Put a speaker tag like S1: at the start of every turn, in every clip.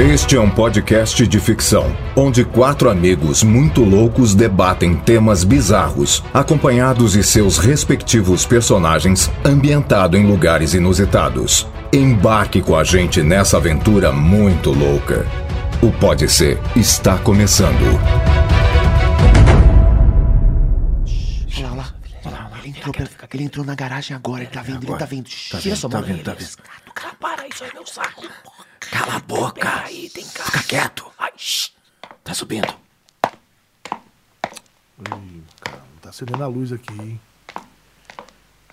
S1: Este é um podcast de ficção, onde quatro amigos muito loucos debatem temas bizarros, acompanhados de seus respectivos personagens, ambientado em lugares inusitados. Embarque com a gente nessa aventura muito louca. O Pode Ser está começando.
S2: Olha lá, olha lá, olha lá. Ele entrou, pela- ele entrou na garagem agora, ele tá vendo, ele tá vendo. Shhh, Tira sua
S3: tá
S2: mão.
S3: vendo, tá vendo.
S2: Cara, para, isso é meu saco.
S3: Cala a boca.
S2: Aí tem cara.
S3: Fica quieto.
S2: Ai, shhh.
S3: Tá subindo.
S4: Tá acendendo a luz aqui, hein?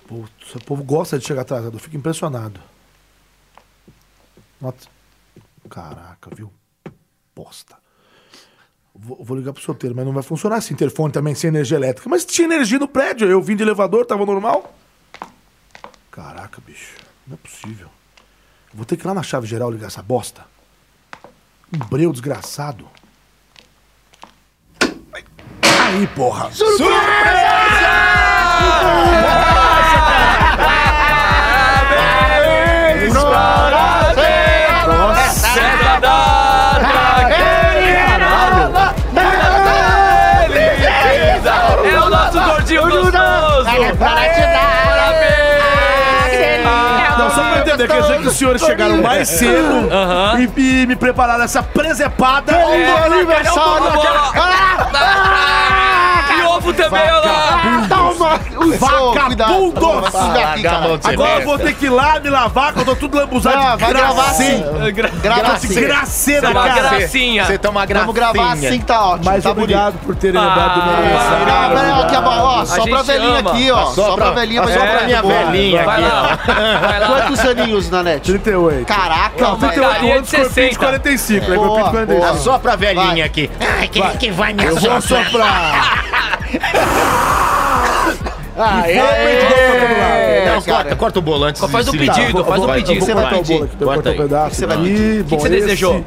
S4: Pô, esse povo gosta de chegar atrasado, eu fico impressionado. Nota- Caraca, viu? Bosta. Vou, vou ligar pro solteiro, mas não vai funcionar esse interfone também sem energia elétrica. Mas tinha energia no prédio, eu vim de elevador, tava normal. Caraca, bicho, não é possível. Eu Vou ter que ir lá na chave geral ligar essa bosta. Um breu desgraçado. Aí, porra!
S5: É o nosso gordinho gostoso! Ah,
S4: Não, só pra entender, quer dizer que os senhores chegaram mais cedo e, e me prepararam essa presepada. É.
S5: Ah, E ovo também, olha lá!
S4: Vagabundos!
S6: então,
S4: Agora eu vou ter que ir lá me lavar, que eu tô tudo lambuzado
S6: Ah,
S4: de
S6: vai gravar
S4: gracinha.
S6: Grava assim.
S4: Graceira,
S5: Uma
S4: cara.
S5: gracinha!
S6: Você tá uma gracinha. Vamos gravar assim que tá ótimo.
S4: Mas
S6: tá
S4: obrigado por terem lembrado do meu
S5: Ah,
S4: aniversário.
S6: Não, peraí, ó, aqui, ó, ó, só pra
S5: gente
S6: velhinha
S5: ama.
S6: aqui, ó. Só, pra, velhinha, mas
S5: só
S6: só pra
S5: pra
S6: minha velhinha.
S5: Vai lá! Vai lá!
S6: Quantos aninhos, Nanete?
S4: 38.
S6: Caraca, velho.
S4: 38
S5: Daria
S4: anos,
S5: de
S4: corpinho de
S5: 60.
S4: 45. Aí
S6: Boa,
S4: corpinho de
S6: boa.
S4: 45.
S6: Só pra velhinha
S7: aqui. Ai, quem é que vai me
S4: Eu vou soprar.
S6: Ah,
S4: É,
S7: Não, corta, corta o bolante.
S5: Faz um
S7: se-
S5: pedido, faz um
S4: Eu
S5: pedido!
S4: vou
S6: Você vai
S4: cortar o
S6: pedir?
S4: bolo aqui,
S7: Corta
S4: eu cortar um
S7: aí.
S4: pedaço.
S6: você vai
S4: aqui. Bom,
S6: pedir?
S5: que você
S4: esse-
S5: desejou?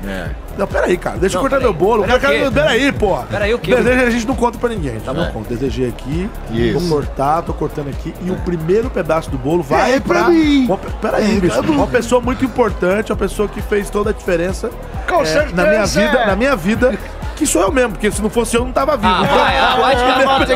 S4: Não, peraí, cara. Deixa eu cortar meu bolo.
S5: Peraí
S4: Peraí,
S5: o quê?
S4: cara, peraí, porra.
S5: Peraí o quê?
S4: Desejo a gente não conta pra ninguém. Tá bom? Conta. Desejei aqui.
S7: Isso.
S4: Vou cortar, tô cortando aqui. E o primeiro pedaço do bolo vai
S6: É pra mim.
S4: Uma pe- peraí, bicho. Uma pessoa muito importante, uma pessoa que fez toda a diferença.
S6: Com
S4: é, Na minha vida, na minha vida, que sou eu mesmo. Porque se não fosse eu, eu não tava vivo.
S5: Ah, vai, ah, vai de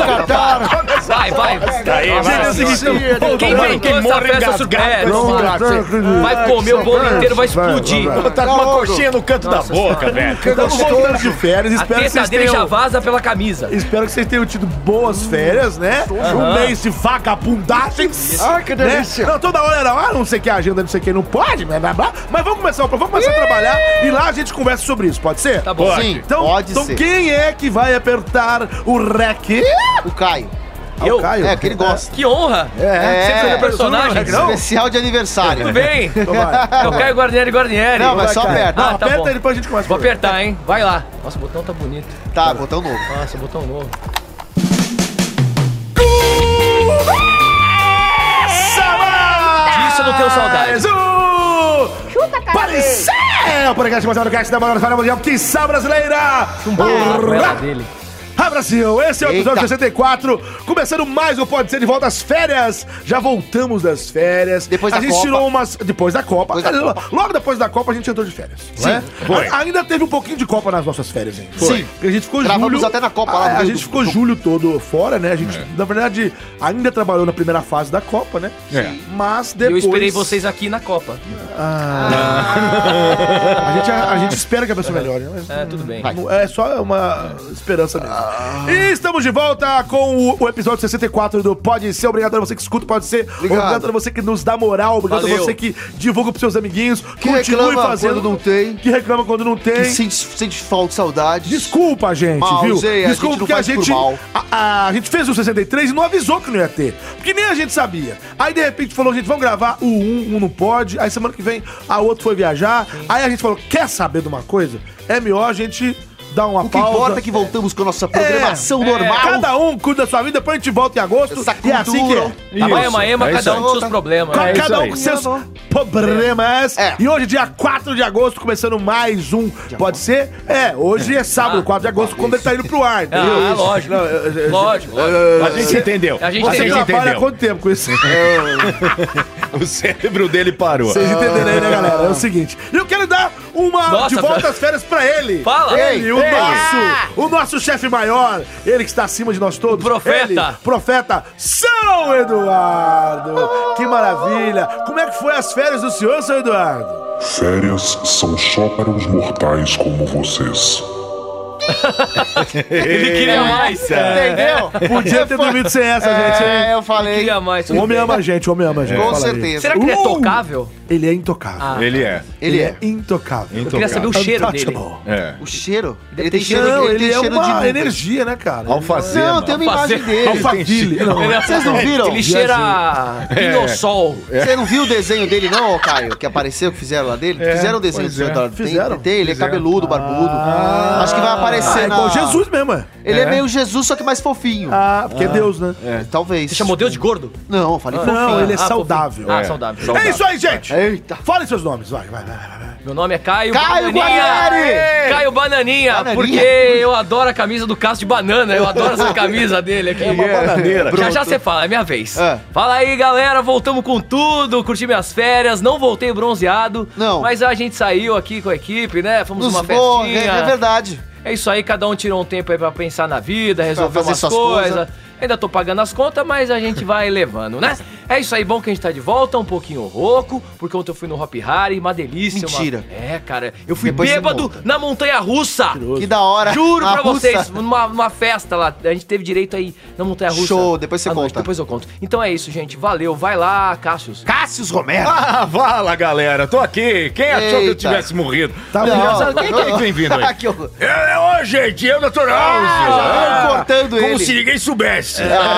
S5: Vai, vai!
S4: Gente, é o seguinte, eu-
S5: Quem inventou essa festa surpresa? É Vai comer o bolo inteiro, vai explodir!
S7: Tá com uma coxinha no canto da boca, velho.
S4: Estamos voltando de férias,
S5: A
S4: espero que vocês
S5: tentadeira já
S4: tenham...
S5: vaza pela camisa!
S4: Espero que vocês tenham tido boas férias, né? Um mês de vagabundagens.
S6: Ah, que
S4: né?
S6: delícia.
S4: Não, toda hora era, ah, não sei que a agenda, não sei que, não pode, blá, blá, blá. Mas vamos começar, o programa, vamos começar a trabalhar e lá a gente conversa sobre isso, pode ser?
S5: Tá bom!
S6: Sim,
S4: Então,
S6: pode
S4: então
S6: ser.
S4: quem é que vai apertar o rec? Ah,
S6: O Caio.
S5: Eu?
S4: Caio?
S6: É, que ele gosta.
S5: Que honra!
S6: É.
S5: Você fez o personagem?
S4: Não, não.
S6: Especial de aniversário.
S5: Tudo bem!
S4: Então vai.
S5: É o Caio Guarnieri Guarnieri!
S6: Não, mas só
S4: Vai, Caio.
S6: aperta.
S4: Não,
S5: Ah, tá
S4: aperta
S5: bom.
S4: e depois a gente começa.
S5: Vou apertar, hein? Vai lá! Nossa, o botão tá bonito!
S6: Tá, botão novo.
S5: Nossa, botão novo!
S4: é
S5: Disso eu não tenho saudade!
S4: Chuta, cara! Parecer! O podcast mais cast da maior Fala Mundial, que sabe brasileira!
S5: Ela
S4: Urra!
S5: dele.
S4: Ah, Brasil, esse é o episódio
S6: Eita.
S4: 64, começando mais um Pode Ser de Volta às Férias. Já voltamos das férias.
S6: Depois
S4: a
S6: da
S4: gente
S6: Copa.
S4: tirou umas... Depois da Copa.
S6: Depois da
S4: Ah, Logo depois da Copa a gente entrou de férias. né?
S7: foi.
S4: A- ainda teve um pouquinho de Copa nas nossas férias ainda.
S6: Foi.
S4: Porque a gente ficou
S6: Gravamos
S4: julho...
S6: até na Copa lá É.
S4: A,
S6: no
S4: a
S6: meio
S4: gente
S6: do-
S4: ficou julho todo fora, né? A gente, na verdade, ainda trabalhou na primeira fase da Copa, né?
S7: É.
S4: Mas
S5: E Eu
S4: depois...
S5: esperei vocês aqui na Copa.
S4: A gente, a, a gente espera que a pessoa melhore, né? Mas-
S5: É, tudo bem.
S4: Não, É só uma esperança mesmo. E estamos de volta com o, o episódio 64 do Pode Ser. Obrigado a você que escuta o Pode Ser. Obrigado, a você que nos dá moral. Obrigado a
S5: Valeu.
S4: você que divulga pros seus amiguinhos.
S6: Que reclama quando não tem.
S4: Que reclama quando não tem.
S6: E sente, sente falta, saudade.
S4: Desculpa, gente,
S6: Mal,
S4: viu?
S6: Zé, a
S4: Desculpa
S6: gente não
S4: porque a
S6: faz por
S4: gente.
S6: mal.
S4: A, a gente fez o 63 e não avisou que não ia ter. Porque nem a gente sabia. Aí de repente falou, gente, vamos gravar o 1, um não pode. Aí semana que vem a outra foi viajar. Aí a gente falou, quer saber de uma coisa? É melhor a gente dar uma
S6: O que
S4: pausa.
S6: importa é que voltamos com a nossa programação
S4: É,
S6: normal.
S4: Cada um cuida da sua vida, depois a gente volta em agosto.
S6: Essa
S4: E é assim que é.
S6: cultura.
S5: A mãe é uma ema,
S7: é isso
S5: cada um
S6: aí.
S5: com seus problemas.
S4: Ca-
S7: É isso
S4: Cada um
S7: aí.
S4: com seus problemas.
S6: É.
S4: E hoje, dia 4 de agosto, começando mais um. Pode ser? É, hoje é sábado, 4 de agosto, quando ele tá indo pro ar. entendeu?
S5: Ah,
S4: Isso.
S5: lógico.
S4: Não, eu- eu-
S5: Lógico.
S7: A gente entendeu.
S5: A gente
S4: Você
S5: entendeu. É.
S4: trabalha há quanto tempo com isso?
S7: O cérebro dele parou.
S4: Vocês entenderam aí, né, galera? É o seguinte. E eu quero dar uma
S5: Nossa,
S4: de volta
S5: pra-
S4: às férias pra ele.
S5: Fala. Ah.
S4: Ele, o
S7: Ei.
S4: nosso, o nosso chefe maior, ele que está acima de nós todos.
S5: O profeta.
S4: Ele, profeta São Eduardo. Que maravilha. Como é que foi as férias do senhor, São Eduardo?
S8: Férias são só para os mortais como vocês.
S5: Ele queria mais. é.
S6: Entendeu?
S4: Podia ter dormido sem essa, gente. hein?
S6: É, eu falei.
S5: Queria mais.
S4: O homem ama a gente, o homem ama a gente.
S6: Com
S4: Fala aí.
S6: certeza.
S5: Será que ele é
S4: Uh!
S5: tocável?
S4: Ele é intocável.
S7: Ele é.
S6: Ele é.
S4: intocável.
S5: Eu queria saber Ah. o cheiro dele.
S4: Untouchable.
S7: É.
S6: O cheiro.
S5: Deve
S6: Ele
S5: ter
S6: tem cheiro,
S4: Não,
S6: de, ele
S4: ele
S6: tem
S4: é
S6: cheiro
S4: uma
S6: de.
S4: energia, né, cara?
S7: Alfazema.
S6: Não, tem uma imagem
S5: Fazer-
S6: dele.
S4: Alphaville. Não, É.
S5: Ele é-
S6: Vocês não viram?
S5: Ele cheira Pinossol.
S7: É.
S6: Você não viu o desenho dele, não, ô Caio? Que apareceu, que fizeram lá dele? fizeram o desenho do
S7: pois
S6: Sr.
S7: é.
S6: Eduardo. Tem-
S4: Fizeram?
S6: Tem, ele é cabeludo, barbudo. Acho que vai aparecer
S4: Ah, é
S6: na...
S4: igual Jesus mesmo, é.
S6: Ele é. meio Jesus, só que mais fofinho.
S4: Ah, porque é Deus, né?
S6: Talvez.
S5: Você chamou Deus de gordo?
S6: Não, eu falei fofinho.
S4: Não, ele é
S5: Ah,
S4: saudável.
S5: Ah, saudável.
S4: É isso aí, gente.
S6: então tá. Eita.
S4: Fale seus nomes, vai, vai, vai. vai, vai.
S5: Meu nome é Caio,
S6: Caio Guarneri!
S5: Bananinha. Caio Bananinha,
S6: Bananinha.
S5: porque eu adoro a camisa do Cássio de Banana. Eu adoro essa camisa dele aqui. É.
S7: bananeira.
S5: Já já você fala, é minha vez.
S6: É.
S5: Fala aí, galera, voltamos com tudo, curti minhas férias, não voltei bronzeado.
S6: Não.
S5: Mas a gente saiu aqui com a equipe, né? Fomos
S6: Nos
S5: numa
S6: voa, é,
S5: festinha.
S6: é verdade.
S5: É isso aí, cada um tirou um tempo aí pra pensar na vida, resolver
S6: fazer
S5: umas
S6: suas
S5: coisas.
S6: coisas.
S5: Ainda tô pagando as contas, mas a gente vai levando, né? É isso aí, bom que a gente tá de volta, um pouquinho rouco, porque ontem eu fui no Hop Harry, uma delícia. uma-
S6: Mentira.
S5: É, cara, eu fui
S6: Depois você
S5: bêbado
S6: conta.
S5: na montanha russa.
S6: Que da hora.
S5: Juro
S6: Na
S5: pra
S6: Rússia.
S5: vocês, numa, numa festa lá, a gente teve direito aí na montanha russa.
S6: Show, depois você
S5: À
S6: conta.
S5: Depois eu conto. Então é isso, gente, valeu, vai lá, Cássius.
S7: Cássius Romero. Ah, fala, galera. Tô aqui. Quem achou que eu
S6: Eita.
S7: tivesse morrido?
S4: Tá
S6: Não,
S4: bom.
S7: Sabe quem é que tem vindo aí?
S6: Que horror.
S7: É, é hoje, gente. Eu, Dr. House. Ah.
S6: eu cortando
S7: como
S6: ele.
S7: se ninguém soubesse.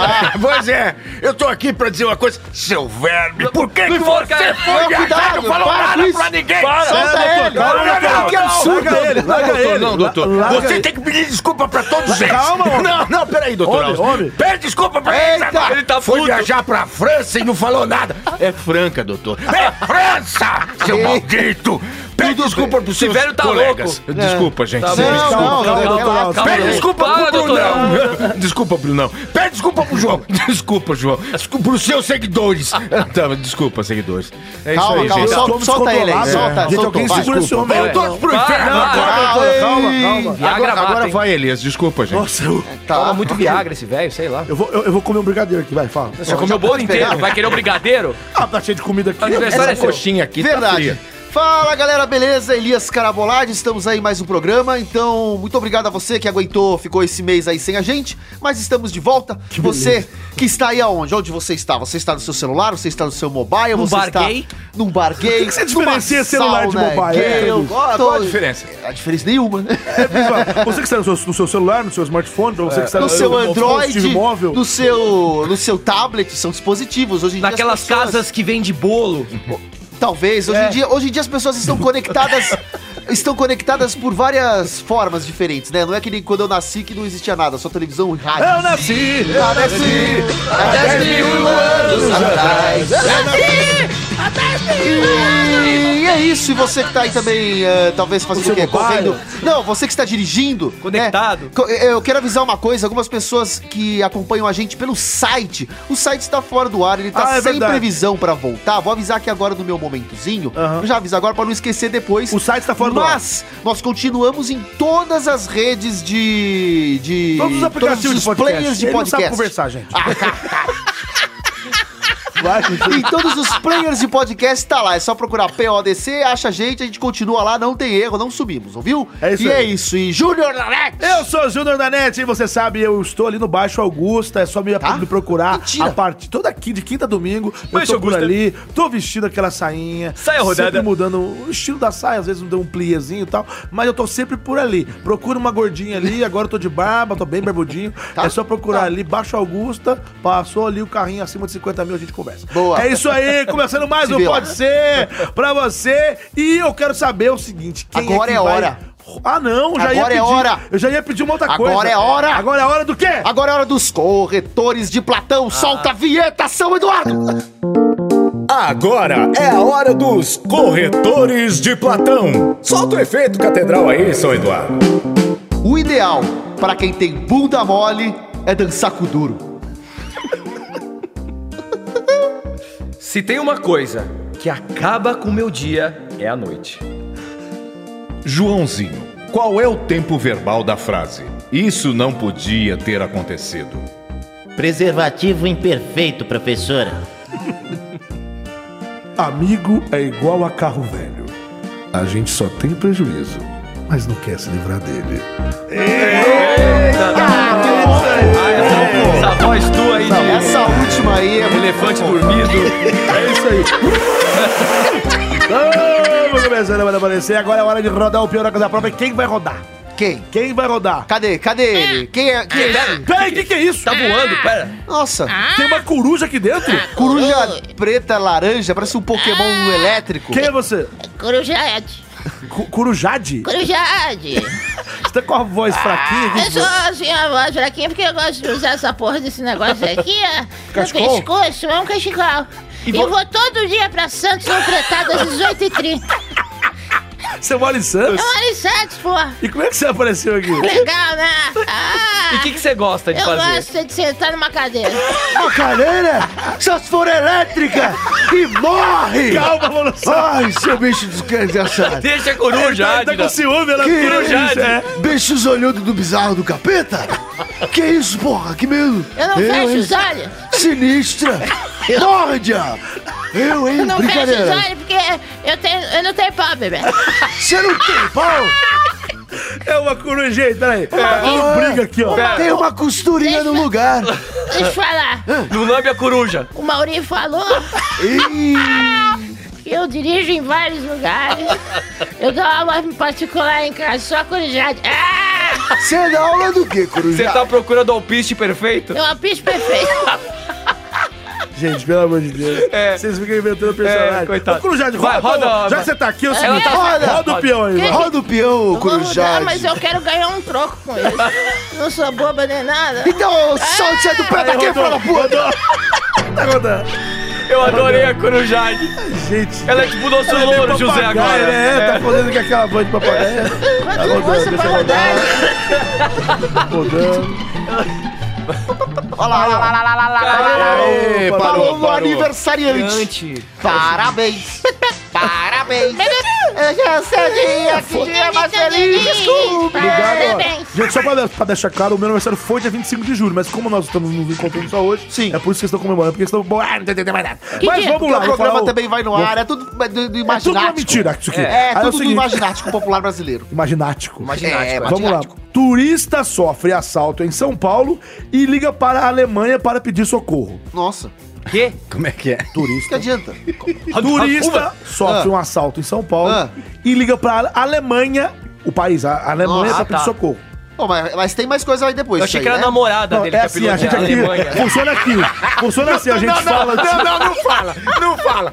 S7: Pois é. Eu tô aqui pra dizer uma coisa. Seu verme, por que, que
S5: enforca
S7: você
S5: ele.
S7: foi
S6: Não,
S7: viajar?
S6: cuidado,
S7: Não falou
S6: para com
S7: nada
S6: isso.
S7: pra ninguém.
S6: Solta ele.
S7: Não, não, não,
S4: Que absurdo
S7: não,
S4: ele,
S7: não,
S4: larga
S7: doutor,
S4: ele.
S7: Não, doutor.
S4: Larga
S7: Você
S4: ele.
S7: tem que pedir desculpa pra todos eles.
S4: Calma, homem.
S7: Não, não, peraí, doutor.
S4: Homem,
S7: Alves.
S4: homem.
S7: Pede desculpa pra eles
S6: Eita,
S7: agora.
S5: ele tá
S7: Foi
S5: puto.
S7: viajar pra França e não falou nada. É Franca, doutor. É França, seu maldito. Pede desculpa pros seus
S5: velho tá
S7: colegas. Desculpa, gente.
S5: Tá
S7: Sim,
S5: bom.
S7: desculpa.
S6: Não,
S4: Calma,
S6: não, não,
S4: doutor
S6: relaxa.
S4: Alves.
S5: Calma
S7: Pede
S5: aí.
S7: desculpa
S5: Para,
S7: pro
S5: doutor
S7: Brunão. Desculpa, Brunão. Pede desculpa pro João. Desculpa, João. Desculpa pros seus seguidores. Ah, Tá, desculpa, seguidores. É isso
S6: Calma,
S7: aí,
S6: calma,
S7: gente.
S6: só- um Solta-
S4: Somos
S6: solta ele aí,
S4: controlados.
S6: solta,
S4: Gente,
S6: solta,
S4: alguém
S6: vai,
S4: segura esse
S7: Desculpa.
S4: homem
S7: Vão
S4: aí.
S7: todos pro
S5: Vai,
S7: inferno
S5: vai,
S7: agora.
S4: Calma,
S5: vai.
S4: calma, calma.
S5: Viagra
S7: Agora,
S5: mata,
S7: agora
S5: hein?
S7: vai, Elias. Desculpa, gente.
S4: Nossa, eu,
S6: Tá.
S5: Toma muito Viagra esse velho, sei lá.
S4: eu vou, eu, eu vou comer um brigadeiro aqui, vai, fala.
S5: Já comeu o bolo
S6: pode
S5: inteiro,
S6: pegar.
S5: vai querer o brigadeiro?
S4: Ah, tá cheio de comida aqui.
S5: Aniversário é seu.
S7: coxinha aqui tá
S6: Verdade.
S7: fria.
S6: Fala galera, beleza? Elias Carabolade, estamos aí em mais um programa. Então, muito obrigado a você que aguentou, ficou esse mês aí sem a gente, mas estamos de volta. você que está aí aonde? Onde você está? Você está no seu celular? Você está no seu mobile?
S5: Num
S6: você
S5: bar
S6: está
S5: gay?
S6: num bar gay?
S4: Por que você diferencia celular de mobile? É,
S6: eu
S7: Qual a diferença?
S6: A diferença nenhuma, né?
S4: Você que está no seu, no seu celular, no seu smartphone, pra você que está
S6: É. No seu Android,
S4: dispositivo móvel.
S6: no seu, no seu tablet, são dispositivos. Hoje em dia as
S5: Naquelas
S6: pessoas-
S5: casas que vende bolo.
S6: Talvez. Hoje, em dia, hoje em dia as pessoas estão conectadas. estão conectadas por várias formas diferentes, né? Não é que nem quando eu nasci que não existia nada, só televisão e rádio.
S4: Eu nasci!
S6: Eu nasci há 10 mil anos atrás. Eu
S4: É,
S6: nasci! E é isso, e você que tá aí também, eh, talvez fazendo o quê? Correndo. Não, você que está dirigindo. né?
S5: Conectado.
S6: Co- Eu quero avisar uma coisa: algumas pessoas que acompanham a gente pelo site. O site está fora do ar, ele tá
S4: Ah, é
S6: sem
S4: verdade.
S6: previsão pra voltar. Vou avisar aqui agora no meu momentozinho.
S4: Aham.
S6: Já avisar agora pra não esquecer depois.
S4: O site tá fora do ar.
S6: Mas nós continuamos em todas as redes de. de
S4: Todos os aplicativos
S6: todos os
S4: de podcast.
S6: players de
S4: Ele não sabe
S6: podcast. Ah,
S4: conversar, gente. Então, Vai,
S6: Em todos os players de podcast tá lá. É só procurar PODC, acha a gente, a gente continua lá, não tem erro, não subimos, ouviu?
S4: É isso
S6: e é
S4: aí.
S6: isso. E Júnior Nanete!
S4: Eu sou o Júnior da NET e você sabe, eu estou ali no Baixo Augusta, é só me, me procurar
S6: Tá? Mentira. é-
S4: a partir toda aqui, de quinta a domingo. eu
S5: Baixo
S4: tô por
S5: Augusta.
S4: ali, tô vestido aquela sainha.
S5: Saia
S4: Sempre
S5: rodada.
S4: mudando o estilo da saia, às vezes me deu um pliezinho e tal, mas eu tô sempre por ali. Procura uma gordinha ali, agora eu tô de barba, tô bem barbudinho.
S6: Tá.
S4: É só procurar
S6: Tá.
S4: ali, Baixo Augusta, passou ali o carrinho acima de 50 mil, a gente conversa.
S6: Boa.
S4: É isso aí, começando mais
S6: Se
S4: um
S6: vê lá.
S4: Pode Ser pra você. E eu quero saber o seguinte, quem
S6: Agora
S4: é, que
S6: é
S4: vai-
S6: hora.
S4: Ah, não, já ia
S6: Agora é
S4: pedir.
S6: hora.
S4: Eu já ia pedir uma outra
S6: Agora
S4: coisa.
S6: é hora.
S4: Agora é hora do quê?
S6: Agora é hora dos corretores de Platão.
S4: Ah.
S6: Solta a vinheta, São Eduardo!
S7: Agora é a hora dos corretores de Platão. Solta o efeito catedral aí, São Eduardo.
S6: O ideal pra quem tem bunda mole é dançar com o duro.
S5: Se tem uma coisa que acaba com o meu dia, é a noite.
S7: Joãozinho, qual é o tempo verbal da frase? Isso não podia ter acontecido.
S9: Preservativo imperfeito, professora.
S4: Amigo é igual a carro velho. A gente só tem prejuízo, mas não quer se livrar dele.
S5: Ah,
S4: é
S5: essa, essa voz tua aí de
S6: Essa última aí é
S5: elefante dormido.
S4: É isso aí. Vamos começando a aparecer. Agora é hora de rodar o pior da prova. E Quem vai rodar?
S6: quem?
S4: Quem vai rodar?
S6: Cadê? Cadê ele? Quem é? Quem é? esse?
S4: Peraí, o que, que é isso?
S5: Tá voando, pera.
S6: Nossa,
S4: Tem uma coruja aqui dentro?
S6: coruja preta, laranja, parece um Pokémon elétrico.
S4: Quem é você?
S10: Corujade.
S4: Cu- Corujade?
S10: Corujade.
S4: Você tá com a voz fraquinha.
S5: Ah,
S10: Eu sou
S4: aqui?
S10: assim, a voz fraquinha porque eu gosto de usar essa porra desse negócio aqui, ó.
S4: Cachecol?
S10: No pescoço, é um cachecol. E
S4: vo-
S10: eu vou todo dia pra Santos, no fretado, às 18h30.
S4: Você mora em Santos?
S10: Eu moro em Santos, porra.
S4: E como é que você apareceu aqui?
S10: Legal, né? Ah,
S5: E o que, que você gosta de
S10: eu
S5: fazer?
S10: gosto de sentar numa cadeira.
S4: Uma cadeira? Só se for elétrica! E morre! Calma, mano.
S6: Ai, seu bicho desgraçado.
S5: Deixa a coruja,
S4: Tá, tá
S5: Adna.
S4: com ciúme, ela corujade. É.
S6: Bichos olhando do bizarro do capeta? Que isso, porra? Que medo!
S10: Eu não fecho os olhos.
S6: Sinistra! Mórdia! Eu, hein?
S10: Eu não fecho os olhos porque eu, tenho, eu não tenho pau, bebê.
S6: Você não tem pau?
S4: É uma corujinha, peraí.
S5: É.
S4: Não briga aqui, ó.
S6: Tem uma costurinha no lugar!
S10: Deixa eu falar.
S5: Não lambe é a coruja.
S10: O Maurinho falou que eu dirijo em vários lugares. Eu dou aula em particular em casa, só curiosidade. Ah!
S6: Você dá aula do quê,
S5: Você
S6: Corujá?
S5: tá à procura do alpiste perfeito?
S10: Eu apiso perfeito.
S4: Gente, pelo amor de Deus. Vocês ficam inventando personagem.
S5: É, coitado.
S4: Ô, Corujade,
S5: Vai, É.
S4: roda,
S5: roda,
S4: Já
S5: roda.
S4: que você tá aqui, eu sei.
S10: Ela tá-
S4: Roda, roda o
S5: roda.
S4: peão aí, vai.
S6: Roda o peão,
S10: Eu vou mudar, mas
S6: Corujá!
S10: eu quero ganhar um troco com isso. Não sou boba nem nada.
S6: Então, solte do pé daqui, filha da puta!
S4: Tá rodando.
S5: Eu adorei a corujade.
S4: Gente.
S5: Ela é tipo nosso louro,
S4: papagaio,
S5: José, agora.
S4: né? É, tá fazendo que aquela voz de papagaio. Tá
S10: Quanto
S4: rodando,
S10: custa pra
S4: deixa
S10: rodar?
S4: rodar. Tá Rodando.
S6: Olha lá, olha lá, olha lá, olha lá, olha lá, olha lá.
S4: Aê,
S6: Falou
S4: parou,
S6: no
S4: parou. Tá
S6: aniversariante!
S5: Gigante.
S6: Parabéns! Parabéns! Hoje é o seu dia, que dia mais feliz! Desculpa!
S10: Parabéns.
S4: Gente, só pra, de- pra deixar claro, o meu aniversário foi dia 25 de julho, mas como nós estamos nos encontrando só hoje,
S6: Sim.
S4: é por isso que estão comemorando, porque estão. Ah, não tem mais nada.
S10: Que
S4: mas
S10: dia?
S4: vamos
S6: Porque
S4: lá,
S6: o
S4: vou falar
S6: programa também vai no ar, é tudo do, do
S4: É tudo uma
S6: imaginático.
S4: mentira isso aqui. Aí
S6: É,
S4: o
S6: tudo do
S4: seguinte,
S6: imaginático popular brasileiro.
S4: Imaginático.
S5: Imaginático,
S6: É,
S5: é.
S4: Vamos lá. Turista sofre assalto em São Paulo e liga para a Alemanha para pedir socorro.
S6: Nossa,
S5: Quê?
S7: Como é que é?
S6: que adianta?
S4: Turista sofre um assalto em São Paulo
S6: Ah.
S4: e liga para a Alemanha, o país, a Alemanha,
S6: Nossa,
S4: para pedir
S5: tá.
S4: socorro.
S6: Pô, mas, mas tem mais coisa aí depois.
S5: Eu achei
S6: disso
S5: que era
S6: aí,
S5: a
S6: né?
S5: namorada
S4: Não,
S5: dele
S4: é
S5: que
S4: assim, a
S5: pilotou
S4: gente
S5: na
S4: aqui.
S5: Alemanha.
S4: Funciona aqui. Funciona assim, a gente fala.
S7: Não, não, não fala! Não fala!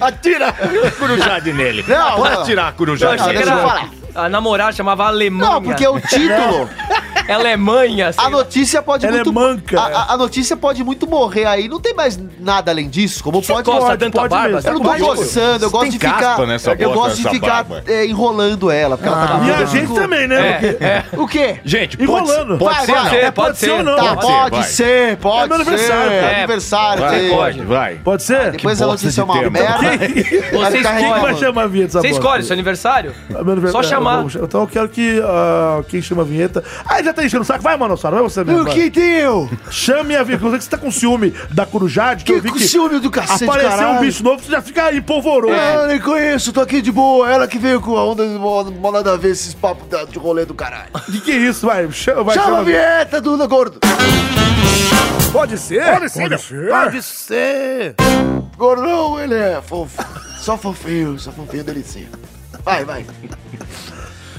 S7: Atira a corujade nele!
S6: Não,
S7: Pode
S6: não.
S7: atirar a
S5: Eu
S7: corujade
S5: achei que
S6: deixa eu
S5: era...
S6: falar.
S5: A namorada chamava Alemanha.
S6: Não, porque o título,
S5: Alemanha, assim.
S6: a notícia pode
S4: Ela é
S6: muito...
S4: manca.
S6: a, a- a notícia pode muito morrer aí, não tem mais nada além disso, como
S5: Você
S6: pode...
S5: gosta
S4: pode,
S5: tanto a
S4: pode
S5: barba?
S4: mesmo.
S5: Você
S6: Eu não tô
S5: gosta?
S6: gostando, eu gosto
S7: tem
S6: de ficar...
S7: caspa nessa
S6: Eu
S7: boca,
S6: gosto de
S7: nessa
S6: ficar
S7: barba.
S6: é, enrolando ela, porque
S4: E
S6: ela tá... com
S4: a
S6: medo de
S4: gente
S6: cor.
S4: também,
S5: É,
S4: né? Porque-
S6: O quê? Ah,
S7: Gente,
S4: E
S7: pode,
S4: rolando.
S7: pode
S6: Vai,
S7: ser
S6: vai.
S7: não?
S5: Pode ser,
S4: É,
S5: pode ser.
S4: ou não?
S6: Tá,
S5: Pode
S4: ser,
S6: pode
S7: vai.
S6: ser, pode
S4: É meu aniversário.
S6: ser.
S5: É,
S6: aniversário
S7: Vai,
S6: dele.
S7: pode, vai.
S4: Pode ser?
S6: Depois
S7: Que bosta
S6: a
S7: de
S6: notícia é uma
S7: tema.
S6: merda. Vai
S5: Vocês
S6: ficar
S4: Quem que vai
S5: escolhem.
S6: reclamando.
S4: chamar a vinheta? dessa
S5: Você
S4: bosta?
S5: escolhe seu aniversário?
S4: Ah, meu aniversário-
S5: Só chamar.
S4: eu vou- Então eu quero que ah, quem chama a vinheta. Ah, já tá enchendo o saco. Vai, Manossauro, vai você mesmo. vai.
S6: deu?
S4: Chame a vinheta. Você tá com ciúme da Corujade, que, eu vi
S6: Que
S4: que
S6: ciúme do cacete,
S4: apareceu um
S6: caralho. É,
S4: bicho novo, você já fica aí, polvoroso.
S6: Eu nem conheço, tô aqui de boa. Ela que veio com a onda de mó mó nada a ver esses papos da- de rolê do caralho.
S4: De que isso, vai? Chama, vai
S6: Chama
S4: chama
S6: a vinheta, Duda Gordo.
S4: Pode ser? Pode ser. Pode ser.
S6: Tá Gordão, ele é fofo. Só fofinho, só fofinho delicinha. Vai, vai.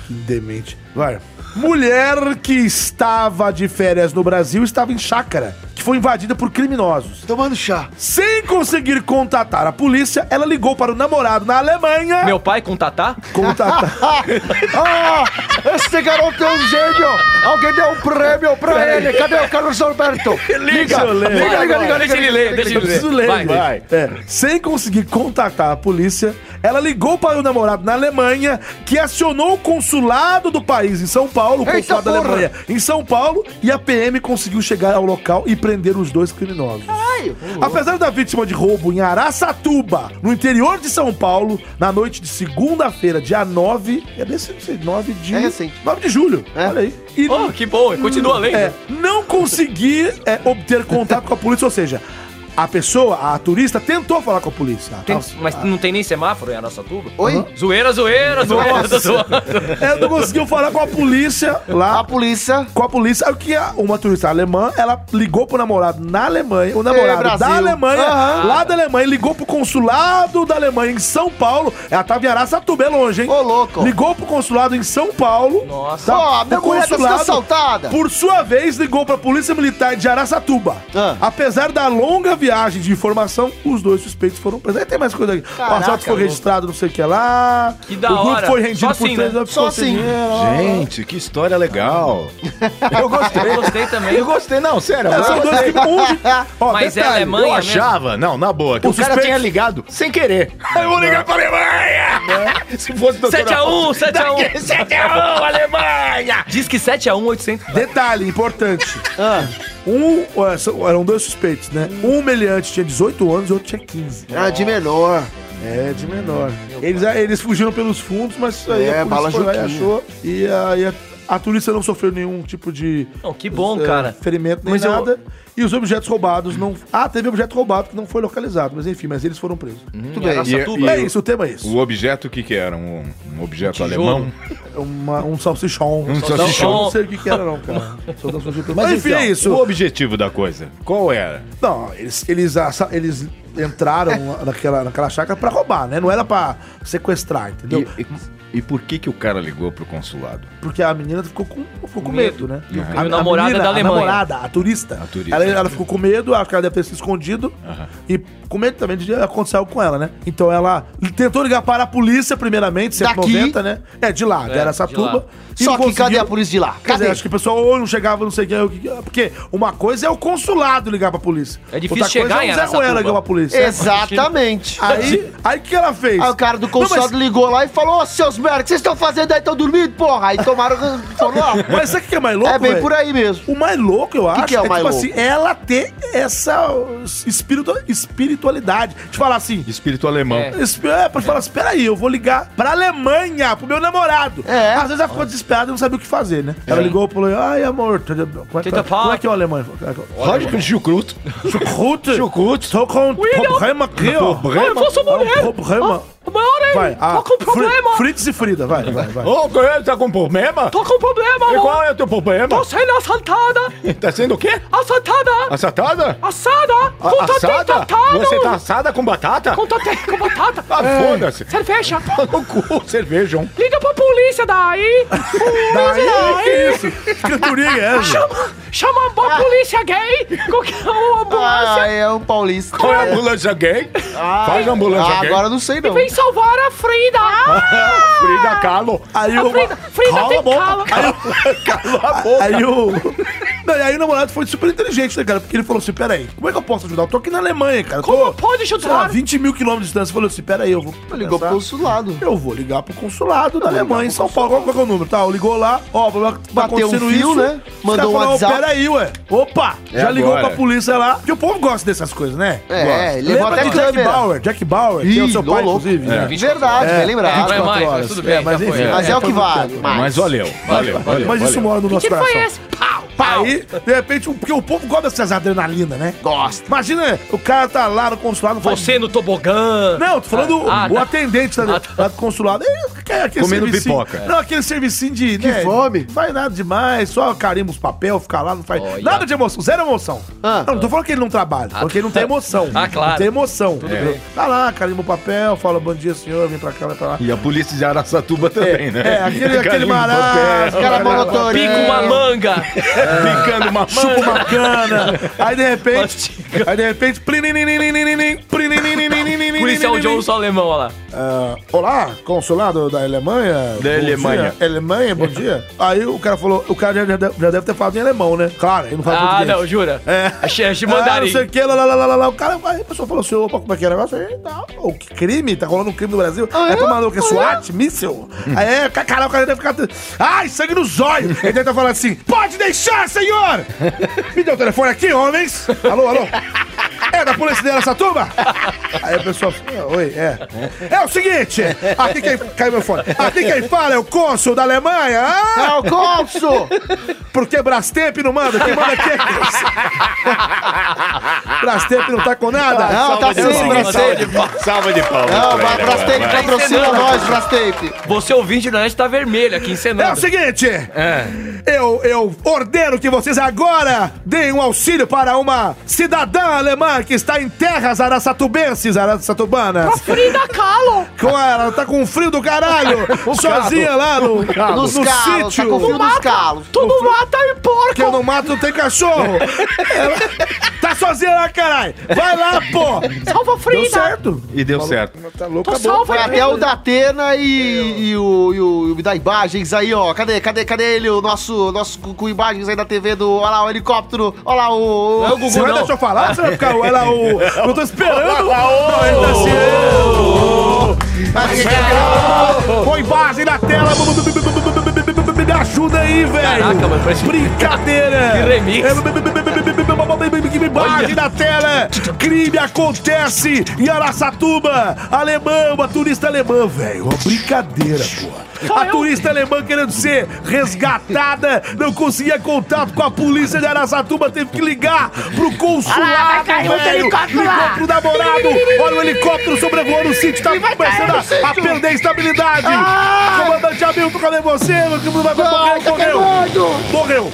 S4: Demente. Vai. Mulher que estava de férias no Brasil estava em chácara, que foi invadida por criminosos.
S6: Tomando chá.
S4: Sem conseguir contatar a polícia, ela ligou para o namorado na Alemanha.
S5: Meu pai com Tatá?
S4: Contatar.
S6: Ah, esse garoto é um gênio. Alguém deu um prêmio pra ele. Cadê o Carlos Alberto?
S4: Deixa eu ler.
S5: Vai,
S6: liga,
S5: vai,
S6: liga,
S5: Deixa ele
S6: liga,
S5: ler,
S6: liga,
S5: deixa
S4: Eu
S5: ele ler.
S4: preciso ler.
S5: Vai.
S4: gente. É, sem conseguir contatar a polícia, ela ligou para o namorado na Alemanha, que acionou o consulado do país em São Paulo, o
S6: Eita
S4: consulado da
S6: porra!
S4: Alemanha em São Paulo, e a PM conseguiu chegar ao local e prender os dois criminosos.
S6: Sério?
S4: Apesar da vítima de roubo em Araçatuba, no interior de São Paulo, na noite de segunda-feira, dia 9, é desse, não sei, 9 de...
S6: É recente. É.
S4: 9 de julho, olha aí. E
S5: Oh, que bom, e continua lendo.
S4: é, não consegui é, obter contato com a polícia, ou seja, a pessoa, a turista, tentou falar com a polícia. Tá?
S5: Tem-
S4: A-
S5: mas não tem nem semáforo em Araçatuba?
S6: Oi?
S5: Zoeira, zoeira, zoeira, tô zoando.
S4: Ela não conseguiu falar com a polícia
S6: A
S4: lá.
S6: polícia.
S4: Com a polícia, Aí o que a- uma turista alemã, ela ligou pro namorado na Alemanha, o namorado
S6: Brasil.
S4: da Alemanha,
S6: Aham.
S4: lá da Alemanha, ligou pro consulado da Alemanha em São Paulo. Ela tava em Araçatuba, é longe, hein?
S6: Ô, louco.
S4: Ligou pro consulado em São Paulo.
S5: Nossa.
S4: Tá?
S6: Ó, a minha
S4: O
S6: mulher tá sendo
S4: consulado,
S6: assaltada.
S4: Por sua vez, ligou pra Polícia Militar de Araçatuba.
S6: Ah.
S4: Apesar da longa viagem de informação, os dois suspeitos foram presos. Aí tem mais coisa aqui. o
S6: Caraca,
S4: assalto foi
S6: louco.
S4: registrado, não sei o que lá.
S5: Que da
S4: o grupo
S5: hora.
S4: foi rendido
S5: Só
S4: por
S5: assim,
S4: três
S5: né?
S4: anos,
S6: Só
S4: ficou sem
S6: assim.
S4: dinheiro.
S7: Gente, que história legal. Eu gostei.
S5: Eu gostei também.
S7: Eu gostei, não, sério.
S4: É,
S7: eu
S4: são dois
S7: gostei.
S4: que onde... Ó,
S5: Mas é
S4: detalhe,
S5: alemã?
S7: Eu
S5: Alemanha
S7: achava, não, na boa, que
S4: O
S7: o, cara
S4: suspeito-
S7: tinha ligado sem querer. É. Aí eu vou ligar pra Alemanha! Se fosse doutora
S5: 7x1,
S7: Rosa.
S5: 7x1.
S7: 7x1, Alemanha!
S5: Diz que 7x1, 800.
S4: Detalhe importante.
S6: Ah.
S4: Um, ó, são- eram dois suspeitos, né? Um meliante tinha 18 anos e outro tinha 15.
S6: Ah, de menor.
S4: É, de menor. Eles, eles fugiram pelos fundos, mas aí
S6: É,
S4: a polícia
S6: bala
S4: foi lá e
S6: Juquinha.
S4: achou. E aí a, a turista não sofreu nenhum tipo de...
S5: Não, que bom,
S4: eh,
S5: cara.
S4: Ferimento nem
S5: Mas eu-
S4: nada. E os objetos roubados não... Ah, teve objeto roubado que não foi localizado. Mas enfim, mas eles foram presos.
S7: Uhum.
S6: Tudo bem.
S7: E, e
S4: é
S7: o-
S4: isso, o tema é isso.
S7: O objeto, o que que era? Um, um objeto
S5: Tijolo.
S7: alemão?
S4: Uma- um salsichão.
S7: Um
S4: Não,
S7: salsichão.
S4: eu Não sei o que, que era não, cara. Só dá um salsichão. Mas, enfim,
S7: então,
S4: é isso.
S7: o objetivo da coisa, qual era?
S4: Não, eles, eles, assa- eles entraram naquela, naquela chácara pra roubar, né? Não era pra sequestrar, entendeu?
S7: E, e- e por que que o cara ligou pro consulado?
S4: Porque a menina ficou com, ficou com medo,
S5: Medo.
S4: né?
S7: E o-
S4: A,
S5: e o namorado é da Alemanha.
S4: A namorada, a turista.
S7: A turista.
S4: Ela, ela ficou com medo, acho que ela deve ter se escondido. E com medo também de acontecer algo com ela, né? Então ela tentou ligar para a polícia, primeiraamente,
S6: Daqui?
S4: 190, né? É, de lá, de
S5: É, de
S4: Araçatuba.
S5: lá.
S4: E
S6: Só que
S4: conseguiu-
S6: cadê a polícia de lá?
S4: Quer dizer,
S6: Cadê?
S4: acho que o pessoal ou não chegava, não sei o que, o que. Porque uma coisa é o consulado ligar pra polícia.
S5: É difícil
S4: Outra coisa
S5: chegar
S4: é
S5: em
S4: o Zé Ruela
S5: Araçatuba.
S4: ligar pra polícia.
S6: Exatamente.
S4: Aí, aí o que ela fez?
S6: Aí o cara do
S4: Não, mas-
S6: consulado ligou lá e falou: Ô, seus merda, o que vocês estão fazendo aí? Estão dormindo, porra? Aí tomaram. Falou, ó,
S4: Mas sabe o que é mais louco?
S6: é bem
S4: velho?
S6: por aí mesmo.
S4: O mais louco, eu acho, tipo assim,
S6: que é o mais louco?
S4: ela ter essa uh, espiritu espiritualidade. De falar assim.
S7: Espírito alemão.
S5: É.
S4: esp- É, pode falar assim, peraí, eu vou ligar pra Alemanha, pro meu namorado.
S6: É.
S4: Às vezes ela ficou desesperada e não sabia o que fazer, né? Ela ligou e falou, ai amor, tudo bom? como é, que-
S5: Tudo bom?
S4: como é que é o alemão?
S7: Lógico que Gil Cruto.
S4: Chocute, tô com um problema aqui, ó.
S7: Problema?
S5: Eu sou mulher.
S4: Um problema.
S5: Maior aí.
S4: Vai, ah,
S5: Tô com um
S4: Fri-
S5: problema.
S4: Fritz e Frida, vai, vai, vai.
S7: Ô, Goiânia, tá com problema?
S5: Tô com problema,
S7: E qual
S5: amor.
S7: é o teu problema?
S5: Tô sendo assaltada.
S7: Tá sendo o quê?
S5: Assaltada.
S7: Assatada?
S5: Assada.
S7: Assada?
S5: contratado.
S7: Você tá assada com batata?
S5: Contatei com batata. É,
S7: Ah, foda-se.
S5: Cerveja.
S7: Tá no cu, cerveja, um.
S5: Liga pra polícia daí. é
S4: Daí, que isso? Que Cantoria é essa?
S5: Chama, chama a polícia gay. Qualquer uma ambulância.
S6: Ah, é um paulista.
S7: Põe a ambulância gay. Faz a ambulância
S6: Ah,
S7: gay.
S6: agora eu não sei não.
S5: Vem salvar a Frida.
S10: Ah,
S7: Frida Kahlo.
S4: Aí
S5: a
S4: o.
S5: Ah, Frida, Frida
S7: Cala a
S5: tem
S7: boca,
S5: cala.
S7: Cala a boca.
S4: Aí o. Não, e aí o namorado foi super inteligente, né, cara? Porque ele falou assim: peraí, como é que eu posso ajudar? Eu tô aqui na Alemanha, cara. Eu tô,
S5: Como pode
S4: sei lá,
S5: chutar?
S4: 20 mil quilômetros de distância. Ele falou assim: peraí, eu vou.
S6: Ligou pro
S4: pensar.
S6: consulado.
S4: Eu vou ligar pro consulado da Alemanha, em São Paulo. Qual, qual que é o número? Tá, ligou lá, ó, tá
S6: Bateu um
S4: acontecendo
S6: fio,
S4: isso.
S6: né?
S4: Os
S6: Mandou
S4: caras
S6: um
S4: falaram,
S6: WhatsApp.
S4: Peraí, ué. Opa! já
S7: agora.
S4: ligou pra polícia lá. Porque o povo gosta dessas coisas, né?
S6: É, ele levou
S4: Lembra
S6: até
S4: de Jack
S6: câmera.
S4: Bauer? Jack Bauer, que é o
S6: Ih,
S4: seu
S6: lô
S4: pai,
S6: louco. É.
S4: inclusive. né?
S6: Verdade, bem lembrado.
S5: Não é mais, mas tudo bem.
S4: É, mas
S5: já foi.
S4: enfim.
S6: Mas é, o que vale.
S7: Mas valeu, valeu,
S6: É,
S7: valeu.
S4: Mas isso
S7: valeu.
S4: mora no nosso
S5: Que foi
S4: coração.
S5: esse? Pau, pau.
S4: Aí, de repente, o- porque o povo gosta dessas adrenalina, né?
S6: Gosta.
S4: Imagina, o cara tá lá no consulado. não faz-
S5: Você no tobogã.
S4: Não, tô falando
S5: Ah,
S4: o, o
S5: tá.
S4: atendente tá,
S5: Ah, tá.
S4: lá do consulado. É, que- aquele
S7: Comendo
S4: servicinho-
S7: pipoca.
S4: Não, aquele servicinho de. Que
S6: fome.
S4: Não faz nada demais, só carimba os papel, ficar lá, não faz.
S5: Olha.
S4: Nada de emoção, zero emoção.
S6: Ah.
S4: não, não tô falando que ele não trabalha, porque ele não tem emoção.
S5: Ah, claro.
S4: Não tem emoção. entendeu?
S5: bem.
S4: Tá lá, carimba o papel, fala bom dia, senhor, vem pra cá, vai pra lá.
S7: E a polícia de Araçatuba também, né?
S4: É, aquele, aquele
S7: Carimbo,
S4: barato.
S7: papel,
S6: Cara é monotoré.
S4: é.
S5: Pica uma manga.
S7: Picando uma
S4: Chupa uma cana. Aí de repente.
S5: Mastiga.
S4: aí de repente. plininininininininin, plininininininininin.
S5: Policial Johnson alemão, olha lá.
S4: Ah, olá, consulado da Alemanha. Bom
S7: Alemanha.
S4: dia. Alemanha, bom dia. Aí o cara falou, o cara já, já- já deve ter falado em alemão, né? Claro, ele não fala
S5: Ah,
S4: português.
S5: não, jura?
S4: É.
S5: Achei, achei
S4: Ah, não
S5: mandarim.
S4: sei o que, lá, lá, lá, lá, lá. O cara, aí a pessoa falou assim, opa, como é que é o negócio? Aí, não, o que crime? Tá rolando um crime no Brasil? é pro maluco, é SWAT, míssil? Aí, é, ca- caralho, o cara deve ficar... Ai, sangue nos olhos! Ele deve tá estar falando assim, pode deixar, senhor! Me deu o telefone aqui, homens! Alô, alô? É da polícia dela essa turma? Aí a pessoa fala, oi, é. É o seguinte, aqui quem... Caiu meu fone. Aqui quem fala é o cônsul da Alemanha. Ah!
S6: É o cônsul!
S4: Porque Brastemp não manda, quem manda aqui é Cris. Brastemp não tá com nada?
S6: Não, tá
S4: É o
S6: sim,
S4: seguinte,
S6: Brastemp.
S7: Salva de palmas.
S6: Não,
S7: pra
S6: vai,
S7: ele
S6: Brastemp,
S7: agora, vai.
S6: patrocina nós, Brastemp.
S5: Você ouvinte da net tá vermelho aqui
S4: É o
S5: encenando.
S4: seguinte,
S5: É.
S4: eu, eu ordeno que vocês agora deem um auxílio para uma cidadã alemã que está em terras araçatubenses, araçatubanas.
S10: Frida Kahlo!
S4: Com ela, ela tá com um frio do caralho,
S6: Um
S4: sozinha lá no, no
S6: Nos calos, tá com
S4: sítio.
S6: fio nos calos.
S10: Tudo mata e
S4: que eu não mato, não tem cachorro. Ela tá sozinha lá, caralho. Vai lá, pô.
S10: Salva
S4: Deu certo.
S7: E deu certo.
S4: Tá louco,
S10: Tô
S4: acabou.
S10: salva
S6: Foi até o Datena e, e o, e o, e o da Imagens aí, ó. Cadê, cadê, cadê ele? O nosso, nosso com, com imagens aí da TV do. Olha lá o helicóptero. Olha lá o.
S5: Não é o
S4: Você
S5: Gugu,
S4: vai
S5: não.
S4: deixar eu falar? Você vai ficar... Ela, o... Eu tô esperando. Não, ele tá assim... Põe base na tela. Me ajuda aí, velho.
S5: Caraca, mano, parece-
S4: Brincadeira.
S5: Que remix.
S4: É, Base na tela. Crime acontece em Araçatuba. Alemã, uma turista alemã, velho. Uma brincadeira, porra. A turista alemã querendo ser resgatada, não conseguia contato com a polícia de Araçatuba, teve que ligar pro consulado,
S10: Olha lá, vai cair um
S4: velho.
S10: helicóptero lá.
S4: Ligou pro namorado. Olha o helicóptero sobrevoando o sítio, tá
S10: vai
S4: começando
S10: cair no
S4: a- a
S10: sítio. Ah!
S4: perder a estabilidade. Comandante Hamilton, cadê você? Não vai morrer, morreu. Morreu.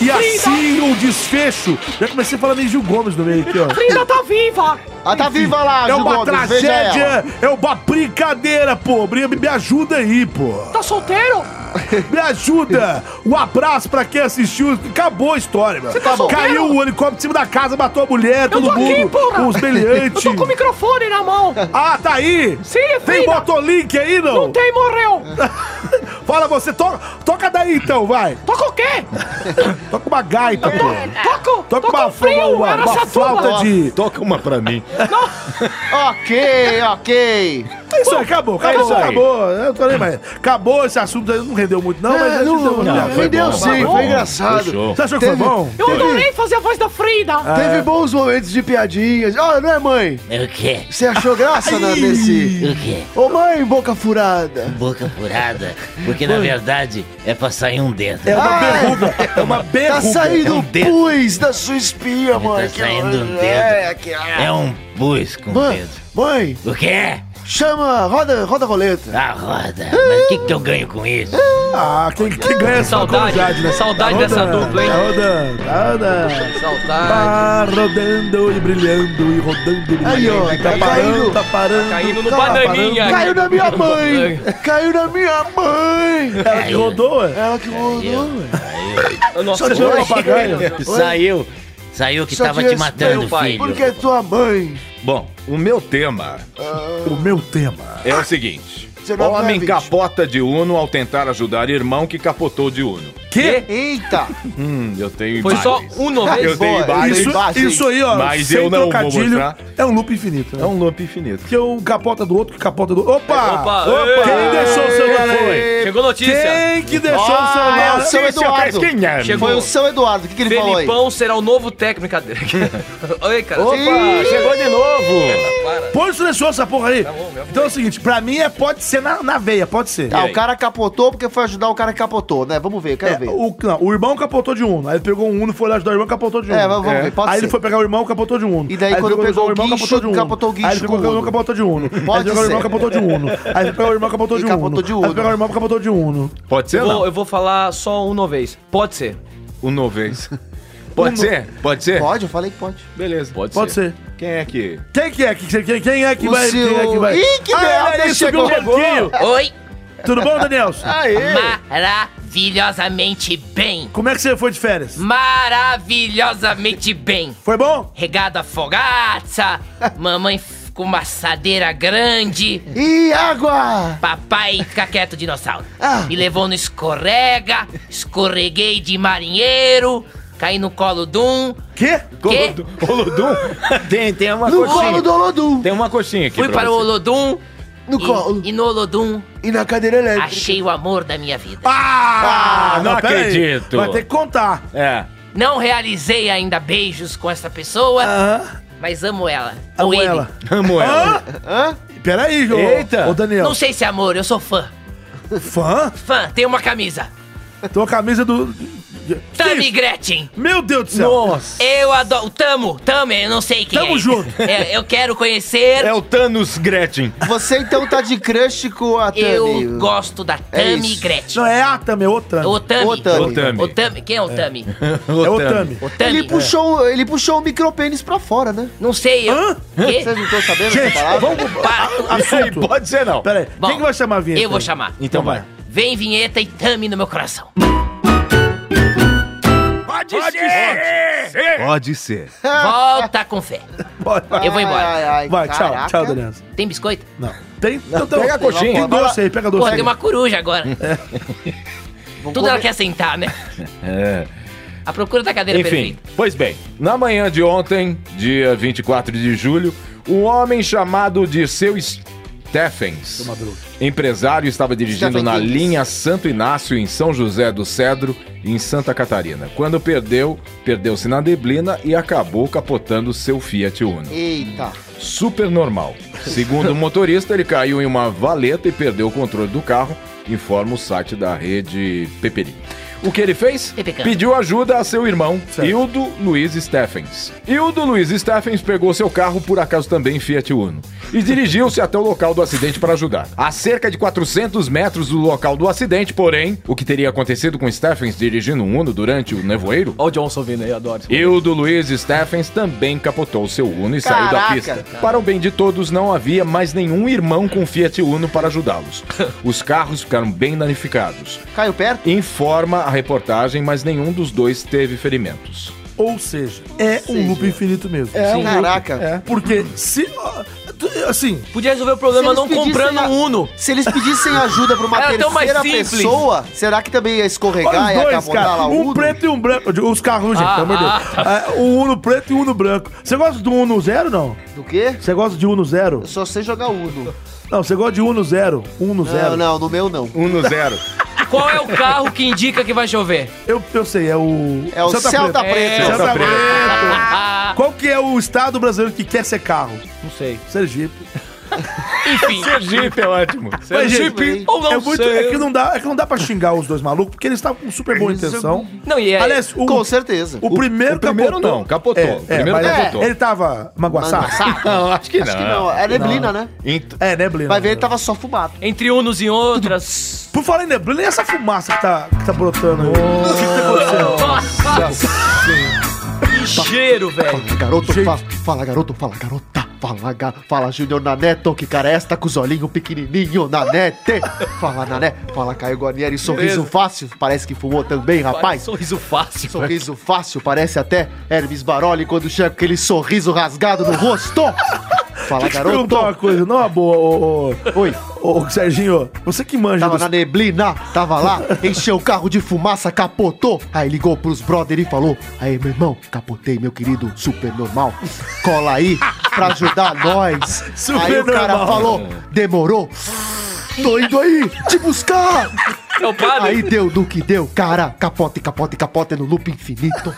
S4: E assim o desfecho. Já comecei falando em Gil Gomes no meio aqui, ó.
S10: Frida tá viva!
S6: Ah, tá viva lá,
S4: É
S6: Gil
S4: uma
S6: Gomes, veja ela.
S4: tragédia, é uma brincadeira, pô. Me, me ajuda aí, pô.
S10: Tá solteiro?
S4: Me ajuda. Um abraço pra quem assistiu. Acabou a história, mano.
S10: tá solteiro?
S4: Caiu o helicóptero em cima da casa, matou a mulher, todo
S10: tô
S4: mundo.
S10: aqui, porra.
S4: Os brilhantes.
S10: Tô com o microfone na mão!
S4: Ah, tá aí.
S10: Sim,
S4: Tem
S10: Frida.
S4: botolink aí, não?
S10: Não tem, morreu!
S4: Fala você, to- toca daí então, vai.
S10: Toca o quê?
S4: Toca uma gaita, pô.
S10: Toco!
S4: Toca
S10: toco
S4: uma,
S10: frio,
S4: uma, uma, uma flauta de...
S7: Toca uma pra mim.
S6: Ok, ok.
S4: É isso aí, acabou, acabou,
S7: isso aí.
S4: acabou. Eu tô nem mais. Acabou esse assunto, aí, não rendeu muito, É, não,
S6: É,
S4: mas a gente deu-
S7: não, foi
S6: Rendeu
S7: bom,
S6: sim,
S7: bom.
S6: foi engraçado.
S7: Fechou.
S4: Você achou que foi
S6: Teve-
S4: bom?
S10: Eu adorei fazer a voz da Frida!
S6: Teve bons momentos de piadinhas. Olha, não é, mãe?
S9: O quê?
S6: Você achou graça na- nesse.
S9: O quê?
S6: Ô, mãe, boca furada.
S9: Boca furada? Porque na verdade é pra sair um dedo.
S4: É uma
S6: Ah, é.
S4: berruda, é uma
S6: Tá
S4: berruda.
S6: saindo
S9: um dedo.
S6: pus da sua espinha, mãe. Que
S9: saindo um
S6: nojo.
S9: dedo.
S6: É, que- ah.
S9: É um pus com
S6: Mãe,
S9: dedo.
S6: mãe,
S9: O quê?
S6: chama, roda, roda a roleta.
S9: A roda.
S5: Ah.
S9: Mas o que, que eu ganho com isso?
S4: Ah, quem, quem ganha é só a
S5: Saudade,
S4: comunidade, né?
S5: saudade
S4: Tá
S5: dessa
S4: rodando,
S5: dupla, hein?
S4: Tá rodando, tá rodando.
S5: Saudade.
S4: Tá rodando e brilhando e rodando. e
S6: Aí, ó,
S4: brilhando. tá
S6: tá
S4: parando,
S6: caindo.
S4: tá parando.
S5: Caindo no
S4: tá
S5: bananinha.
S6: Caiu na minha mãe! Caiu na minha mãe!
S4: parando. Ela que rodou, é?
S6: Ela que rodou,
S5: Nossa,
S4: Só tirou o papagaio.
S9: Saiu. Saiu que
S6: Só
S9: tava
S6: que
S9: te
S6: esse
S9: matando,
S5: meu pai,
S9: filho.
S6: porque é tua mãe.
S7: Bom, o meu tema
S4: O meu tema.
S7: é o seguinte.
S6: Você não é
S7: Homem
S6: vítima.
S7: capota de Uno ao tentar ajudar irmão que capotou de Uno.
S5: que?
S6: Eita!
S7: Hum, eu tenho
S5: Foi só
S7: imagens.
S5: um novembro.
S7: Eu tenho imagens.
S4: Isso,
S6: embaixo,
S4: isso aí, ó,
S7: Mas
S4: sem
S7: eu não vou
S4: trocadilho,
S7: mostrar.
S4: é um loop infinito. Né?
S7: É um loop infinito.
S4: Porque um capota do outro, que capota do outro. Opa!
S5: Opa!
S4: Quem
S5: Ei!
S4: deixou o celular aí?
S5: Chegou notícia.
S4: Quem que deixou o
S6: Ah,
S4: celular?
S6: é o seu Eduardo.
S5: Chegou. um
S6: Foi o seu Eduardo, o que, que ele falou aí?
S5: Felipão será o novo técnico. Cadê? Oi, cara.
S7: Opa, chegou de novo.
S5: Para.
S4: Põe o silencioso essa porra aí.
S5: bom, meu
S4: Então é o seguinte, pra mim é pode ser na, na veia, pode ser.
S6: Ah,
S7: aí?
S6: o cara capotou porque foi ajudar o cara que capotou, né? Vamos ver, quero
S4: É,
S6: ver.
S4: o, não, o irmão capotou de um, aí ele pegou um Uno, foi lá ajudar o irmão, capotou de um.
S6: É, mas vamos ver, pode
S4: Aí
S6: ser.
S4: ele foi pegar o irmão, capotou de um. Uno.
S6: E
S4: Aí
S6: daí
S4: ele
S6: quando pegou
S4: ajudar
S6: o guincho, capotou o
S4: Aí
S6: guincho
S4: ele pegou o
S6: com o
S4: irmão,
S6: Uno.
S4: capotou de um. Aí
S6: Pode
S4: ele pegou o irmão,
S6: ser.
S4: capotou de um. Uno. Aí ele pegou o irmão, capotou
S6: E
S4: de um.
S6: capotou de
S4: Uno. Aí ele
S6: Uno.
S4: pegou o irmão, capotou de um. Uno.
S7: Pode ser
S5: Eu
S7: ou
S5: vou,
S7: não?
S5: eu vou falar só uma vez. Pode ser.
S7: Uno vez. Pode ser? Pode ser?
S6: Pode, eu falei que pode.
S7: Beleza.
S4: Pode ser.
S7: Quem é que...
S4: Quem que é? que- Quem, quem é que
S6: O
S4: vai? Quem é que
S6: seu-
S4: vai?
S6: Ih, que
S4: ah,
S6: merda,
S4: ele subiu um
S6: chegou.
S4: pouquinho.
S9: Oi!
S4: Tudo bom, Danielson?
S9: Maravilhosamente bem!
S4: Como é que você foi de férias?
S9: Maravilhosamente bem!
S4: Foi bom?
S9: Regada fogata, mamãe com uma assadeira grande,
S6: Ih, água!
S9: papai fica quieto dinossauro.
S6: Ah.
S9: Tá Me levou no escorrega, escorreguei de marinheiro, caí no colo de um.
S4: Quê?
S9: Que?
S7: Olodum? tem, tem uma
S6: No colo
S7: coxinha.
S6: do Olodum!
S7: Tem uma coxinha aqui
S9: Fui
S7: pra
S9: para o
S7: você.
S9: Olodum
S6: No colo.
S9: e, e no Olodum
S6: E na cadeira elétrica.
S9: achei o amor da minha vida.
S4: Ah,
S7: não
S4: peraí.
S7: acredito.
S4: Vai ter que contar.
S7: É.
S9: Não realizei ainda beijos com essa pessoa, mas amo ela.
S4: Amo
S9: Ou ele.
S4: ela.
S7: Amo ela.
S4: Hã? Hã? Peraí, ô,
S7: Eita.
S4: ô Daniel.
S9: Não sei se é amor, eu sou fã.
S4: Fã?
S9: Fã, tem uma camisa.
S4: Tem uma camisa do.
S9: Tami Gretchen.
S4: Meu Deus do céu.
S7: Nossa.
S9: Eu adoro. Tamo, Tamo, eu não sei quem
S4: Tamo
S9: é.
S4: junto.
S9: É, eu quero conhecer.
S7: É o Thanos Gretchen.
S6: Você então tá de crush com a Tami.
S9: eu gosto da
S6: É
S9: Tami
S6: isso.
S9: Gretchen.
S4: Não, é a Tami, é o Tami.
S9: O Tami.
S6: Ô, Tami.
S7: Ô, Tami.
S9: O Tami. Quem é o Tami?
S4: É o Tami.
S9: O Tami.
S6: Ele puxou, um, ele puxou o micropênis pra fora, né?
S9: Não sei. Eu... Quê?
S6: Vocês não estão sabendo essa palavra?
S9: Vamos para.
S7: Aí, pode ser
S5: Tá.
S7: não.
S4: Peraí,
S9: Bom,
S4: quem que vai chamar a vinheta?
S9: Eu vou chamar.
S7: Então vai.
S9: Vem vinheta e Tami no meu coração.
S7: Pode, ser.
S1: Pode ser.
S9: Volta com fé.
S4: Bora.
S9: Eu vou embora.
S6: Ai, ai,
S4: Vai, tchau,
S6: caraca.
S4: tchau, Daniel.
S9: Tem biscoito?
S4: Não. Tem? Então,
S7: pega a coxinha.
S4: Tem doce aí, pega doce
S9: Pô,
S4: aí.
S9: tem uma coruja agora.
S6: Vamos
S9: Tudo ela
S6: comer.
S9: quer sentar, né? A procura da cadeira
S7: Enfim,
S9: perfeita.
S7: pois bem, na manhã de ontem, dia 24 de julho, um homem chamado de seu Steffens, empresário, estava dirigindo
S6: Stephen
S7: na
S6: Kings.
S7: linha Santo Inácio, em São José do Cedro, em Santa Catarina. Quando perdeu, perdeu-se na neblina e acabou capotando seu Fiat Uno.
S6: Eita.
S7: Super normal. Segundo o motorista, ele caiu em uma valeta e perdeu o controle do carro, informa o site da rede Peperi. O que ele fez?
S9: PPK.
S7: Pediu ajuda a seu irmão, Hildo Luiz Steffens. Hildo Luiz Steffens pegou seu carro, por acaso também Fiat Uno, e dirigiu-se até o local do acidente para ajudar. A cerca de 400 metros do local do acidente, porém, o que teria acontecido com Steffens dirigindo um Uno durante o nevoeiro?
S5: Ó o Johnson vindo aí, eu adoro. esse
S7: Eudo Luiz Steffens também capotou seu Uno e saiu da
S6: Caraca,
S7: pista.
S6: cara.
S7: Para o bem de todos, não havia mais nenhum irmão com Fiat Uno para ajudá-los. Os carros ficaram bem danificados.
S6: Caiu perto?
S7: Informa a reportagem, mas nenhum dos dois teve ferimentos.
S4: Ou seja, é um
S6: seja.
S4: loop infinito mesmo.
S6: um Caraca. loop, é.
S4: Porque se. ah, tu- Assim,
S5: Podia resolver o problema
S6: Se
S5: não
S6: eles
S5: comprando
S6: pedissem a-
S5: um Uno.
S6: Se eles pedissem ajuda pra uma
S5: Era tão mais
S6: terceira
S5: simples.
S6: pessoa, será que também ia
S4: olha
S6: escorregar
S4: os
S6: e ia
S4: dois,
S6: capotar
S4: cara.
S6: lá o
S4: Um
S6: Uno?
S4: preto e um branco. Os carros, gente,
S5: Ah,
S4: pelo amor de Deus. Ah, O Uno preto e o Uno branco. Você gosta do Uno zero, não?
S6: Do quê?
S4: Você gosta de Uno zero?
S6: Eu só sei jogar Uno.
S4: Não, você gosta de Uno zero. Uno
S6: Não,
S4: zero.
S6: não, no meu não.
S7: Uno zero.
S5: Qual é o carro que indica que vai chover?
S4: Eu, eu sei, é o.
S6: É o Celta
S4: Preto.
S6: Preto.
S7: É,
S4: Celta
S7: Celta
S4: Preto.
S7: Preto.
S4: Qual que é o estado brasileiro que quer ser carro?
S5: Não sei.
S4: Sergipe.
S5: Enfim.
S7: Jeep é ótimo.
S4: Mas, gente,
S5: Jeep ou não
S4: é, muito,
S5: sei.
S4: é, que não dá, é que não dá pra xingar os dois malucos, porque eles estavam com super boa intenção.
S5: Não, e é...
S4: Aliás, o,
S6: Com certeza.
S4: o primeiro
S7: o primeiro não, capotou.
S4: É,
S7: O primeiro
S4: é, mas
S7: capotou.
S4: Ele tava maguaçado?
S7: Não, acho que não.
S6: Acho que não. É neblina, né?
S7: Ent-
S4: É, neblina.
S6: Vai ver, tá- ele tava só fumado.
S5: Entre unos e outras.
S4: Por falar em neblina, e essa fumaça que tá, que tá brotando aí? O que que tá acontecendo?
S5: Que cheiro, velho.
S6: Garoto, fa- fala, garoto, fala, garota. Fala, ga, fala, Júnior Naneto, que cara é esta com os olhinhos pequenininho, Nanete. Fala, Nané, fala, Caio Guarnieri, sorriso
S5: Beleza.
S6: fácil, parece que fumou também,
S5: Pai,
S4: um
S6: rapaz.
S5: sorriso fácil.
S6: Sorriso fácil, parece até Hermes Baroli quando chega com aquele sorriso rasgado no rosto. Fala,
S4: Deixa eu te perguntar uma
S6: garoto.
S4: coisa, não é boa, ô, ô,
S6: Oi.
S4: ô, ô, Serginho, você que manja
S6: Tava
S4: dos...
S6: na neblina, tava lá, encheu o carro de fumaça, capotou. Aí ligou pros brother e falou: Aí, meu irmão, capotei, meu querido, super normal. Cola aí pra ajudar nós.
S4: Super
S6: aí o cara
S4: normal.
S6: falou: Demorou. Tô indo aí te buscar.
S5: É o padre.
S6: Aí deu do que deu, cara. Capote, capote, capote no loop infinito.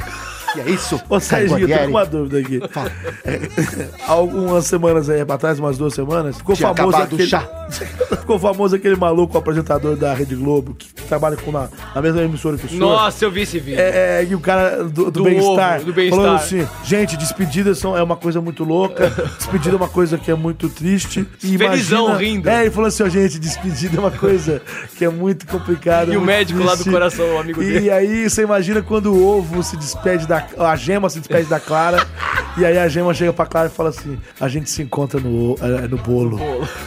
S6: E é isso.
S4: Ô, Serginho, eu tô com
S6: Caguarieri.
S4: uma dúvida aqui. Algumas semanas aí pra trás, umas duas semanas, ficou
S6: Tinha
S4: famoso
S6: acabado o
S4: aquele...
S6: chá.
S4: Ficou famoso aquele maluco apresentador da Rede Globo, que trabalha com na, na mesma emissora que o senhor.
S5: Nossa, eu vi esse vídeo.
S4: É, é, e o cara do, do
S5: Do
S4: bem-estar
S5: ovo, do bem-estar.
S4: falando assim: gente, despedidas são, é uma coisa muito louca, despedida é uma coisa que é muito triste. E
S5: Felizão rindo.
S4: É, ele falou assim: ó, gente, despedida é uma coisa que é muito complicada.
S5: E o
S4: muito
S5: médico lá do coração, o amigo
S4: e
S5: dele.
S4: aí você imagina quando o ovo se despede da. A gema se despede da Clara. E aí a gema chega pra Clara e fala assim: a gente se encontra no, o- eh, no bolo.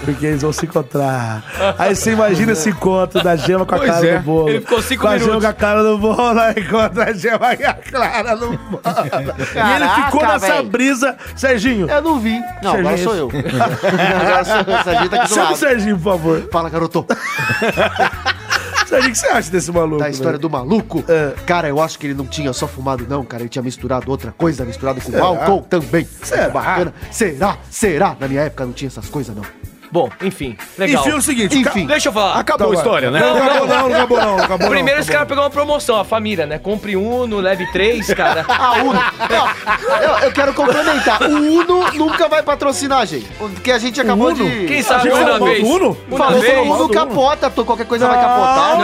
S4: Porque eles vão se encontrar. Aí você imagina esse encontro da gema com a
S7: Pois
S4: cara
S7: é.
S4: no bolo.
S5: Ele ficou cinco
S4: com a
S5: minutos.
S4: gema com a cara no bolo, aí encontra a gema e a Clara no bolo. e ele
S6: Caraca,
S4: ficou nessa
S6: véi.
S4: brisa. Serginho,
S6: Eu não vi. Não, agora
S4: Serginho.
S6: sou eu. agora sou eu, essa gente tá aqui do
S4: chama o
S6: lado.
S4: Serginho, por favor.
S6: Fala, garoto.
S4: Serginho, o que você acha desse maluco?
S6: da história
S4: velho?
S6: do maluco.
S4: né? É.
S6: Cara, eu acho que ele não tinha só fumado, não, cara. Ele tinha misturado outra coisa, misturado com álcool também. Será? Bacana. Será? Será? Na minha época não tinha essas coisas, não.
S5: Bom, enfim, legal.
S4: Enfim, é o seguinte,
S5: enfim.
S4: ca-
S5: Deixa eu falar.
S4: Acabou a
S5: vai.
S4: história, né? Não, acabou não, não acabou não, acabou não,
S5: Primeiro esse
S4: acabou
S5: cara pegou uma promoção, a família, né? Compre Uno, leve três, cara.
S6: Ah, Uno. Não, eu, eu quero complementar. O Uno nunca vai patrocinar a gente. Porque a gente acabou
S5: Uno?
S6: de.
S5: Quem sabe
S6: A gente
S5: Uno
S6: falou
S5: uma vez?
S6: do Uno?
S5: Uma
S6: Falou,
S5: vez.
S6: falou Uno capota, tô, qualquer coisa vai capotar.
S5: Não,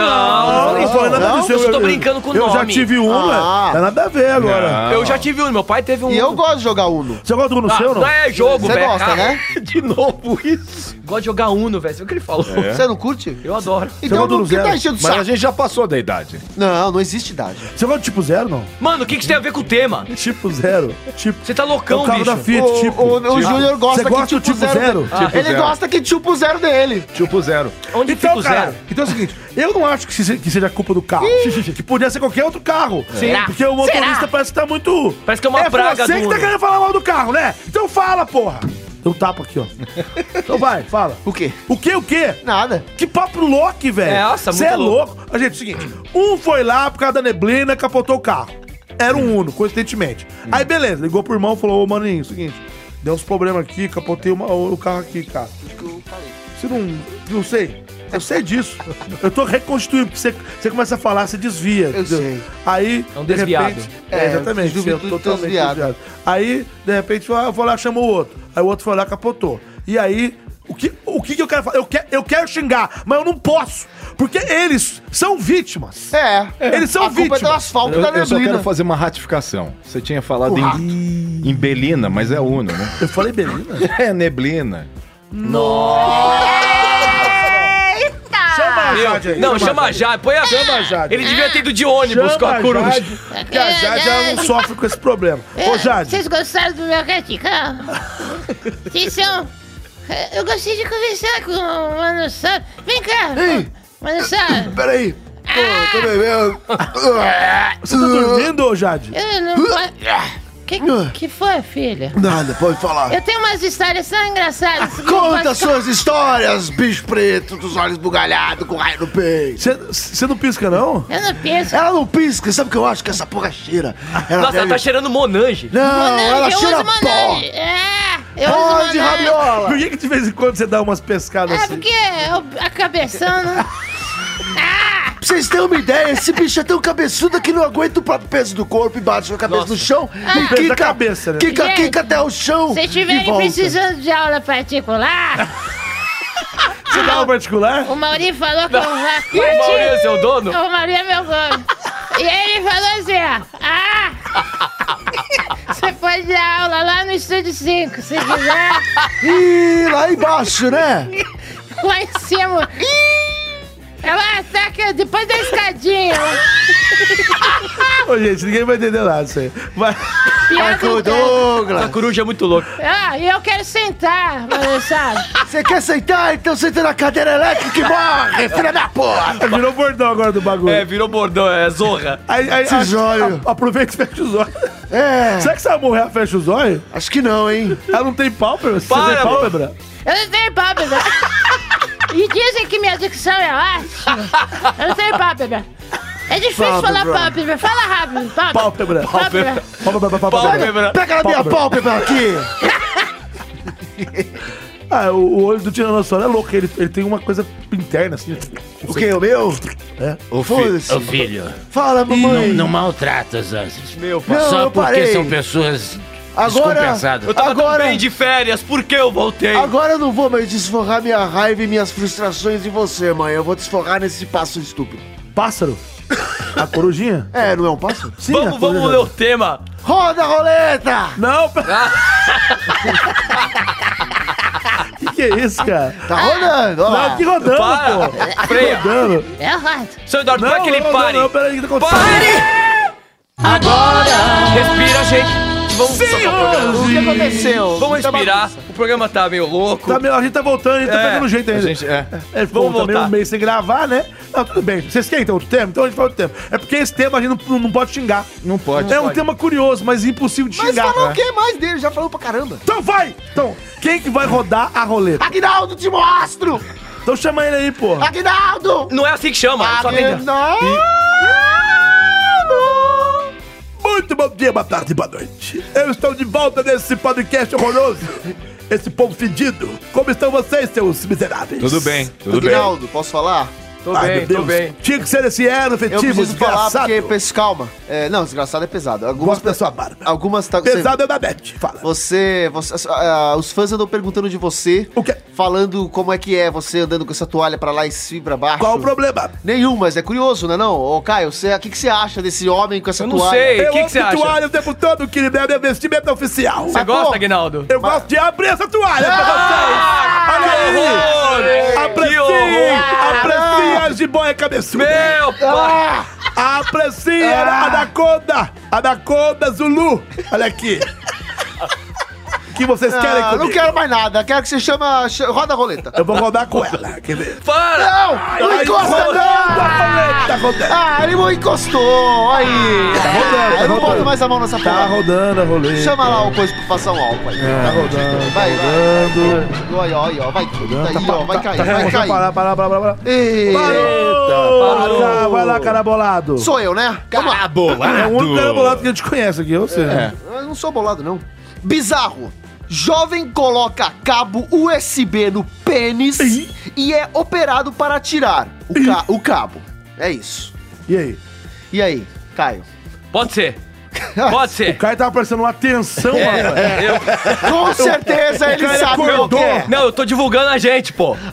S5: não falei isso.
S4: foi nada disso,
S5: eu
S4: eu-
S5: tô brincando com o
S4: eu
S5: nome.
S4: já tive um,
S6: Ah.
S4: ué. Tá nada a ver agora.
S5: Eu já tive Uno, meu pai teve um
S6: E eu
S5: Uno.
S6: gosto de jogar Uno.
S4: Você gosta do no
S5: Ah,
S4: seu, não?
S5: não é jogo,
S6: Você
S5: velho.
S6: gosta,
S5: Ah,
S6: né?
S7: De novo isso.
S5: Gosto de jogar Uno, velho. Você viu o que ele falou?
S2: É.
S6: Você não curte?
S5: Eu adoro.
S6: Então
S4: gosta do
S6: não que tá
S4: zero.
S6: enchendo o
S7: Mas a
S6: saco.
S7: gente já passou da idade.
S6: Não, não existe idade.
S4: Você gosta do tipo zero, não?
S5: Mano, o que, que isso tem a ver com o tema?
S4: Tipo zero. Tipo.
S5: Você tá
S4: É o
S5: loucão,
S4: carro
S5: bicho.
S4: da Fiat,
S6: o
S4: tipo.
S6: o, o Júnior gosta,
S4: Você gosta do tipo zero?
S6: dele.
S7: Tipo
S6: Ele
S7: zero.
S6: gosta que tipo zero dele.
S7: Tipo zero.
S5: Onde fica
S4: Então,
S5: o
S4: cara,
S5: zero?
S4: então é o seguinte, eu não acho que se- que seja culpa do carro. que podia ser qualquer outro carro. Sim. Porque o motorista parece que tá muito.
S5: É. Parece que é uma praga
S4: Você
S5: do
S4: que tá
S5: Uno.
S4: querendo falar mal do carro, né? Então fala, porra! Deu um tapa aqui, ó. Então vai, fala.
S6: O quê?
S4: O que, o quê?
S6: Nada.
S4: Que papo louco, velho.
S5: Nossa,
S4: Você
S5: muito
S4: é louco. A gente, é o seguinte: um foi lá por causa da neblina, capotou o carro. Era um Uno, coincidentemente. Aí, beleza, ligou pro irmão e falou: Ô, maninho, é seguinte, deu uns problemas aqui, capotei uma- o carro aqui, cara. Você não. Não sei. Eu sei disso. Eu tô reconstituindo, porque você, você começa a falar, você desvia.
S6: Eu sei.
S4: Aí.
S5: É um
S4: de
S5: desviado.
S4: repente-
S6: É,
S4: é, exatamente.
S6: juventude
S4: eu tô totalmente
S6: desviado.
S4: desviado. Aí, de repente, "Ah, eu eu vou lá chamou o outro. Aí o outro foi lá capotou. E aí, o que, o que, que eu quero falar? Eu, que, eu quero xingar, mas eu não posso. Porque eles são vítimas.
S6: É.
S4: Eles são
S6: a culpa é
S4: vítimas.
S6: do asfalto
S7: Eu,
S6: da
S7: eu só quero
S6: neblina.
S7: fazer uma ratificação. Você tinha falado
S6: O rato.
S7: em, em Belina, mas é Uno, né?
S4: Ah, Eu falei, Belina?
S7: É neblina.
S4: Chama a
S5: Meu,
S4: Jade aí.
S5: não, chama a Jade. Põe a...
S4: a Jade.
S5: Ele devia ter ido de ônibus
S4: Chama
S5: com a
S4: a
S5: coruja.
S4: Jade, que a Jade ela não sofre com esse problema.
S10: É,
S4: Ô, Jade,
S10: Vocês gostaram do meu caticão? Vocês são. É, Eu gostei de conversar com o Mano Sá. Vem cá! Mano Sá,
S6: Peraí. Pô, tô bebendo.
S4: você tá dormindo, ô, Jade?
S10: eu não posso. Que, que foi, filha?
S6: Nada, pode falar.
S10: Eu tenho umas histórias tão engraçadas. que eu
S6: Conta
S10: posso-
S6: suas histórias, bicho preto, dos olhos bugalhados, com raio no peito.
S4: Você- Você não pisca, não?
S10: Eu não penso.
S6: Ela não pisca, sabe o que eu acho? Que essa porra cheira. Ela
S5: Nossa, ela
S6: deve-
S5: tá cheirando Monange.
S6: Não,
S10: Monange,
S6: ela
S10: eu
S6: cheira
S10: uso
S6: pó.
S10: Monange. É, eu uso
S6: Pó de
S10: Monange.
S6: rabiola.
S4: Por que, que de vez em quando você dá umas pescadas
S10: É
S4: assim?
S10: porque eu, a cabeção não.
S6: Pra vocês terem uma ideia, esse bicho é tão cabeçudo que não aguenta o próprio peso do corpo e bate a cabeça no chão e
S4: peso da
S6: quica,
S4: cabeça, né?
S6: quica,
S10: Gente,
S6: quica até o chão
S10: Se
S6: e
S10: estiverem
S6: volta.
S10: precisando de aula particular,
S4: Você
S10: é.
S4: dá um particular?
S10: o Maurinho falou que eu vá
S5: O Maurício é seu dono?
S10: O Maria é meu nome. E ele falou assim, ó. Ah! Você pode dar aula lá no Estúdio 5, se quiser.
S6: Ih, lá embaixo, né?
S10: Lá em cima. Ela "Ah, ataca depois da escadinha.
S4: Ô, gente, ninguém vai entender nada isso aí. Vai.
S10: Pior que
S6: Ô,
S10: eu quero.
S5: Essa
S6: Douglas,
S5: coruja é muito louca.
S10: Ah, e eu quero sentar, mas sabe?
S6: você quer sentar? Então senta na cadeira elétrica e morre, filha da porra!
S4: É, Virou bordão agora do bagulho.
S5: É, virou bordão, é zorra.
S4: Aí, aí,
S6: Esse
S4: a-
S6: zóio.
S4: a- aproveita e fecha os olhos.
S6: É,
S4: Será que se ela morrer, ela fecha os olhos?
S6: acho que não, hein?
S4: Ela não tem pálpebra? Você
S5: Para,
S4: tem pálpebra?
S10: Eu não tenho pálpebra. E dizem que minha dicção é ótima. Eu não tenho pálpebra. É difícil falar pálpebra. Fala rápido. Pálpebra.
S4: Pálpebra.
S10: Pálpebra.
S4: Pálpebra, pálpebra.
S5: Pálpebra.
S6: Pega na minha pálpebra aqui!
S4: Ah, o, o olho do Tiranossauro é louco. Ele, ele tem uma coisa interna, assim.
S6: O que, o meu? É?
S9: Ô,
S6: Foda-se.
S9: Ô filho,
S6: Fala, mamãe!
S9: não maltrata os anjos.
S5: Meu pai.
S6: Não,
S9: Só
S6: eu
S9: porque
S6: parei.
S9: são pessoas
S6: Agora,
S9: descompensadas.
S5: Eu tava
S6: Agora-
S5: tão bem de férias, por que eu voltei?
S6: Agora eu não vou mais desforrar minha raiva e minhas frustrações em você, mãe. Eu vou desforrar nesse passo estúpido.
S4: Pássaro? A corujinha?
S6: É, não é um passo? é.
S4: Sim,
S5: Vamos,
S4: a
S5: vamos
S4: coruja.
S5: ler o tema.
S6: Roda a roleta!
S4: Não,
S5: Ah.
S4: pera. que que é isso, cara?
S6: Tá rodando, ó
S4: Não,
S6: lá.
S4: que rodando,
S5: Para.
S4: pô.
S5: Freia.
S4: Rodando.
S10: Eu gosto.
S5: Seu Eduardo, para que ele
S4: não,
S5: pare.
S4: Não, não, peraí, o que tá acontecendo?
S5: Pare! Agora! Respira, gente. Vamos soltar o programa.
S6: O que aconteceu?
S5: Vamos respirar. O programa tá meio louco.
S4: Tá meio, a gente tá voltando, a gente tá
S5: É,
S4: pegando jeito
S7: A
S4: ainda.
S7: gente, é.
S4: É,
S5: Vamos
S4: Vamos voltar.
S5: voltar.
S4: meio mês sem gravar, né? Não, tudo bem. Vocês querem ter outro tema? Então a gente faz outro tema. É porque esse tema a gente não, não pode xingar.
S7: Não pode.
S4: é um
S5: pode.
S4: tema curioso, mas impossível de
S6: Mas
S4: xingar.
S6: falou
S4: né?
S6: o que mais dele? Já falou pra caramba.
S4: Então vai! Então, quem que vai rodar a roleta?
S6: Aguinaldo, te mostro!
S4: Então chama ele aí, porra.
S6: Aguinaldo!
S5: Não é assim que chama.
S6: Tá
S5: Só tem...
S6: Aguinaldo!
S4: Muito bom dia, boa tarde, boa noite. Eu estou de volta nesse podcast horroroso. esse povo fedido. Como estão vocês, seus miseráveis?
S7: Tudo bem, tudo bem.
S6: Aguinaldo, posso falar?
S5: Tô
S4: Ai, meu Deus. Tinha que ser esse ano
S6: Eu
S4: efetivo,
S6: preciso falar
S4: desgraçado.
S6: porque... pes- Calma. É, não, desgraçado é pesado. Algumas
S4: Gosto da sua barba.
S6: Algumas... Tá,
S4: Pesado é da Beth. Fala.
S6: Você, você ah, os fãs andam perguntando de você,
S4: O é? quê?
S6: falando como é que é você andando com essa toalha pra lá e cima pra baixo.
S4: Qual o problema?
S6: Nenhum, mas é curioso, né não? Ô, Caio, você- o que, que você acha desse homem com essa
S5: Eu não
S6: toalha?
S5: sei. E
S4: eu
S5: que que
S4: amo
S5: você acha?
S4: toalha o tempo todo, que é meu vestimento oficial.
S5: Você gosta, Ah, Aguinaldo?
S4: Eu gosto de abrir essa toalha pra vocês. Olha aí.
S5: Que
S4: Aprecie,
S5: horror!
S4: aprecie a jiboia cabeçuda.
S5: Meu
S4: Ah!
S5: Ah. pai!
S4: Aprecie a anaconda, anaconda Zulu. Olha aqui. O que vocês querem
S6: Ah,
S4: comigo?
S6: não quero mais nada, quero que você chama. ch- Roda a roleta.
S4: Eu vou rodar com ela. Quer ver?
S5: Para!
S6: Não! não
S4: Ai,
S6: encosta,
S4: rodando a roleta,
S6: não!
S4: rodando.
S6: Ah, ele não encostou! Aí!
S4: Tá rodando,
S6: Ah, eu não
S4: rodando.
S6: boto mais a mão nessa
S4: Tá
S6: porra.
S4: rodando a roleta.
S6: Chama lá o coisa pra passar um álcool aí.
S4: Tá rodando,
S6: Vai,
S4: tá
S6: vai.
S4: rodando.
S6: Olha, olha, olha, vai. Aí, ó, vai cair, vai
S4: Tá,
S6: cair.
S4: Parar, parar, parar, parar.
S6: Eita!
S4: Parou. Cara, vai lá, carabolado.
S6: Sou eu, né? Vamos lá.
S4: É o único carabolado que a gente conhece aqui, eu sei. né?
S6: Eu não sou bolado, não. Bizarro. Jovem coloca cabo USB no pênis e é operado para tirar o, ca- o cabo. É isso.
S4: E aí?
S6: E aí, Caio?
S5: Pode ser. Pode
S4: O
S5: ser.
S4: Caio tava parecendo uma tensão,
S6: É.
S4: rapaz.
S6: Com certeza ele
S4: Caio
S6: sabe o que
S4: acordou.
S6: é.
S5: Não, eu tô divulgando a gente, pô.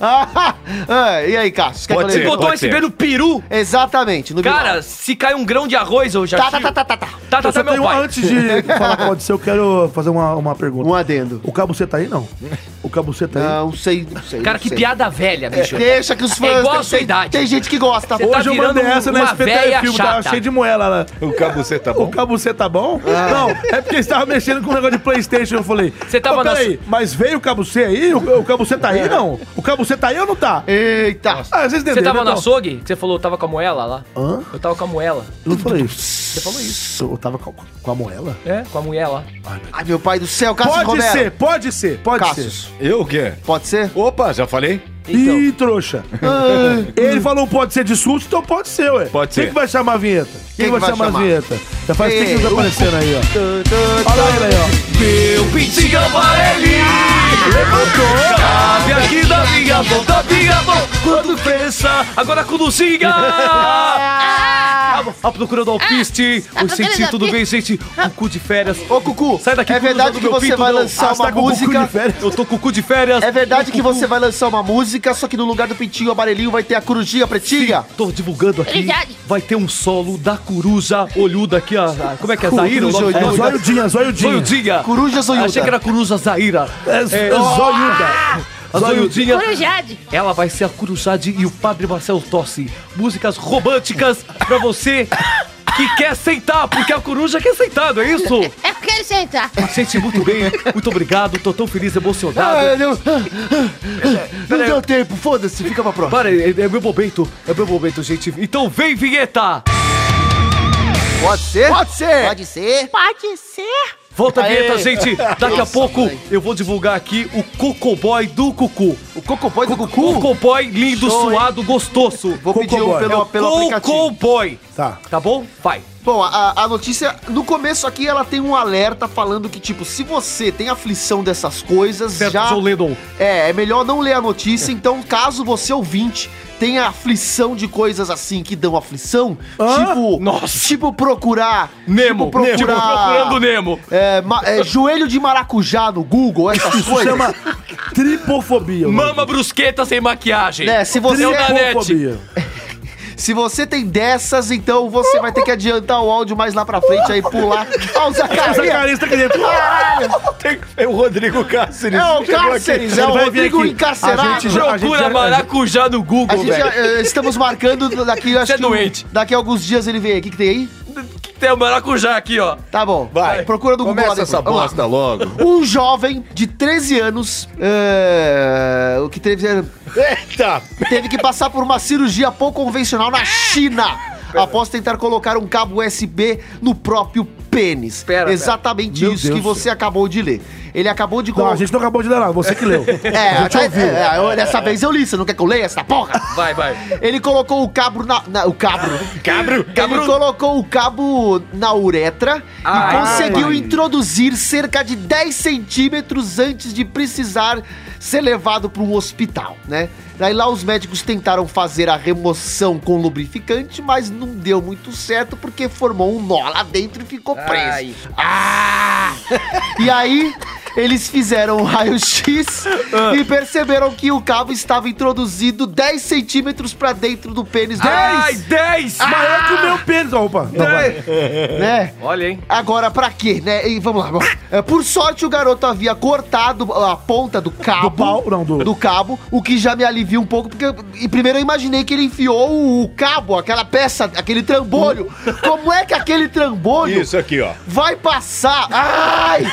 S6: Ah, e aí, Cássio? Quer
S7: Pode ser.
S5: Você
S6: que eu leia?
S5: botou
S7: pode
S5: esse
S7: ser.
S5: pé no peru.
S6: Exatamente. No
S5: Cara, se cai um grão de arroz, eu já
S6: Bilal. tá,
S5: tiro.
S6: tá, tá, tá, tá, tá.
S5: Tá, tá,
S4: Eu só tenho
S5: tá, meu
S4: uma-
S5: pai.
S4: um antes de falar com você, eu quero fazer uma, uma pergunta.
S6: Um adendo.
S4: O cabo você tá aí, não? O cabo você tá aí?
S6: Não sei, não sei.
S5: Cara,
S6: não
S5: que
S6: sei.
S5: piada velha, bicho.
S6: Deixa que os fãs...
S5: É igual a sua
S6: tem,
S5: idade.
S6: Tem gente que gosta.
S5: Você tá
S4: Hoje eu
S5: virando
S4: mandei essa na
S5: uma
S4: SPT
S5: véia
S4: Filme, tava
S5: chata.
S4: cheio de moela lá.
S7: O cabo você tá
S4: O
S7: bom?
S4: cabo você tá bom? Não, é porque eles estavam mexendo com um negócio de Playstation, eu falei.
S5: Você tava
S4: "Ô,
S5: na
S4: peraí, mas veio o cabo você aí? O, o cabo você tá aí, não? O cabo você tá aí ou não tá?
S6: Eita.
S4: Ah, às vezes
S5: Você tava no
S4: na sua?
S5: açougue? Que você falou, eu tava com a moela lá.
S4: Hã?
S5: Eu tava com a moela.
S4: Eu não falei isso. Você falou isso. Eu tava com, com a moela?
S5: É, com a mulher lá.
S6: Ai, meu pai do céu, Cássio
S4: Pode
S6: Romero.
S4: ser, pode ser, pode
S6: Cassius.
S4: ser.
S7: Eu o quê?
S6: Pode ser?
S7: Opa, já falei?
S4: Ih, trouxa. Ele falou pode ser de susto, então pode ser, ué.
S7: Pode
S4: Quem
S7: ser.
S4: que vai chamar a vinheta? Quem,
S6: que
S4: vai
S6: vai
S4: chamar,
S6: chamar?
S4: a vinheta? Já faz tempo que
S6: Ei,
S4: tá
S6: o-
S4: aparecendo aí, ó. Olha lá ele aí, ó.
S5: Meu pintinho aparelho levantou Cabe aqui da minha mão, da minha mão Quando pensa, agora com luzinha
S7: Ah!
S5: A procura do
S10: Ah,
S5: alpiste
S10: tá
S5: Oi, gente, tudo bem, gente? O cu de férias
S6: Ô, Cucu,
S5: Sai daqui,
S6: é
S5: Cucu,
S6: verdade
S5: do
S6: que
S5: meu
S6: você
S5: pinto,
S6: vai
S5: não.
S6: lançar
S5: Ah,
S6: uma
S5: tá com o cu de
S6: música...
S5: férias. Eu tô com o cu de férias
S6: É verdade que você vai lançar uma música, só que no lugar do pintinho amarelinho vai ter a corujinha pretinha?
S5: Tô divulgando aqui
S10: Verdade.
S5: Vai ter um solo da coruja olhuda aqui a, a- Como é que é? Zaira? o nome
S4: É
S5: dela?
S4: zoiudinha, zoiudinha.
S5: Zoiudinha
S6: Coruja zoiuda.
S5: Achei que era coruja Zaira
S4: É zoiuda.
S6: Ah!
S5: A zoiudinha
S10: Corujade.
S5: Ela vai ser a Curujade e o Padre Marcelo Tossi. Músicas românticas pra você que quer sentar, porque a coruja quer sentar, não é isso?
S10: É porque ele sentar.
S5: Gente, muito bem, muito obrigado, tô tão feliz, emocionado.
S6: Ah, não, não deu tempo, foda-se, fica pra próxima.
S5: Para, é, é meu momento, é meu momento, gente. Então vem, vinheta!
S6: Pode ser? Pode ser!
S9: Pode ser?
S10: Pode ser.
S5: Volta a
S6: Aê.
S5: vinheta, gente! Daqui a
S6: Nossa,
S5: pouco
S6: mãe.
S5: eu vou divulgar aqui o Cocoboy do Cucu.
S6: O Cocoboy do Cucu?
S5: Cocoboy lindo,
S6: Show, hein?
S5: suado, gostoso.
S6: Vou pedir um
S4: Cocoboy.
S6: pelo, pelo aplicativo.
S5: Cocoboy!
S4: Tá.
S5: Tá bom? Vai.
S6: Bom, a, a notícia, no começo aqui, ela tem um alerta falando que, tipo, se você tem aflição dessas coisas,
S5: Certo,
S6: já...
S5: John Lennon.
S6: É, é melhor não ler a notícia, então caso você ouvinte tenha aflição de coisas assim que dão aflição,
S4: Hã?
S6: tipo,
S5: Nossa.
S6: tipo procurar,
S5: Nemo,
S6: tipo procurar,
S5: Nemo, procurando Nemo.
S6: é, ma- é, joelho de maracujá no Google, essas
S4: Isso
S6: coisas.
S4: chama tripofobia.
S5: Mama brusqueta sem maquiagem.
S6: É, se você-
S5: É o da net.
S4: Tripofobia.
S6: Se você tem dessas, então você vai ter que adiantar o áudio mais lá pra frente aí pular. Ó, o
S4: Essa
S6: Zacarias.
S4: carista aqui dentro.
S7: Tem- É o Rodrigo Cáceres.
S6: É o
S7: Chegou aqui.
S6: Cáceres, é
S4: Ele
S6: o
S4: vai vir
S6: Rodrigo
S4: aqui. A
S6: encarcerado.
S4: gente já-
S5: Procura
S4: já-
S5: maracujá no Google,
S6: A gente já,
S5: velho.
S6: eh, estamos marcando daqui, acho
S5: Você é
S6: que um-
S5: doente.
S6: daqui a alguns dias ele vem aqui. O que tem aí?
S5: Tem o maracujá aqui, ó.
S6: Tá bom.
S7: Vai.
S6: Procura do Google lá
S7: Começa
S6: depois.
S7: essa
S6: Vamos lá.
S7: bosta logo.
S6: Um jovem de 13 anos, eh, o que teve,
S7: Eita!
S6: teve que passar por uma cirurgia pouco convencional na China após tentar colocar um cabo USB no próprio pênis. Exatamente
S4: Meu
S6: isso
S4: Deus
S6: que
S4: do céu.
S6: você acabou de ler. Ele acabou de
S4: Não, a
S6: colocar.
S4: gente não acabou de ler nada, você que leu.
S6: É,
S4: a gente
S6: é,
S4: ouviu.
S6: é, eu- dessa vez eu li, você não quer que eu leia essa porra?
S5: Vai, vai.
S6: Ele colocou o cabo na. na- o cabro.
S5: Cabro?
S6: Ele colocou o cabo na uretra e
S5: Ah,
S6: conseguiu
S5: vai.
S6: introduzir cerca de 10 centímetros antes de precisar ser levado para um hospital, né? Daí lá os médicos tentaram fazer a remoção com lubrificante, mas não deu muito certo porque formou um nó lá dentro e ficou preso.
S9: Ai.
S6: Ah! E aí, eles fizeram um raio-x e perceberam que o cabo estava introduzido 10 centímetros pra dentro do pênis do
S5: Ai,
S6: Ai,
S5: 10!
S4: Maior que o meu pênis, ó, opa. Não, vai.
S6: né?
S5: Olha, hein?
S6: Agora, pra quê, né? E vamos lá. vamos lá. É, Por sorte, o garoto havia cortado a ponta do cabo.
S4: Do pau, não, do-
S6: do cabo, o que já me alivia um pouco, porque e primeiro eu imaginei que ele enfiou o- o cabo, aquela peça, aquele trambolho.
S4: Hum.
S6: Como é que aquele trambolho
S7: Isso aqui, ó.
S6: vai passar? Ai!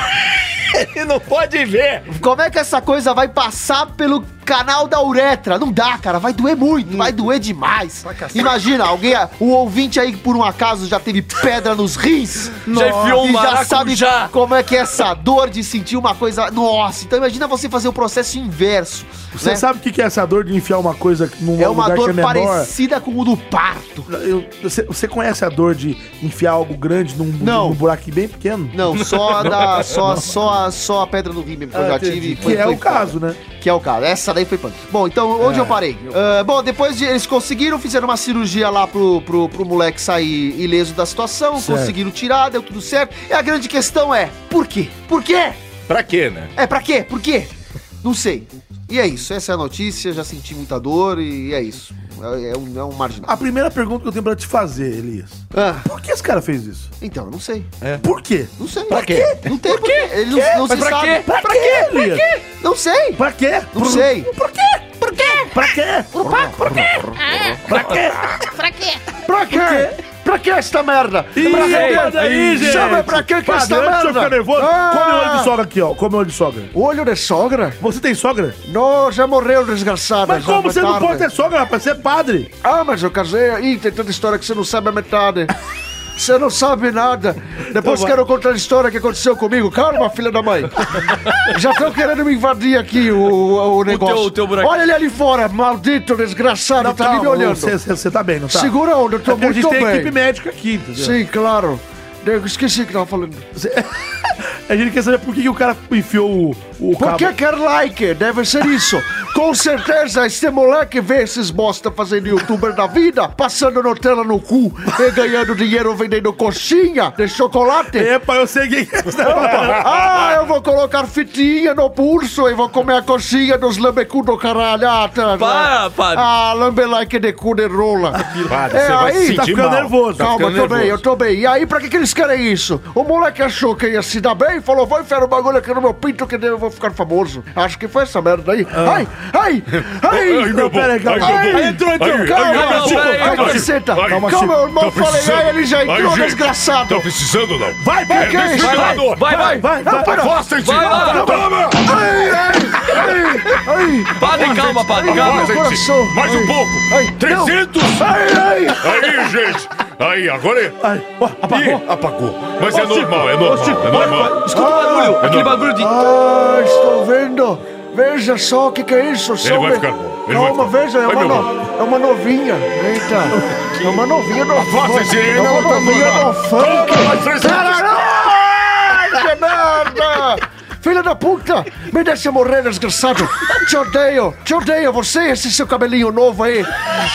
S7: Ele não pode ver.
S6: Como é que essa coisa vai passar pelo canal da uretra? Não dá, cara. Vai doer muito. Vai doer demais. Imagina, alguém, o ouvinte aí que por um acaso já teve pedra nos rins.
S5: Já enfiou um
S6: e já
S5: maracujá.
S6: sabe como é que é essa dor de sentir uma coisa. Nossa, então imagina você fazer o processo inverso.
S4: Você
S6: né?
S4: sabe o que que é essa dor de enfiar uma coisa num
S6: É uma
S4: lugar
S6: dor
S4: que é menor?
S6: parecida com o do parto.
S4: Eu- você, você conhece a dor de enfiar algo grande num,
S6: Não.
S4: num buraco bem pequeno?
S6: Não, só a da. Só, só, a- só a pedra no rim mesmo que eu já tive.
S4: que
S6: foi-
S4: é
S6: foi
S4: o caso, né?
S6: Que é o caso. Essa daí foi punk. Bom, então onde eu parei? Ah, bom, depois de- eles conseguiram, fizeram uma cirurgia lá pro, pro, pro moleque sair ileso da situação,
S4: Certo.
S6: conseguiram tirar, deu tudo certo. E a grande questão é, por quê? Por quê?
S7: Pra quê, né?
S6: É, pra quê? Por quê? Não sei. E é isso, essa é a notícia, já senti muita dor e é isso. É, é um, é um marginal.
S4: A primeira pergunta que eu tenho pra te fazer, Elias.
S6: Ah,
S4: Por que esse cara fez isso?
S6: então, eu não sei.
S4: Por quê?
S6: Não sei. Pra quê? Não tem por quê. Ele não, não se
S5: pra
S6: sabe.
S5: quê?
S4: Pra, quê, Elias?
S6: Não sei.
S4: Pra quê?
S6: Não
S4: Por-
S6: sei.
S4: Por quê? Por quê? Pra quê? Por
S10: Ah,
S4: Pra quê?
S10: pra quê?
S6: Pra quê? Pra que esta merda?
S4: Ih,
S5: Pra quê?
S4: manda aí,
S5: Ih,
S4: gente.
S6: chama pra quê que
S4: Padre,
S6: essa
S4: antes de
S6: merda?
S4: eu ficar nervoso,
S6: Ah.
S4: come o olho de sogra aqui, ó. Come o olho de sogra.
S6: Olho de sogra?
S4: Você tem sogra?
S6: Não, já morreu, desgraçada.
S4: Mas
S6: já
S4: como
S6: foi
S4: você não
S6: tarde.
S4: pode ter sogra, rapaz? Você é padre.
S6: Ah, mas eu casei. Ih, tem tanta história que você não sabe a metade. Você não sabe nada. Depois
S4: Então vai.
S6: quero contar a história que aconteceu comigo. Calma, filha da mãe. Já estão querendo me invadir aqui o, o negócio.
S5: teu- o teu buraco.
S6: Olha ele ali fora, maldito, desgraçado. tá ali me olhando.
S4: Então, Você, você- você tá bem, não tá?
S6: Segura onde eu
S4: É
S6: tô
S4: porque a gente
S6: muito
S4: tem
S6: bem.
S4: equipe médica aqui, entendeu?
S6: Sim, claro. Eu esqueci que tava falando.
S4: A gente quer saber por que, que o cara enfiou o, o
S6: Por
S4: cabo.
S6: que quer like? Deve ser isso. Com certeza, esse moleque vê esses bosta fazendo youtuber da vida, passando Nutella no cu e ganhando dinheiro vendendo coxinha de chocolate.
S4: Epa, eu sei quem é.
S6: Ah, eu vou colocar fitinha no pulso e vou comer a coxinha dos lambecu do caralho. Ah, tá,
S5: Para, padre.
S6: Ah, lambe like de cu de rola. É,
S7: Padre, você vai se
S4: Tá
S7: sentir
S4: ficando
S7: mal.
S4: nervoso.
S7: Tá
S6: Calma, eu tô
S7: ficando
S6: bem, eu
S7: nervoso.
S6: tô bem. E aí, pra que, que eles querem isso? O moleque achou que ia se dar bem e falou: vou enfiar o bagulho aqui no meu pinto que daí eu vou ficar famoso. Acho que foi essa merda aí.
S4: Ah.
S6: Ai, ai, ai!
S7: Ai, meu bom.
S4: Pera aí, calma.
S7: Ai, meu bom.
S4: Ai, entrou, entrou.
S7: Ai,
S6: Calma,
S7: ai,
S5: não,
S6: Chico,
S5: pera aí,
S6: ai,
S5: calma,
S6: caceta.
S7: Ai,
S6: Calma,
S7: Chico,
S6: meu irmão,
S7: tá
S6: falei,
S7: precisando.
S6: ai, ele já
S7: Ai,
S6: entrou,
S7: gente,
S6: desgraçado. é
S7: Tá precisando, não?
S4: Então, Vai, vai,
S7: Pega
S4: vai,
S7: esse
S4: vai, vai,
S7: ventilador.
S5: Vai, vai.
S4: vai, vai, vai.
S7: Afasta esse
S5: Vai lá.
S7: ventilador. Toma!
S5: Padre, calma, padre, calma.
S7: Agora, gente,
S6: coração.
S7: Mais um pouco.
S6: Ai, não.
S7: 300. Aí, gente. Aí, agora... é-
S4: Ai, ó,
S7: Ih,
S4: apagou.
S7: apagou. Mas é
S4: Ô, Chico,
S7: normal, é
S4: ô,
S7: normal,
S4: Chico,
S7: é normal.
S5: Escuta o barulho. Aquele bagulho de...
S6: Ah, estou vendo. Veja só o que, que é isso, seu
S7: vai
S6: be-
S7: ficar bom, ele vai
S6: Calma,
S7: ficar bom.
S6: veja, é
S7: Vai,
S6: uma,
S7: meu
S6: no- é uma novinha. Eita, é uma novinha do
S7: Afasta esse
S6: É
S7: ainda
S6: uma
S7: não tá
S6: novinha do
S7: normal.
S6: funk.
S7: Toma, mais 300.
S6: Ai, que merda! Filha da puta! Me deixa morrer, desgraçado! Te odeio! Te odeio! Você, esse seu cabelinho novo aí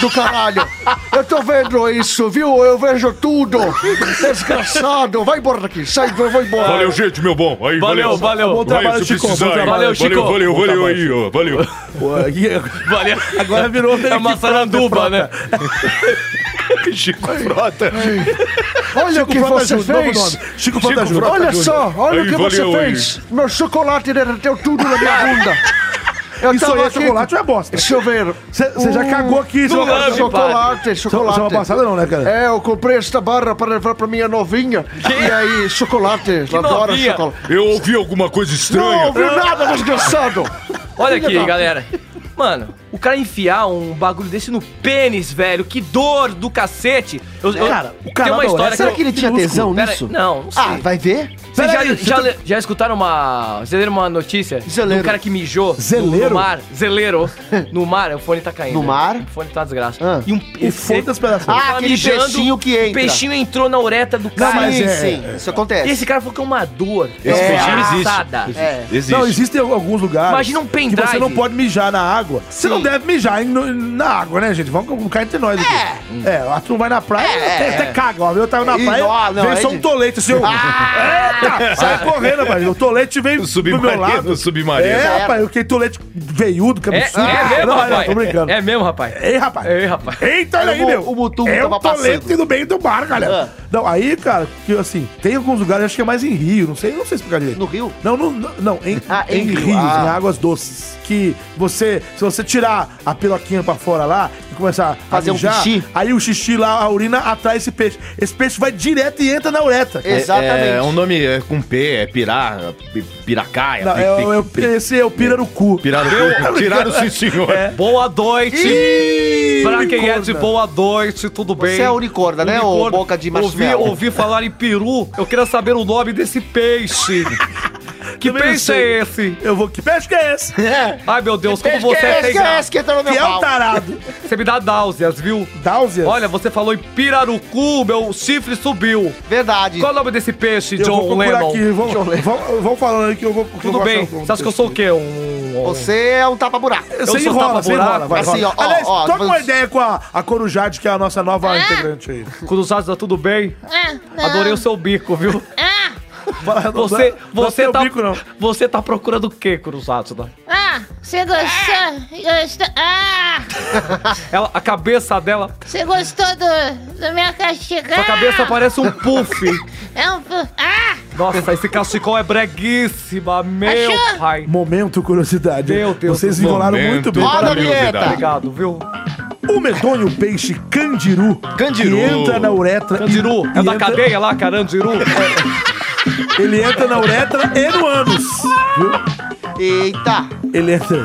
S6: do caralho! Eu tô vendo isso, viu? Eu vejo tudo! Desgraçado! Vai embora daqui! Sai, eu vou embora!
S7: Valeu, gente, É meu bom. Aí,
S5: Valeu, valeu.
S4: Bom trabalho,
S7: se
S4: Chico, bom
S7: precisar,
S4: trabalho.
S7: valeu,
S5: Valeu,
S7: Chico.
S5: Chico.
S7: Valeu,
S4: Bom
S7: valeu,
S4: trabalho,
S7: aí, ó. Valeu.
S4: Pô, aqui-
S5: Valeu.
S4: Agora virou meio
S5: É uma
S4: que frota,
S5: saranduba, né?
S7: Chico Frota.
S6: Olha o que
S4: Frota
S6: você
S4: Júnior, novo
S6: fez!
S4: nome. Chico Frota Júnior.
S6: Olha só, olha
S7: Aí,
S6: o que você
S7: valeu,
S6: fez! Meu chocolate derreteu tudo na minha bunda! Eu
S4: Isso aí é chocolate ou é bosta?
S6: Deixa eu ver.
S4: Você já cagou aqui, seu
S5: não
S4: Só
S5: lave,
S6: Chocolate, chocolate.
S4: Semana passada não, né, cara?
S6: É, eu comprei esta barra para levar pra minha novinha. E aí, chocolate. Ela adora
S5: novinha?
S6: chocolate.
S7: Eu ouvi alguma coisa
S6: Não
S7: estranha.
S6: ouviu nada, desgraçado.
S5: Olha aqui, galera. Mano, O cara enfiar um bagulho desse no pênis, velho. Que dor do cacete. Eu, eu-
S6: Cara, o
S5: tem
S6: cara
S5: uma
S6: adora.
S5: história
S6: Será
S5: eu-
S6: que ele tinha tesão
S5: Pera aí,
S6: nisso?
S5: Não, não sei.
S6: Ah, vai ver?
S5: Vocês já,
S6: Peraí,
S5: já,
S6: você tá-
S5: le- já escutaram uma. Vocês leram uma notícia?
S6: Zeleiro.
S5: De um cara que mijou no- No,
S6: Zeleiro?
S5: mar. Zeleiro. No mar, o fone tá caindo.
S6: No mar? Ah.
S5: O fone tá uma desgraça. E um
S6: O fone tá despedaçado. Ah, aquele peixinho que entra.
S5: O peixinho entrou na uretra do cara.
S6: mas é- Sim, sim, isso acontece.
S5: E esse cara falou que é uma dor.
S4: Esse peixinho
S5: desgraçada.
S4: existe.
S5: É.
S4: Não, existem alguns lugares.
S5: Imagina um
S4: Que
S5: pendrive.
S4: você não pode mijar na água. Você não deve mijar em- no- na água, né, gente? Vamos colocar entre nós aqui. É, lá tu não vai na praia,
S5: É.
S4: até, até caga. Ó. Eu tava na
S6: Ih,
S4: praia,
S6: ó, não,
S4: veio
S6: aí
S4: só
S6: de-
S4: um tolete, seu.
S5: Ah!
S4: Eita! Sai correndo, rapaz. O tolete veio do meu
S7: submarino,
S4: lado.
S7: o submarino.
S4: É,
S7: Já era.
S4: rapaz, eu fiquei tolete veiudo,
S5: É,
S4: cabeçudo.
S5: é mesmo,
S4: Não, não,
S5: rapaz.
S4: tô brincando.
S5: É mesmo, rapaz.
S4: Ei, rapaz.
S5: Ei, rapaz.
S4: Eita, olha aí, meu.
S6: O Mutungo
S4: é
S6: tava
S4: o tolete
S6: passando. Ah.
S4: no meio do bar, galera. Não, aí, cara, que assim, tem alguns lugares, acho que é mais em Rio, não sei, não sei explicar direito.
S6: No Rio?
S4: Não, não, não, não, em,
S6: Ah, em
S4: em,
S6: Rio,
S4: rios,
S6: ah.
S4: em águas doces. Que você, se você tirar a piroquinha pra fora lá e começar a
S6: Fazer um xixi?
S4: aí o xixi lá, a urina, atrai esse peixe. Esse peixe vai direto e entra na uretra.
S6: É, Exatamente.
S11: É, é um nome é, com P, é pirá, pi- piracaia.
S4: Não,
S11: pi-
S4: é,
S11: pi-
S4: o- é, o- esse é o pira no cu.
S11: Pirar no cu. Tiraram sim, senhor.
S5: Boa noite.
S4: Ih,
S5: Pra quem é de
S4: unicórnio.
S5: boa noite, tudo bem?
S6: Você é unicorda, né, ô boca de
S5: ouvi,
S6: marshmallow?
S5: ouvi falar em peru, eu queria saber o nome desse peixe. que
S4: Também não
S5: peixe
S4: sei.
S5: é esse?
S4: Eu vou. Que peixe que é esse?
S5: Ai, meu Deus, como você é
S6: Esquece,
S5: sem
S6: esquece que entra no meu
S4: Que é o
S6: pau.
S4: tarado.
S5: Você me dá náuseas, viu?
S4: Dáuseas.
S5: Olha, você falou em pirarucu, meu chifre subiu.
S6: Verdade.
S5: Qual é o nome desse peixe,
S4: eu vou
S5: John
S4: procurar
S5: Lennon?
S4: aqui. Vão, vão, vão falando aí que eu vou. que eu
S5: Tudo
S4: vou
S5: bem,
S4: achar o-
S5: você acha que eu sou o quê? Um... um-
S6: Você é um tapa-buraco.
S4: Eu você
S5: sou
S4: enrola,
S5: tapa
S4: você enrola,
S5: buraco.
S4: vai,
S6: Assim,
S4: enrola.
S6: ó, ó,
S4: Aliás,
S6: ó,
S4: troca
S6: depois-
S4: uma ideia com a, a Corujade, que é a nossa nova
S10: Ah.
S4: integrante aí.
S5: Cruzado, tá tudo bem?
S10: Ah, não.
S5: Adorei o seu bico, viu?
S10: Ah,
S4: Fala, não
S5: Você,
S4: dá- não
S5: você
S4: tem o
S5: tá,
S4: bico, não.
S5: você tá procurando o quê, Cruzado?
S10: ah, você gostou? gostou ah,
S5: Ela, a cabeça dela,
S10: você gostou do, da minha castiga?
S5: sua cabeça parece um puff.
S10: É um... Ah,
S5: Nossa, esse cachecol é breguíssima, meu
S10: Achou?
S5: pai.
S4: Momento curiosidade.
S5: Meu Deus
S4: Vocês
S5: do céu.
S4: enrolaram
S7: Momento
S4: muito bem.
S6: Roda a
S4: parabéns.
S6: vinheta.
S5: Obrigado, viu?
S4: O medonho peixe candiru.
S11: Candiru.
S4: Que entra na uretra. e-
S5: Candiru,
S4: e
S5: é da
S4: entra-
S5: cadeia lá, Carandiru? É
S4: Ele entra na uretra e no ânus. Viu?
S6: Eita.
S4: Ele entra.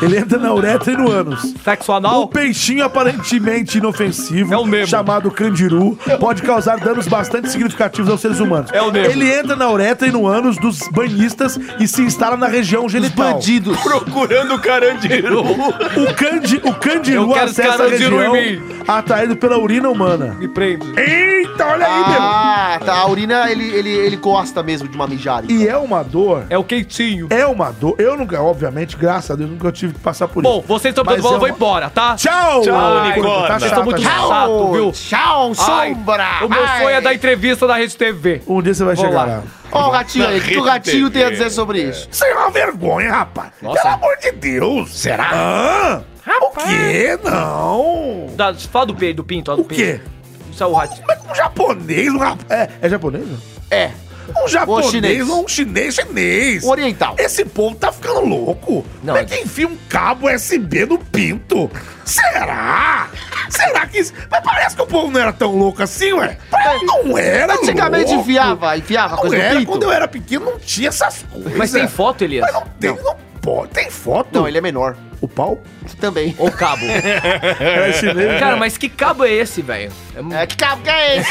S4: Ele entra na uretra e no ânus.
S5: Sexo
S4: Um
S5: anal?
S4: peixinho aparentemente inofensivo,
S5: É o Nemo.
S4: chamado candiru, pode causar danos bastante significativos aos seres humanos.
S5: É o Nemo.
S4: Ele entra na uretra e no ânus dos banhistas e se instala na região genital.
S6: Bandidos.
S11: Procurando o carandiru.
S4: O, candi, o
S5: Eu
S4: candiru
S5: quero
S4: acessa a
S5: carandiru
S4: região
S5: em
S4: atraído pela urina humana.
S5: Me prende.
S4: Eita, olha aí, meu!
S6: Ah, tá. A urina, ele, ele, ele gosta mesmo de uma mijada.
S4: É. E é uma dor...
S5: É o quentinho.
S4: É uma dor. Eu nunca, obviamente, graças a Deus, nunca tive que passar por
S5: Bom,
S4: isso.
S5: vocês estão
S4: Mas
S5: pegando bola,
S4: é
S5: eu vou
S4: uma-
S5: embora, tá?
S4: Tchau,
S5: Tchau,
S4: Nico.
S11: Nicola.
S4: Tá
S5: Vocês
S11: Vocês
S5: estão
S4: chato,
S5: muito
S4: tá chato.
S5: chato, viu?
S6: Tchau,
S5: Ai,
S6: sombra.
S5: O meu
S6: Ai.
S5: sonho é da entrevista da Rede TV.
S4: Um dia você vai
S5: Vou
S4: chegar
S5: lá.
S4: lá.
S6: Ó o gatinho aí. O que o
S11: Rede
S6: gatinho tem
S11: TV.
S6: a dizer sobre isso?
S4: Sem é uma vergonha, rapaz. Pelo amor de Deus. Será? Hã? O quê? Não.
S5: Da, fala do peito, do pinto, ó, do
S4: O quê?
S5: Isso é o ratinho.
S4: Mas um japonês, um rapaz... É, é japonês?
S6: É.
S4: Um japonês
S6: chinês. Um
S4: ou um chinês chinês.
S6: Oriental.
S4: Esse povo tá ficando louco.
S5: Não,
S4: Como é que enfia um cabo USB no pinto? Será? Será que isso... Mas parece que o povo não era tão louco assim, ué. Parece que Não era
S6: Antigamente
S4: louco.
S6: enfiava, enfiava
S4: Não
S6: coisa no
S4: era.
S6: pinto.
S4: Quando eu era pequeno não tinha essas coisas.
S5: é. Mas tem foto, Elias?
S4: Mas não tem, não, pode. Tem foto?
S6: Não, ele é menor.
S4: O pau?
S6: Também.
S5: Ou cabo.
S4: Era chinês.
S5: Cara, mas que cabo é esse, velho? É
S6: É, que cabo que é esse?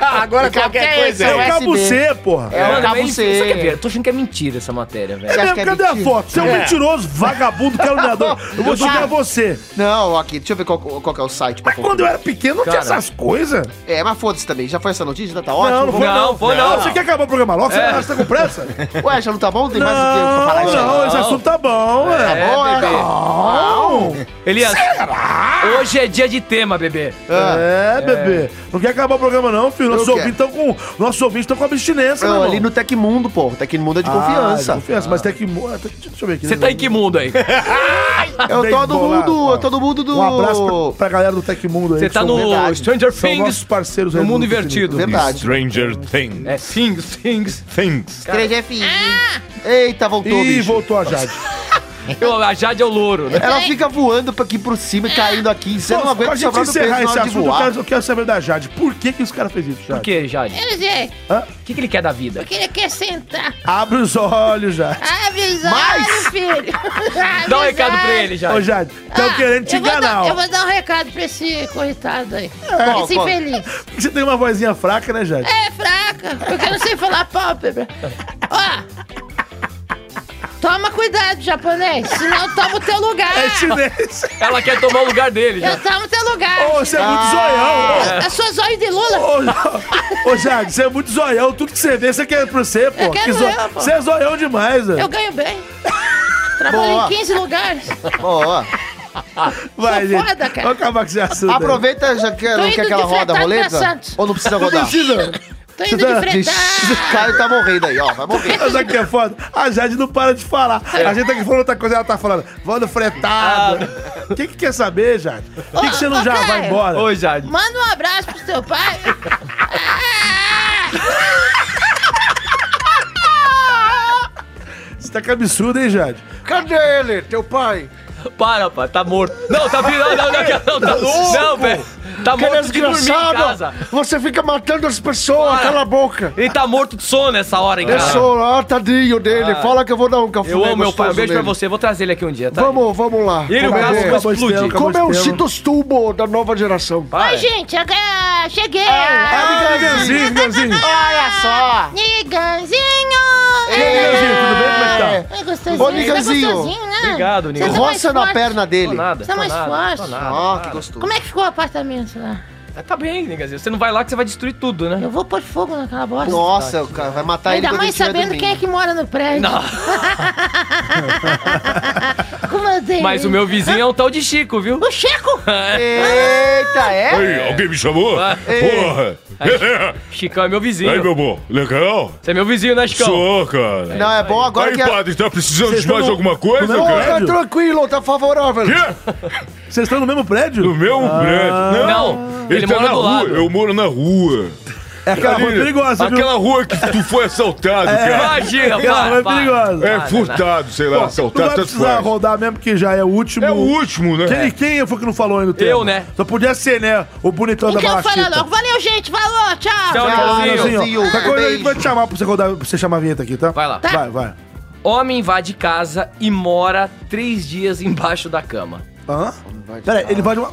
S11: Agora
S6: Que cabo que é esse?
S4: É o cabo
S6: USB.
S4: C, porra.
S6: É o
S5: Mano,
S6: cabo
S5: mas isso aqui é
S6: C.
S5: ver- Eu tô achando que é mentira essa matéria,
S4: É
S5: velho.
S6: acha
S4: mesmo,
S6: que é
S4: cadê
S6: mentira?
S4: a foto? Você é um mentiroso, vagabundo, caluniador. Eu vou julgar você.
S6: Não, aqui, deixa eu ver qual, qual que é o site. pra
S4: Mas quando eu era pequeno não tinha
S5: Cara.
S4: essas coisas.
S6: É, mas foda-se também. Já foi essa notícia? Já tá ótimo.
S4: não foi
S6: Vamos-
S5: não, foi não.
S4: Você quer acabar o programa logo? Você-
S5: É.
S4: Você tá com pressa?
S6: Ué, já não tá bom? Tem mais o tempo pra falar
S4: Não,
S6: isso aí.
S4: não, esse assunto tá bom,
S6: Tá
S4: é.
S6: bom, é?
S5: bebê.
S4: Não.
S5: Elias, hoje é dia de tema, bebê.
S6: Ah,
S4: É, bebê. Não quer acabar o programa, não, filho. Nossos
S6: Eu
S4: ouvintes estão com. Nossos ouvintes estão com abstinência,
S6: não,
S4: meu
S6: ali
S4: irmão.
S6: no Tecmundo, pô. Tecmundo é de
S4: Ah,
S6: confiança.
S4: Confiança, mas ah, tem que. Deixa eu ver aqui. né?
S5: Você tá em que mundo aí?
S6: Eu
S4: Bem
S6: tô É
S4: bolado,
S6: do mundo,
S4: ó.
S6: eu tô do mundo do.
S4: Um abraço pra, pra galera do Tecmundo aí.
S5: Você
S4: que
S5: tá
S4: são
S5: no
S6: verdade.
S5: Stranger
S4: São nossos
S5: Things,
S4: parceiros
S5: no
S4: aí do
S5: mundo
S4: Infinito.
S5: invertido.
S6: Verdade.
S11: Stranger Things.
S5: É, Things, Things.
S11: Things.
S6: Escreve F. Eita, voltou,
S4: Ih,
S6: bicho.
S4: voltou a Jade.
S5: Eu, a Jade é o louro, né?
S6: Ela fica voando pra aqui por
S10: Ah.
S6: cima e caindo aqui. Você
S4: Bom,
S6: não aguenta
S4: pra gente
S6: sobrar do peso
S4: encerrar
S6: na
S4: esse
S6: hora de
S4: assunto, eu
S6: voar.
S4: quero, eu quero saber da Jade. Por que, que os caras fez isso, Jade?
S5: Por que, Jade?
S10: Eu não sei.
S5: O que, que ele quer da vida?
S10: Porque ele quer sentar.
S4: Abre os olhos, Jade.
S10: Abre os olhos, filho. Abre
S5: Dá um
S10: os
S5: recado pra
S10: olhos.
S5: ele, Jade.
S4: Ô, Jade, estão
S10: Ah,
S4: querendo te
S10: eu vou
S4: enganar.
S10: dar-
S4: ó.
S10: Eu vou dar um recado pra esse coitado aí.
S4: Qual,
S10: esse
S4: qual?
S10: infeliz.
S4: Você tem uma vozinha fraca, né, Jade?
S10: É fraca, porque eu não sei falar pálpebra. Ó. Toma cuidado, japonês, senão eu tomo teu lugar.
S6: É
S4: É
S6: tipo-
S4: chinês.
S5: Ela quer tomar o lugar dele,
S10: Eu
S5: Jade.
S10: tomo teu lugar.
S4: Ô, você é muito zoião.
S10: Eu- Eu sou zóio de Lula.
S4: Ô, ô, Jade, você é muito zoião. Tudo que você vê, você quer pra você, pô.
S10: Eu quero
S4: Que zo-
S10: eu, pô.
S4: Você é zoião demais, velho.
S10: Eu ganho bem. Trabalho
S6: Boa.
S10: em 15 lugares.
S6: Ó, ó.
S4: Vai,
S10: sou foda, cara.
S4: Vamos acabar com esse assunto. aí.
S6: Aproveita, já que,
S10: Tô
S6: não quer
S10: indo
S6: que ela
S10: de
S6: roda a
S10: fretado pra
S6: roleta?
S10: Santos.
S6: Ou não precisa
S4: Não
S6: rodar?
S4: precisa.
S10: Tô indo
S4: tá-
S10: de Ah, fretar.
S6: O Caio tá morrendo aí, ó. Vai morrer.
S4: Mas sabe o que é foda? A Jade não para de falar. A gente tá aqui falando outra coisa, ela tá falando, vando fretado. O que que quer saber, Jade? Por que, que você não
S10: ô,
S4: já
S10: Caio.
S4: vai embora?
S5: Oi, Jade.
S10: Manda um abraço pro seu pai.
S4: Você tá com absurdo, hein, Jade?
S6: Cadê ele, teu pai?
S5: Para, pá, tá morto. Não, tá virado. Não, não, não, não, tá Não, velho. Tá morto de dormir em casa.
S6: Você fica matando as pessoas,
S5: Para. cala a
S6: boca.
S5: Ele tá morto de É sono essa hora, hein, cara.
S6: lá, tadinho dele.
S4: Ah.
S6: Fala que eu vou dar um café
S5: Eu amo meu pai. Um beijo pra você. Vou trazer ele aqui um dia, tá?
S6: vamos lá.
S5: Ele e o
S4: Acabou, acabou
S5: Carlos vão
S4: esse tema,
S5: explodir.
S4: acabou
S6: é um
S4: esse tema.
S6: Citosturbo da nova geração?
S5: Para.
S10: Oi, gente, agora cheguei.
S4: Ah, Miguelzinho, Miguelzinho.
S6: Olha só.
S10: Niganzinho.
S4: E aí, Miguelzinho, tudo bem? Como é que tá?
S10: É gostosinho.
S6: Ô,
S10: é
S6: Niganzinho.
S10: gostosinho, né?
S5: Obrigado, Nigan.
S10: Vocês são mais
S6: É, Roça na
S10: fortes.
S6: perna
S5: Tô
S6: dele.
S5: nada,
S10: Você é
S5: tô
S10: mais
S5: nada,
S10: forte.
S5: tô nada.
S6: Ó, que
S5: para.
S6: gostoso.
S10: Como é que ficou o apartamento lá?
S5: Tá bem, Nigazinho. Você não vai lá que você vai destruir tudo, né?
S10: Eu vou pôr fogo naquela bosta.
S6: Nossa, o cara vai matar ele
S10: Ainda
S6: quando ele
S10: mais
S6: estiver
S10: sabendo
S6: dormindo.
S10: quem é que mora no prédio.
S5: Não.
S10: Como assim?
S5: Mas o meu vizinho é um tal de Chico, viu?
S10: O Chico!
S6: Eita, é?
S8: Ei, alguém me chamou?
S5: Ah.
S8: Porra!
S5: Chicão é meu vizinho.
S8: Aí, meu bom, legal?
S5: Você é meu vizinho, né, Chicão?
S8: Sou, cara.
S6: Não, é bom agora
S8: Aí,
S6: que... a-
S8: padre, tá precisando
S4: Vocês
S8: de mais
S4: tão no-
S8: alguma coisa,
S4: no meu
S8: cara?
S4: um prédio?
S6: tranquilo, tá favorável.
S8: Quê?
S4: Vocês estão no mesmo prédio?
S8: No meu prédio? Não,
S5: Não,
S8: ele,
S5: ele
S8: tá
S5: mora
S8: na
S5: do
S8: rua,
S5: lado.
S8: eu moro na rua.
S4: É aquela rua
S8: Ali,
S4: perigosa, viu?
S8: Aquela rua que tu foi assaltado, cara.
S5: Imagina,
S4: Aquela
S5: para,
S4: rua
S5: para.
S4: perigosa.
S8: É furtado, sei lá,
S4: Não vai
S7: é
S8: assaltado, tanto
S4: precisar
S8: faz.
S4: rodar mesmo, porque já é o último.
S8: É o último, né?
S4: Quem, quem foi que não falou ainda o tema?
S5: Eu, né?
S4: Só podia ser, né? O bonitão da
S10: Então eu
S4: Balachita.
S10: falo logo. Valeu, gente. Falou, tchau.
S5: Tchau,
S4: Fala,
S5: Nigazinho.
S4: Leozinho.
S6: Leozinho,
S4: Qualquer
S6: um
S4: coisa a gente
S6: beijo.
S4: vai te chamar pra você, rodar, pra você chamar a vinheta aqui, tá?
S5: Vai lá.
S4: Vai, vai.
S5: Homem invade casa e mora três dias embaixo da cama.
S4: Hã? Peraí, ele vai de uma.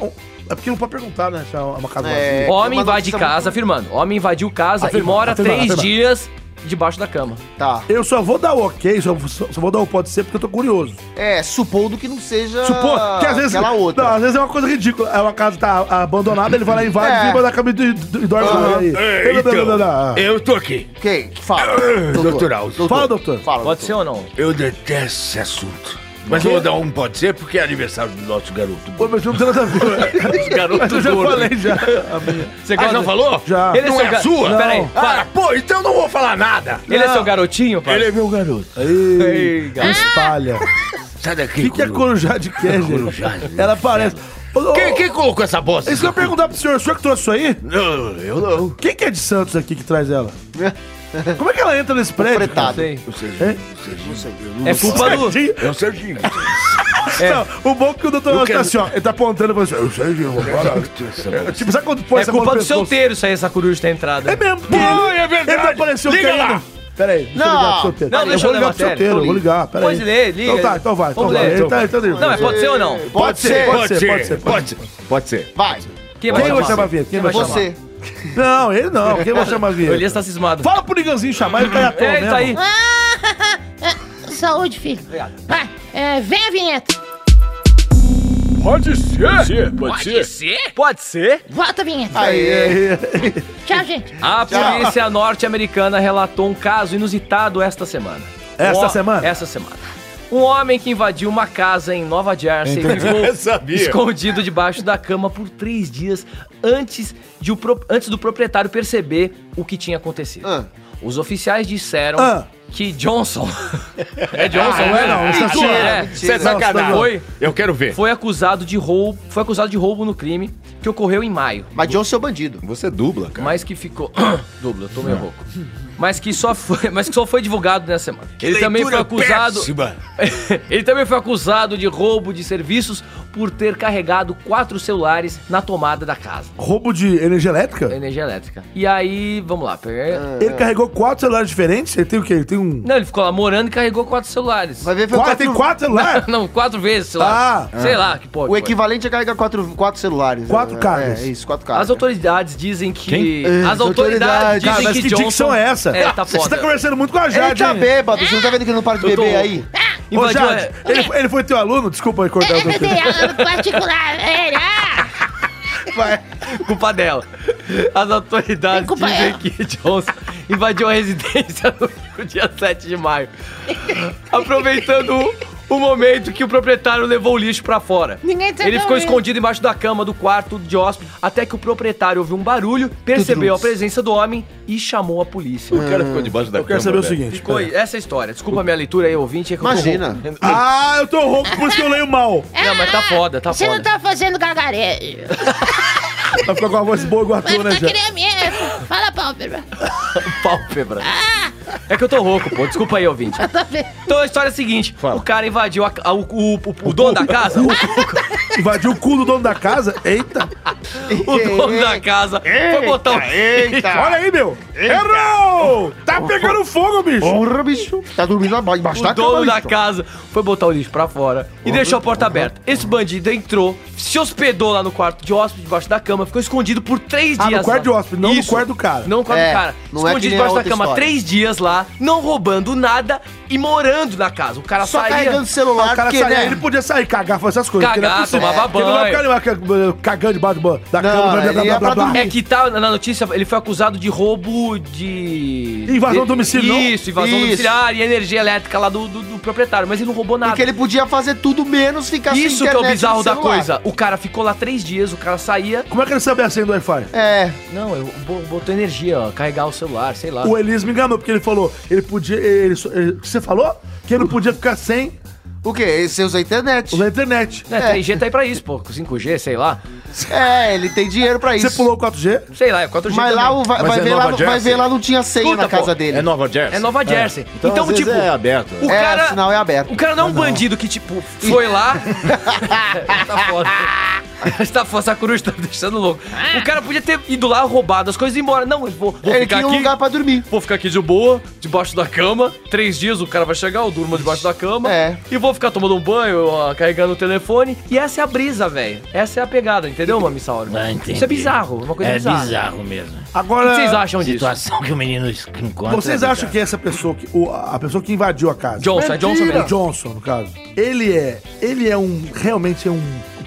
S4: É porque não pode perguntar, né? Se é uma casa
S6: É,
S4: vazia.
S5: homem
S6: uma
S5: invade
S6: notícia
S5: casa, afirmando. Homem invadiu casa
S4: Afirma,
S5: e mora
S4: afirma,
S5: três
S4: afirma.
S5: dias debaixo da cama.
S6: Tá.
S4: Eu só vou dar o ok, só, só- só vou dar o pode ser porque eu tô curioso.
S6: É, supondo que não seja
S4: Supor que às vezes.
S6: Ah, aquela outra.
S4: Não, às vezes é uma coisa ridícula. É uma casa tá abandonada, ele vai lá, invade,
S6: É. Ah.
S4: vibra da cama e do- do- e dorme lá. aí. Não,
S8: É,
S4: não, não, não,
S8: então,
S4: não.
S8: eu tô aqui.
S6: Quem? Fala.
S8: Doutor Aldo.
S4: Fala, doutor.
S6: Fala,
S5: Pode ser
S6: doutor.
S5: ou não?
S8: Eu detesto esse assunto. Mas eu vou dar um pode ser porque é aniversário do nosso garoto.
S4: Ô, mas não tem nada a ver.
S5: Garoto
S4: Eu já
S5: gordo.
S4: falei já. A minha.
S5: Você
S8: Ah,
S5: gosta-
S8: não falou?
S4: Já.
S5: Ele
S8: não
S5: é, seu
S8: é
S5: ga-
S8: sua?
S5: Não. Peraí,
S8: Ah,
S5: para.
S8: pô, então eu não vou falar nada.
S5: Ele é seu garotinho, pai?
S8: Ele é meu garoto.
S4: Ei, espalha.
S8: Sai
S4: O
S8: daqui,
S4: que, que a
S8: coruja.
S4: Corujade quer, gente?
S8: Corujade.
S4: Ela parece. Ô, ô,
S8: Quem, quem colocou essa bosta?
S4: Isso que eu ia perguntar pro senhor, o senhor que trouxe isso aí?
S8: Não, eu não.
S4: Quem que é de Santos aqui que traz ela? Como é que ela entra nesse prédio?
S5: Não
S6: Fretado.
S5: sei.
S8: O Serginho,
S4: Hein?
S8: o Serginho,
S5: É culpa do...
S4: Serginho.
S8: É o Serginho.
S4: Não, o bom é que o doutor Nelson tá
S8: quero-
S4: assim, ó. Ele tá apontando pra você. Eu sei, Gil, vou falar. É, Tipo, sabe quando põe
S5: É
S4: essa mão no
S5: culpa do
S4: pescoço?
S5: solteiro isso aí, essa coruja ter entrado.
S4: É mesmo. porque
S8: Pô,
S4: ele-
S8: é verdade.
S4: Ele não apareceu
S8: Liga
S4: querendo.
S8: lá.
S4: Pera aí, deixa eu
S6: Não.
S4: ligar pro solteiro.
S5: Não, deixa
S4: eu vou ligar
S5: eu
S4: pro
S5: ler a matéria,
S4: solteiro, eu
S5: eu
S4: vou
S5: ligo.
S4: ligar, pera aí.
S5: Pode ler, liga.
S4: Então tá, então vai. Então
S5: Vamos
S4: vai,
S5: ler.
S4: então vai, então
S5: Não, mas pode ser ou não?
S6: Pode ser.
S8: Pode ser, pode ser. Pode ser.
S6: Vai.
S4: Quem
S5: Quem
S4: vai
S5: chamar?
S4: chamar a vinheta? Quem vai chamar?
S6: Você.
S4: Não, ele não. Quem vai chamar a
S5: O Elias
S4: vinheta?
S5: tá cismado.
S4: é- Fala pro Niganzinho chamar, ele tá aí à toa
S5: É, ele
S4: mesmo.
S5: tá aí.
S10: Saúde, filho. Obrigado. Vai, é, vem a vinheta.
S8: Pode ser.
S9: Pode ser?
S5: Pode ser?
S10: Volta a vinheta.
S6: Aí.
S10: Tchau, gente.
S5: A polícia norte-americana relatou um caso inusitado esta semana.
S4: Esta
S5: Ó,
S4: semana?
S5: Esta semana. Um homem que invadiu uma casa em Nova Jersey
S8: Eu
S5: ficou
S8: sabia.
S5: escondido debaixo da cama por três dias antes, de o pro- antes do proprietário perceber o que tinha acontecido.
S6: Ah.
S5: Os oficiais disseram
S4: Ah.
S5: que Johnson. É Johnson,
S7: Ah,
S5: não é?
S7: não,
S5: Não,
S7: isso é zoeira,
S5: É,
S7: mentira. Isso é sacanagem.
S5: Foi,
S7: Eu quero ver.
S5: foi acusado de roubo, foi acusado de roubo no crime que ocorreu em maio.
S6: Mas Johnson é bandido.
S7: Você dubla, cara.
S5: Mas que ficou dubla, eu tô meio rouco. Mas que só foi, mas que só foi divulgado nessa semana.
S8: Que
S5: Ele também foi
S8: leitura
S5: acusado.
S8: péssima.
S5: Ele também foi acusado de roubo de serviços por ter carregado quatro celulares na tomada da casa.
S4: Roubo de energia elétrica?
S5: Energia elétrica. E aí, vamos lá.
S6: Ah.
S5: pera-
S4: Ele carregou quatro celulares diferentes? Ele tem o quê? Ele tem um.
S5: Não, ele ficou lá morando e carregou quatro celulares. Vai
S6: ver,
S4: foi Quatro- quatro- tem quatro celulares?
S5: Não, quatro vezes, sei lá.
S6: Ah.
S5: sei
S6: Ah.
S5: lá, que porra.
S6: O equivalente é carregar quatro, quatro celulares.
S5: Quatro
S6: É,
S5: cargas.
S6: É, isso, quatro
S5: As
S6: cargas.
S5: autoridades dizem que. As autoridades, dizem
S6: Cara, mas
S5: que.
S6: que
S5: Johnson...
S6: dicção é essa?
S5: É, tá
S6: Você tá
S5: foda.
S4: conversando muito com a Jade,
S6: Ele tá
S4: hein?
S6: bêbado, você não tá vendo que ele não para de
S4: Eu tô
S6: beber
S4: louco.
S6: aí?
S10: Ah,
S4: Ô,
S6: Invadiu
S4: Jade,
S6: a-
S4: ele, ele foi teu aluno? Desculpa aí cortar o teu
S10: Tem é aula particular. É, ah,
S5: Culpa dela. As autoridades dizem que Johnson invadiu a residência no dia 7 de maio. Aproveitando o- o momento que o proprietário levou o lixo pra fora.
S10: Ninguém entendeu
S5: Ele ficou
S10: isso.
S5: escondido embaixo da cama do quarto de hóspede até que o proprietário ouviu um barulho, percebeu a presença do homem e chamou a polícia.
S11: O cara ficou debaixo da
S5: Eu quero
S11: cama,
S5: saber o
S11: velho.
S5: seguinte. Ficou essa é a história. Desculpa a minha leitura aí, ouvinte. É que eu tô
S11: Imagina.
S5: rouco.
S4: Ah, eu tô rouco, por isso que eu leio mal.
S5: Não, mas tá foda, tá
S10: Ah, Você
S5: foda. Tá
S10: não tá fazendo gargarejo.
S4: Vai ficar Tá com a voz boa igual a
S10: Vai
S4: tua, né,
S10: ficar que
S4: Jade?
S10: nem a minha. né? Fala, pálpebra.
S5: Pálpebra. É que eu tô rouco, pô. Desculpa aí, ouvinte.
S4: Tá
S10: Eu tô vendo.
S5: Então a história é a seguinte: o cara invadiu a ca- a- o, o- o- o dono da casa. O,
S4: Invadiu o cu do dono da casa? Eita!
S5: o dono da casa foi botar o.
S6: Eita!
S4: Olha aí, meu! Errou! Tá pegando fogo, bicho!
S6: Porra, bicho! Tá dormindo abaixo
S5: O
S6: da
S5: dono
S6: cama,
S5: da
S6: bicho.
S5: casa foi botar o lixo pra fora e deixou a porta aberta. Esse bandido entrou, se hospedou lá no quarto de hóspede, debaixo da cama, ficou escondido por três
S4: Ah, no
S5: dias.
S4: quarto
S5: lá.
S4: de hóspede, não no quarto do cara.
S5: Não no quarto
S4: É,
S5: do cara.
S4: não é que
S5: Escondido
S4: nem a
S5: debaixo da
S4: outra
S5: cama
S4: história.
S5: três dias lá, não roubando nada e morando na casa. O cara
S4: Só
S5: saía.
S4: carregando o celular, o cara
S6: né,
S4: saía, ele podia sair, cagar, fazer essas coisas.
S5: né? Cagar,
S4: porque não é possível.
S5: tomava
S4: Porque não vai
S5: banho.
S4: ficar ali, vai, cagando debaixo do ban- da cama, blá, blá, blá, blá, blá, blá.
S5: É que tá na notícia, ele foi acusado de roubo de.
S4: Invasão
S5: de-
S4: domiciliar, não?
S5: Isso, invasão
S4: Isso.
S5: domiciliar e energia elétrica lá do, do- do proprietário, mas ele não roubou nada.
S6: Porque ele podia fazer tudo menos ficar sem
S5: Isso que é o
S6: internet e
S5: bizarro da
S6: celular.
S5: coisa. O cara ficou lá três dias, o cara saía.
S4: Como é que ele sabia a senha do Wi-Fi?
S6: É.
S5: Não, eu bo- botou energia, ó, carregar o celular, sei lá.
S4: O Elias me enganou, porque ele falou, ele podia. Ele, só- ele- o que você falou? Que ele não podia ficar sem.
S6: O quê? Você usa a internet.
S4: Usa a internet.
S5: É, 3G tá aí pra isso, pô. 5G, sei lá.
S6: É, ele tem dinheiro pra isso.
S4: Você pulou o 4G?
S5: Sei lá, é 4G.
S6: Mas lá o- vai- Mas vai é ver lá- Nova vai Jersey? ver lá não tinha senha na casa dele.
S11: É Nova Jersey.
S5: É Nova Jersey. tipo,
S11: É. Então, às vezes, é aberto.
S5: O
S6: É,
S5: cara,
S6: sinal é aberto.
S5: O cara não é um bandido que, tipo, foi lá. tá foda. Tá foda, essa coruja tá me deixando louco. O cara podia ter ido lá, roubado as coisas e ir embora. Não, eu vou, vou
S6: Ele
S5: ficar
S6: tinha um
S5: aqui.
S6: lugar pra dormir.
S5: Vou ficar aqui de boa, debaixo da cama. Três dias o cara vai chegar, eu durmo debaixo da cama. É. E vou ficar tomando um banho, ó, carregando o telefone. E essa é a brisa, velho. Essa é a pegada, entendeu, Mami Sauro? Isso é bizarro, uma coisa
S3: é
S5: bizarra.
S3: bizarro mesmo.
S4: Agora.
S5: O que vocês acham disso?
S3: Situação que o menino es- encontra.
S4: Vocês
S3: é
S4: acham que essa pessoa que. o- a pessoa que invadiu a casa.
S5: Johnson, é Johnson
S4: Mentira.
S5: mesmo.
S4: Johnson, no caso. Ele é. Ele é um. Realmente é um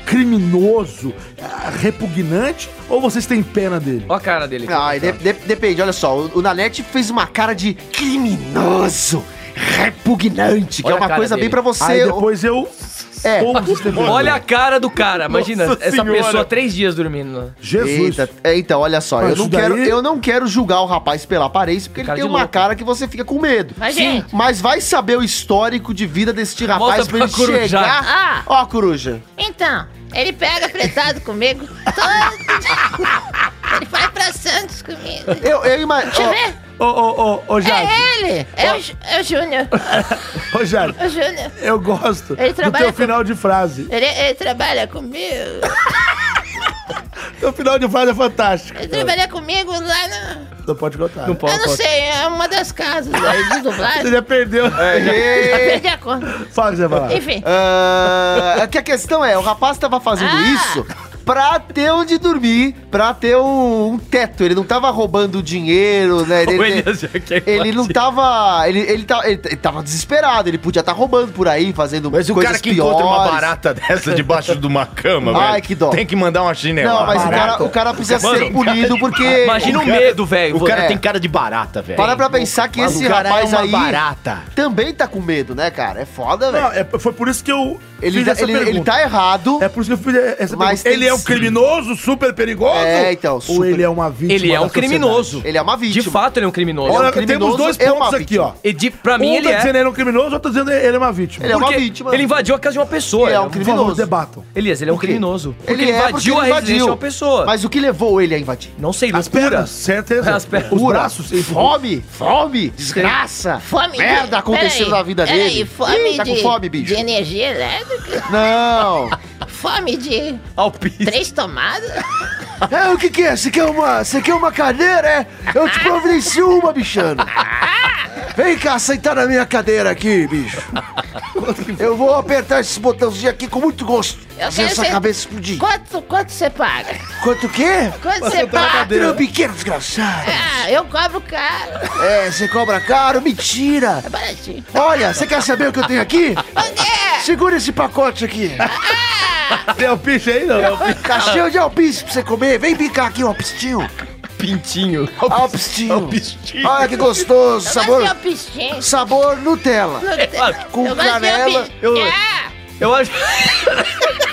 S4: criminoso, ah, repugnante? Ou vocês têm pena dele?
S5: Olha a cara dele.
S6: Ah, de- de- depende, olha só. O, o Nanete fez uma cara de criminoso, repugnante, que
S5: Olha
S6: é
S5: a
S6: uma
S5: cara
S6: coisa bem
S5: dele.
S6: pra você.
S5: Aí
S4: depois eu.
S6: É.
S5: Olha a cara do cara, imagina.
S6: Nossa
S5: essa
S6: Senhora.
S5: pessoa três dias dormindo.
S6: Eita, é, então, olha só,
S5: Mas
S6: eu não,
S5: isso daí-
S6: quero, eu não quero julgar o rapaz pela aparência, porque ele
S5: Cara
S6: tem
S5: de
S6: uma
S5: louco.
S6: cara que você fica com medo.
S10: Mas, gente-
S6: Mas vai saber o histórico de vida deste rapaz
S10: Volta
S6: pra
S10: pra
S6: ele
S10: corujar.
S6: chegar.
S10: Ah.
S6: Ó, a coruja.
S10: Então, ele pega fretado comigo. todo- ele vai pra Santos comigo.
S6: Eu, eu
S10: Deixa eu
S6: imagino.
S10: ver.
S4: Ô, ô, ô, ô, Jade.
S10: É ele! É o, Ju- é o Júnior.
S4: Ô, Jade.
S10: É o Júnior.
S4: Eu gosto
S10: Ele
S4: do
S10: trabalha
S4: teu
S10: com-
S4: final de frase.
S10: Ele, ele trabalha comigo.
S4: Teu final de frase é fantástico.
S10: Ele trabalha comigo lá no.
S4: Não pode contar.
S5: Não
S10: eu não sei, é uma das casas aí de
S4: Você
S10: dublagem.
S4: já perdeu.
S6: É.
S10: Já perdi a conta.
S4: Fala, Zé, vai lá.
S10: Enfim.
S6: Ah, que a questão é, o rapaz tava fazendo
S10: Ah.
S6: isso pra ter onde dormir, pra ter um, um teto. Ele não tava roubando dinheiro, né? Ele, ele- ele não tava ele, ele tá- ele- ele tava desesperado, ele podia estar roubando por aí, fazendo
S11: Mas o
S6: coisas
S11: cara que
S6: piores.
S11: encontra uma barata dessa debaixo de uma cama,
S6: Ai,
S11: velho,
S6: que dó.
S11: Tem que mandar uma chinela.
S6: Não, mas o cara, o cara precisa ser punido porque...
S4: é um
S11: Imagina o medo,
S5: velho.
S11: O cara
S6: É.
S11: tem cara de barata, velho.
S6: Para pra pensar que
S11: Mas o
S6: esse
S11: cara é
S6: rapaz
S11: uma
S6: aí
S11: barata.
S5: um-
S6: também tá com medo, né, cara? É foda, velho.
S4: Não, é- foi por isso que eu
S6: Ele
S4: fiz
S6: tá-
S4: essa
S6: ele-
S4: pergunta.
S6: ele tá errado.
S4: É por isso que eu fiz essa
S6: Mas
S4: pergunta.
S6: tem
S4: Ele
S6: que
S4: é um um criminoso super perigoso?
S6: É, então.
S4: Ou ele é uma vítima?
S5: Ele é
S4: da
S5: um criminoso.
S4: sociedade?
S6: Ele é uma vítima.
S5: De fato, ele é um criminoso.
S4: Olha,
S5: Ele é um
S4: temos
S5: criminoso,
S4: dois
S5: é uma
S4: pontos aqui,
S5: vítima.
S4: ó.
S5: E de, pra mim,
S4: um
S5: ele
S4: tá
S5: é.
S4: dizendo ele é um criminoso, outro tá dizendo ele é uma vítima.
S5: Porque Ele invadiu a casa de uma pessoa.
S4: Ele é um
S5: né?
S4: criminoso. Por favor, debatam.
S5: Elias, ele é um
S4: Por quê?
S5: criminoso. Porque
S6: Ele
S5: ele,
S6: é, porque
S5: invadiu
S6: ele
S5: a residência
S6: invadiu.
S5: de uma pessoa.
S6: Mas o que levou ele a invadir?
S5: Não sei, loucura.
S4: pernas, certeza.
S5: As pernas.
S4: Os
S6: Pura.
S4: braços. ele-
S6: Fome, fome, desgraça,
S10: Fome de-
S6: merda acontecendo
S10: peraí,
S6: na vida
S10: peraí,
S6: dele.
S10: fome
S6: Ih, tá
S10: de,
S6: com fome, bicho.
S10: de energia elétrica,
S6: Não.
S10: fome de
S5: Alpista.
S10: três tomadas.
S6: É, o que que é? Você quer uma, você quer uma cadeira, é? Eu te providencio uma, bichano. Vem cá sentar na minha cadeira aqui, bicho. Eu vou apertar esses botãozinhos aqui com muito gosto.
S10: Eu
S6: Fazer
S10: quero
S6: essa
S10: ser-
S6: cabeça explodir.
S10: Quanto quanto você paga?
S6: Quanto o quê?
S10: Quanto você paga?
S6: Patrão pequeno desgraçado.
S10: Ah, eu cobro caro.
S6: É, você cobra caro? Mentira.
S10: É baratinho. é?
S6: Olha, você quer saber o que eu tenho aqui? Segura esse pacote aqui.
S4: Tem alpiste aí, não?
S6: Tá cheio de alpiste pra você comer. Vem picar aqui, um alpistinho.
S5: Pintinho.
S6: Alpistinho. Olha que gostoso.
S10: Eu
S6: sabor,
S10: gosto de alpistinha.
S6: sabor Nutella. Com
S10: eu
S6: canela.
S10: Gosto de
S5: Eu-
S10: alpi- Ah,
S5: Ah, Eu acho.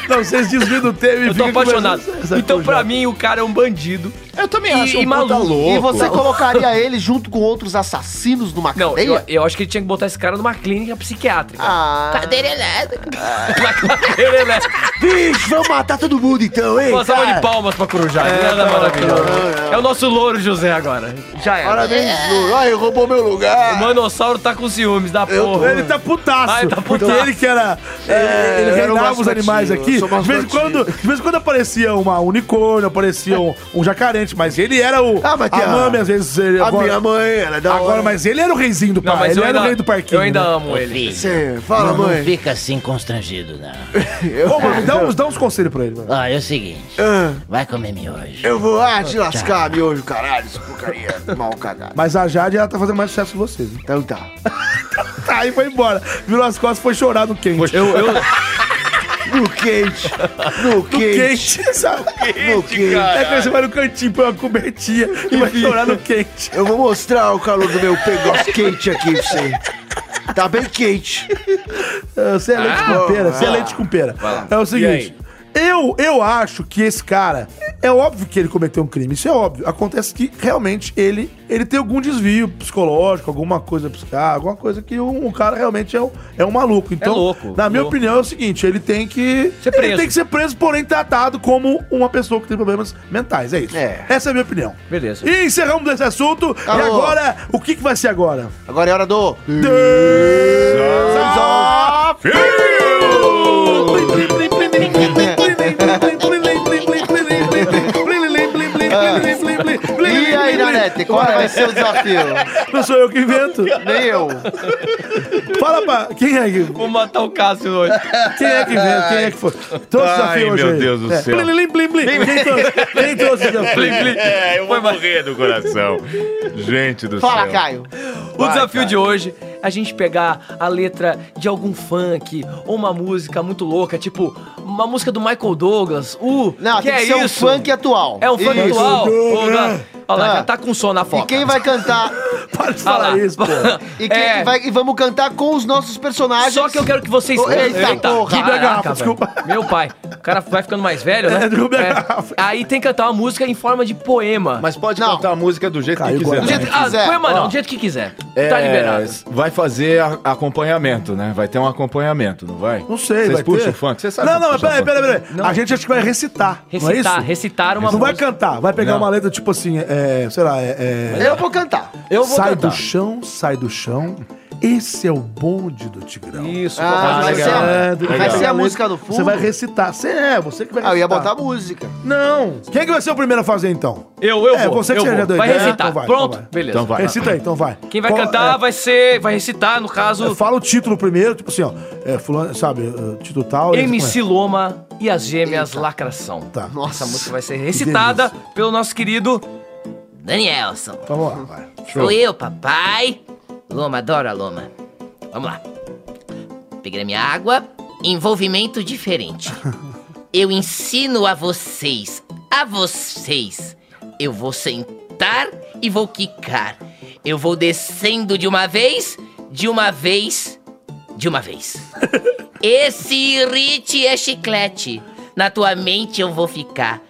S4: Não, vocês desviam do tema e
S5: Eu tô
S4: fica
S5: apaixonado.
S4: conversando essa
S5: Então,
S4: coisa.
S5: pra mim, o cara é um bandido.
S11: Eu também
S5: E-
S11: acho
S5: e
S11: um puta
S5: maluco.
S11: louco.
S6: E você colocaria ele junto com outros assassinos numa
S5: Não,
S6: cadeia?
S5: eu, eu acho que ele tinha que botar esse cara numa clínica psiquiátrica.
S6: Ah.
S10: cadeira elétrica.
S5: Ele é.
S6: Bicho, vamos matar todo mundo então, hein?
S5: Uma salva de
S6: cara?
S5: palmas pra Corujá. É, maravilhoso. É o nosso louro José agora. Já era.
S6: Parabéns, Lu. Ai, roubou meu lugar.
S5: O manossauro tá com ciúmes da porra.
S4: Ele tá putaço.
S5: Ai, tá
S4: Porque
S5: putaço.
S4: ele que era. é, ele
S6: eu era um
S4: reinava os
S6: mascotinho,
S4: animais aqui.
S6: eu sou
S4: De vez, em
S6: mascotinho.
S4: quando, de vez em quando aparecia uma um unicórnio, aparecia um, um jacarente, mas ele era o.
S6: Ah, mas tem
S4: a
S6: a-
S4: mami, às vezes. Ele,
S6: A
S4: agora,
S6: minha mãe, ela é da
S4: agora,
S6: hora.
S4: mas ele era o reizinho do
S5: Não,
S4: pai.
S5: mas
S4: Ele
S5: eu
S4: era
S5: ainda,
S4: o rei do parquinho.
S5: eu ainda
S4: né?
S5: amo ele.
S6: Você, fala,
S3: Não
S6: mãe.
S3: fica assim constrangido, não.
S4: Ô, mano, dá uns, dá uns conselhos pra ele, mano.
S3: Olha, é o seguinte.
S6: Ah,
S3: Vai comer miojo.
S6: eu vou ah, te lascar, miojo, caralho. Isso porcaria. Mal cagado.
S4: Mas a Jade, ela tá fazendo mais sucesso que vocês. né?
S6: Então tá.
S4: Tá, aí foi embora. Virou as costas, foi chorar no quente.
S5: Eu, eu,
S6: No quente. No quente.
S4: Quente, sabe?
S6: No quente.
S4: É que você vai no cantinho, põe uma cobertinha e vai chorar no quente.
S6: Eu vou mostrar o calor do meu negócio quente aqui pra você. Tá bem quente.
S4: Ah, Você é leite com pera, você é leite com pera. É o seguinte. Eu, eu acho que esse cara. É óbvio que ele cometeu um crime, isso é óbvio. Acontece que realmente ele, ele tem algum desvio psicológico, alguma coisa psicar, alguma coisa que um, um cara realmente é um, é um maluco. Então,
S5: louco,
S4: na minha
S5: louco.
S4: opinião, é o seguinte: ele tem que.
S5: Ser
S4: Ele
S5: preso.
S4: tem que ser preso, porém tratado como uma pessoa que tem problemas mentais. É isso.
S6: É.
S4: Essa é a minha opinião.
S5: Beleza.
S4: E encerramos esse assunto. E
S6: Alô.
S4: agora, o que, que vai ser agora?
S6: Agora é hora do. E aí, Nanete, qual vai ser o desafio?
S4: Não sou eu que invento.
S6: Nem eu.
S4: Fala pra. Quem é que,
S5: vou matar o Cássio hoje.
S4: quem é que inventa? Quem é que foi? Trouxe o
S11: Ai,
S4: desafio hoje.
S11: meu
S4: aí.
S11: Deus do
S4: É.
S11: céu.
S4: Plim, lim, plim, plim. Quem trouxe- Quem trouxe o
S5: Plim,
S4: desafio?
S5: plim.
S11: É, eu vou morrer do coração. Gente do
S6: Fala,
S11: céu.
S6: Caio.
S5: O desafio de hoje é a gente pegar a letra de algum funk ou uma música muito louca, tipo uma música do Michael Douglas. Uh,
S6: Não,
S5: que
S6: tem
S5: é
S6: que ser um
S5: isso?
S6: funk atual.
S5: É um funk
S6: Isso.
S5: atual. Ou da- Olha lá,
S6: Ah.
S5: já tá com som na
S6: E
S5: foto.
S6: quem vai cantar?
S4: Para de
S5: falar
S4: falar isso, pô.
S6: E, quem vai, e vamos cantar com os nossos personagens.
S5: É. Só que eu quero que vocês...
S6: Ô, eita, porra.
S5: caraca,
S4: Derrubei a garrafa,
S5: é velho.
S4: desculpa.
S5: Meu pai. O cara vai ficando mais velho, né?
S4: É, derrubei a garrafa.
S5: Aí tem que cantar uma música em forma de poema.
S11: Mas pode
S6: Não.
S11: cantar a música do jeito
S4: Caiu
S11: que
S4: agora.
S11: quiser. né?
S5: do jeito que
S6: que quiser.
S5: Ah, poema
S11: Ó.
S5: não, do jeito que quiser.
S11: É,
S5: Tá liberado.
S11: Vai fazer a- acompanhamento, né? Vai ter um acompanhamento, não vai?
S4: Não sei,
S11: Vocês
S4: vai
S11: puxam
S4: ter?
S11: o funk? Você sabe
S4: Não,
S11: que
S4: não, mas
S11: puxa
S4: peraí,
S11: funk.
S4: peraí, peraí. A gente acho que vai recitar, não é isso?
S5: Recitar, recitar uma
S4: Não vai
S5: música.
S4: cantar, vai pegar
S11: Não.
S4: uma letra tipo assim, é, sei lá, é, é,
S6: Eu vou cantar.
S5: Eu vou
S4: sai
S5: cantar.
S4: do chão, sai do chão. Esse é o bonde do Tigrão. É,
S5: Isso,
S6: Ah,
S5: pô,
S6: vai
S5: legal. É.
S6: ser, a, vai ser a música no
S4: Você
S6: fundo.
S4: vai recitar. Você é, você que vai
S6: Ah,
S4: recitar.
S6: eu ia botar a música.
S4: Não. Quem é que vai ser o primeiro a fazer, então?
S5: Eu, eu
S4: É,
S5: vou.
S4: você que
S5: eu
S4: já
S5: vou.
S4: deu
S5: Vai
S4: ideia, né?
S5: recitar.
S4: Então vai,
S5: Pronto,
S4: então vai.
S5: beleza.
S11: Então vai.
S4: Recita aí, então vai.
S5: Quem vai
S4: Qual-
S5: cantar
S4: é,
S5: vai ser. Vai recitar, no caso,
S4: Fala o título primeiro, tipo assim, ó. É, fulano, sabe, é, título tal. e
S5: MC Loma e as Gêmeas
S6: Eita.
S5: Lacração.
S4: Tá.
S5: Nossa, a música vai ser recitada pelo nosso querido.
S9: Danielson,
S4: Então Vamos lá, vai.
S9: sou eu, papai. Loma, adoro a Loma. Vamos lá. Peguei a minha água. Envolvimento diferente. Eu ensino a vocês, a vocês. Eu vou sentar e vou quicar. Eu vou descendo de uma vez, de uma vez, de uma vez. Esse irrite é chiclete. Na tua mente eu vou ficar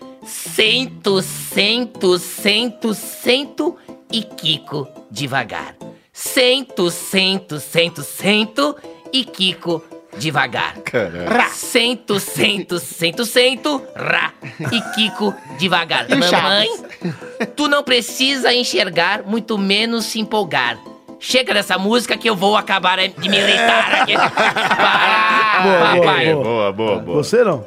S9: cento, cento, cento, cento e Kiko devagar. Cento, cento, cento, cento e Kiko devagar.
S11: Caralho.
S9: Rá. Cento, cento, cento, cento, rá. E Kiko devagar.
S11: E o
S9: Mamãe,
S11: Chaves?
S9: tu não precisa enxergar, muito menos se empolgar. Chega dessa música que eu vou acabar de me irritar aqui.
S4: Boa,
S9: Papai.
S4: boa, boa, boa, boa. Você não?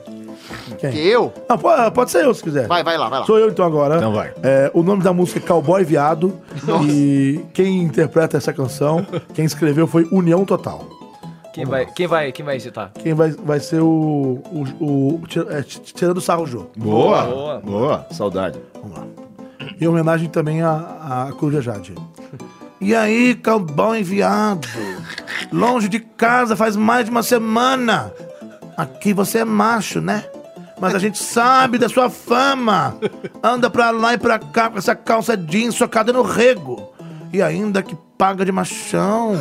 S4: Quem?
S6: Eu?
S4: Não, po- ah, pode, ser eu se quiser.
S6: Vai, vai lá, vai lá.
S4: Sou eu então agora.
S6: Então vai.
S4: É, o nome da música é Cowboy Viado. E quem interpreta essa canção, quem escreveu foi União Total.
S5: Quem vai, quem vai, quem vai hesitar?
S4: Quem vai, vai ser o. o, o ti- é, ti- tirando sarro o jogo.
S11: Boa.
S5: Boa.
S11: Boa. Saudade.
S4: Em homenagem também à, à Coruja Jade. E aí, cowboy enviado? Longe de casa faz mais de uma semana. Aqui você é macho, né? Mas a gente sabe da sua fama. Anda pra lá e pra cá com essa calça jeans socada no rego. E ainda que paga de machão.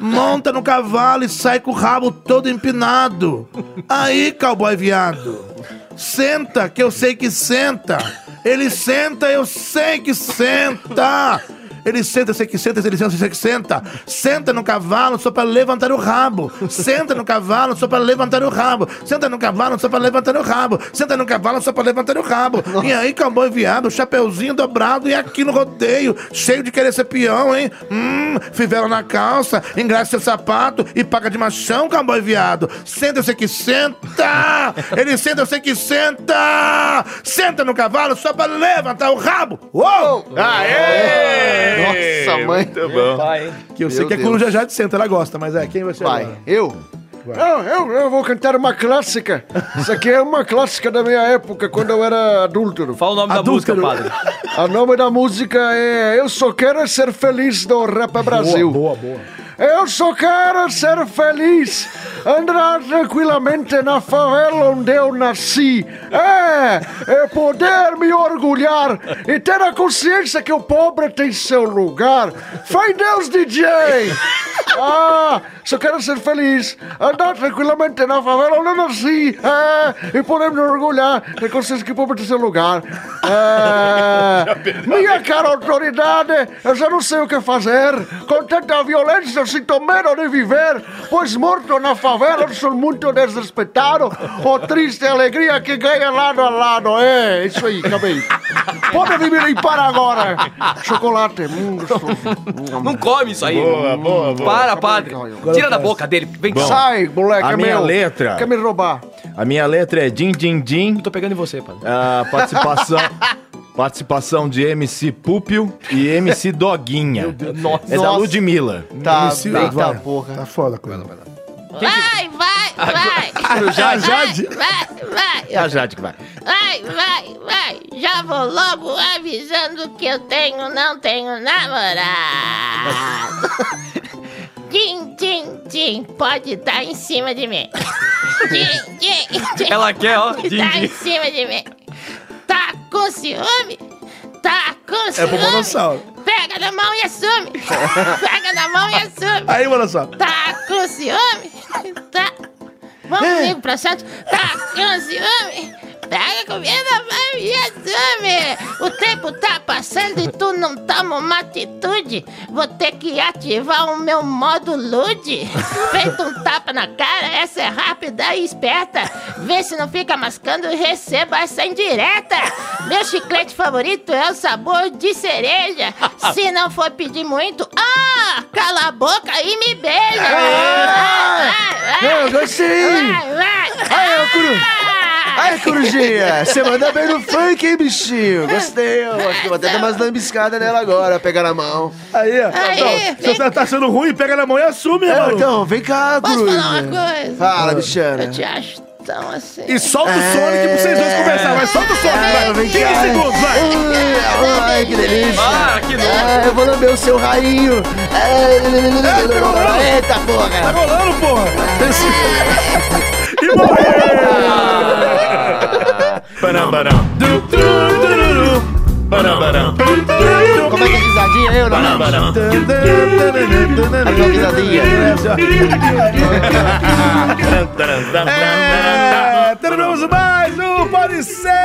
S4: Monta no cavalo e sai com o rabo todo empinado. Aí, cowboy viado. Senta, que eu sei que senta. Ele senta, eu sei que senta. Ele senta, eu sei que senta, ele senta, eu sei que senta. Senta no cavalo só pra levantar o rabo. Senta no cavalo só pra levantar o rabo. Senta no cavalo só pra levantar o rabo. Senta no cavalo só pra levantar o rabo. E aí, cowboy viado, chapeuzinho dobrado e aqui no rodeio, cheio de querer ser peão, hein? Hum, fivela na calça, engraça seu sapato e paga de machão, cowboy viado. Senta, eu sei que senta. Ele senta, eu sei que senta. Senta no cavalo só pra levantar o rabo. Uou!
S6: Aê! Nossa, mãe. Muito bom.
S4: Que eu sei que é Coruja Jade senta, ela gosta, mas é, quem vai ser
S6: Vai,
S4: agora?
S6: eu?
S12: Não, eu, eu vou cantar uma clássica. Isso aqui é uma clássica da minha época, quando eu era adúltero. Fala o nome
S5: Adúltero. música,
S12: O nome da música é Eu Só Quero Ser Feliz do Rapa Brasil.
S4: Boa, boa.
S12: Eu só quero ser feliz, andar tranquilamente na favela onde eu nasci. É, é poder me orgulhar e ter a consciência que o pobre tem seu lugar. Foi Deus, DJ! Ah, só quero ser feliz, andar tranquilamente na favela onde eu nasci. É, e poder me orgulhar, ter consciência que o pobre tem seu lugar. É, minha cara autoridade, eu já não sei o que fazer. Com tanta violência, eu sinto medo de viver, pois morto na favela, eu sou muito desrespeitado. O triste alegria que ganha lado a lado. É, isso aí, acabei. Pode vir me limpar agora. Chocolate, hum, gostoso.
S5: Não come isso aí. Hum,
S12: Boa, boa, boa.
S5: Para, padre. Tira da boca dele. Vem cá.
S11: Bom,
S12: Sai, moleque,
S11: a
S12: é
S11: minha
S12: meu.
S11: letra.
S12: Quer me roubar?
S11: A minha letra é Din Din Din. Tô
S5: pegando em você, padre.
S4: Ah,
S11: A participação. Participação de MC Púpio e MC Doguinha. Meu Deus. É da
S6: Nossa.
S11: Ludmilla.
S6: Tá,
S11: MC,
S6: eita
S11: vai.
S6: porra.
S4: Tá foda, coisa.
S10: Vai, vai, vai.
S11: Agora- Ah, Jade, Jade.
S10: Vai, vai,
S11: É a Jade que vai.
S10: vai, vai, vai. Já vou logo avisando que eu tenho, não tenho namorado. Tim, tim, tim, pode dar em cima de mim. Tim, tim, tim.
S5: Ela quer, ó.
S10: Pode
S5: Din,
S10: dar
S5: din.
S10: em cima de mim. Tá com ciúme? Tá com
S4: É pro
S10: ciúme?
S4: Monossauro.
S10: Pega na mão e assume. Pega na mão e assume.
S4: Aí, Monossauro.
S10: Tá com ciúme? Tá. Vamos comigo pra chat? Tá com ciúme? Pega comida, vai e assume! O tempo tá passando e tu não toma uma atitude. Vou ter que ativar o meu modo lude. Feito um tapa na cara, essa é rápida e esperta. Vê se não fica mascando, receba essa indireta. Meu chiclete favorito é o sabor de cereja. Se não for pedir muito, ah, cala a boca e me beija. Ah,
S12: Eu gostei!
S10: Vai, vai. Ah!
S12: Ai, ô, curu... Ai, corujinha! Você manda bem no funk, hein, bichinho? Gostei, eu acho que eu vou até dar umas lambiscadas nela agora, pegar na mão.
S4: Aí, ó.
S10: Aí,
S4: Então, se você tá achando ruim, pega na mão e assume,
S6: É,
S4: irmão.
S12: Então, vem cá,
S10: Posso
S12: Coruja.
S10: falar uma coisa?
S12: Fala, bichana.
S10: Eu te acho tão assim.
S4: E solta o Sonic pra vocês dois conversar, vai, solta o Sonic, vai. 15 segundos, vai.
S12: Ai, ai, que delícia.
S5: Ah, que nojo.
S12: Ah, eu vou lamber o seu rainho. Ai, Eita, porra.
S4: Tá rolando, porra.
S12: Ah.
S11: Parambarão. Du, du, du, du, du. Parambarão.
S6: Como é que é a risadinha aí, ô
S11: Parambarão.
S6: Aquela risadinha.
S11: Taran, taran, taran, taran, taran.
S4: É, terminamos mais um Pode Ser!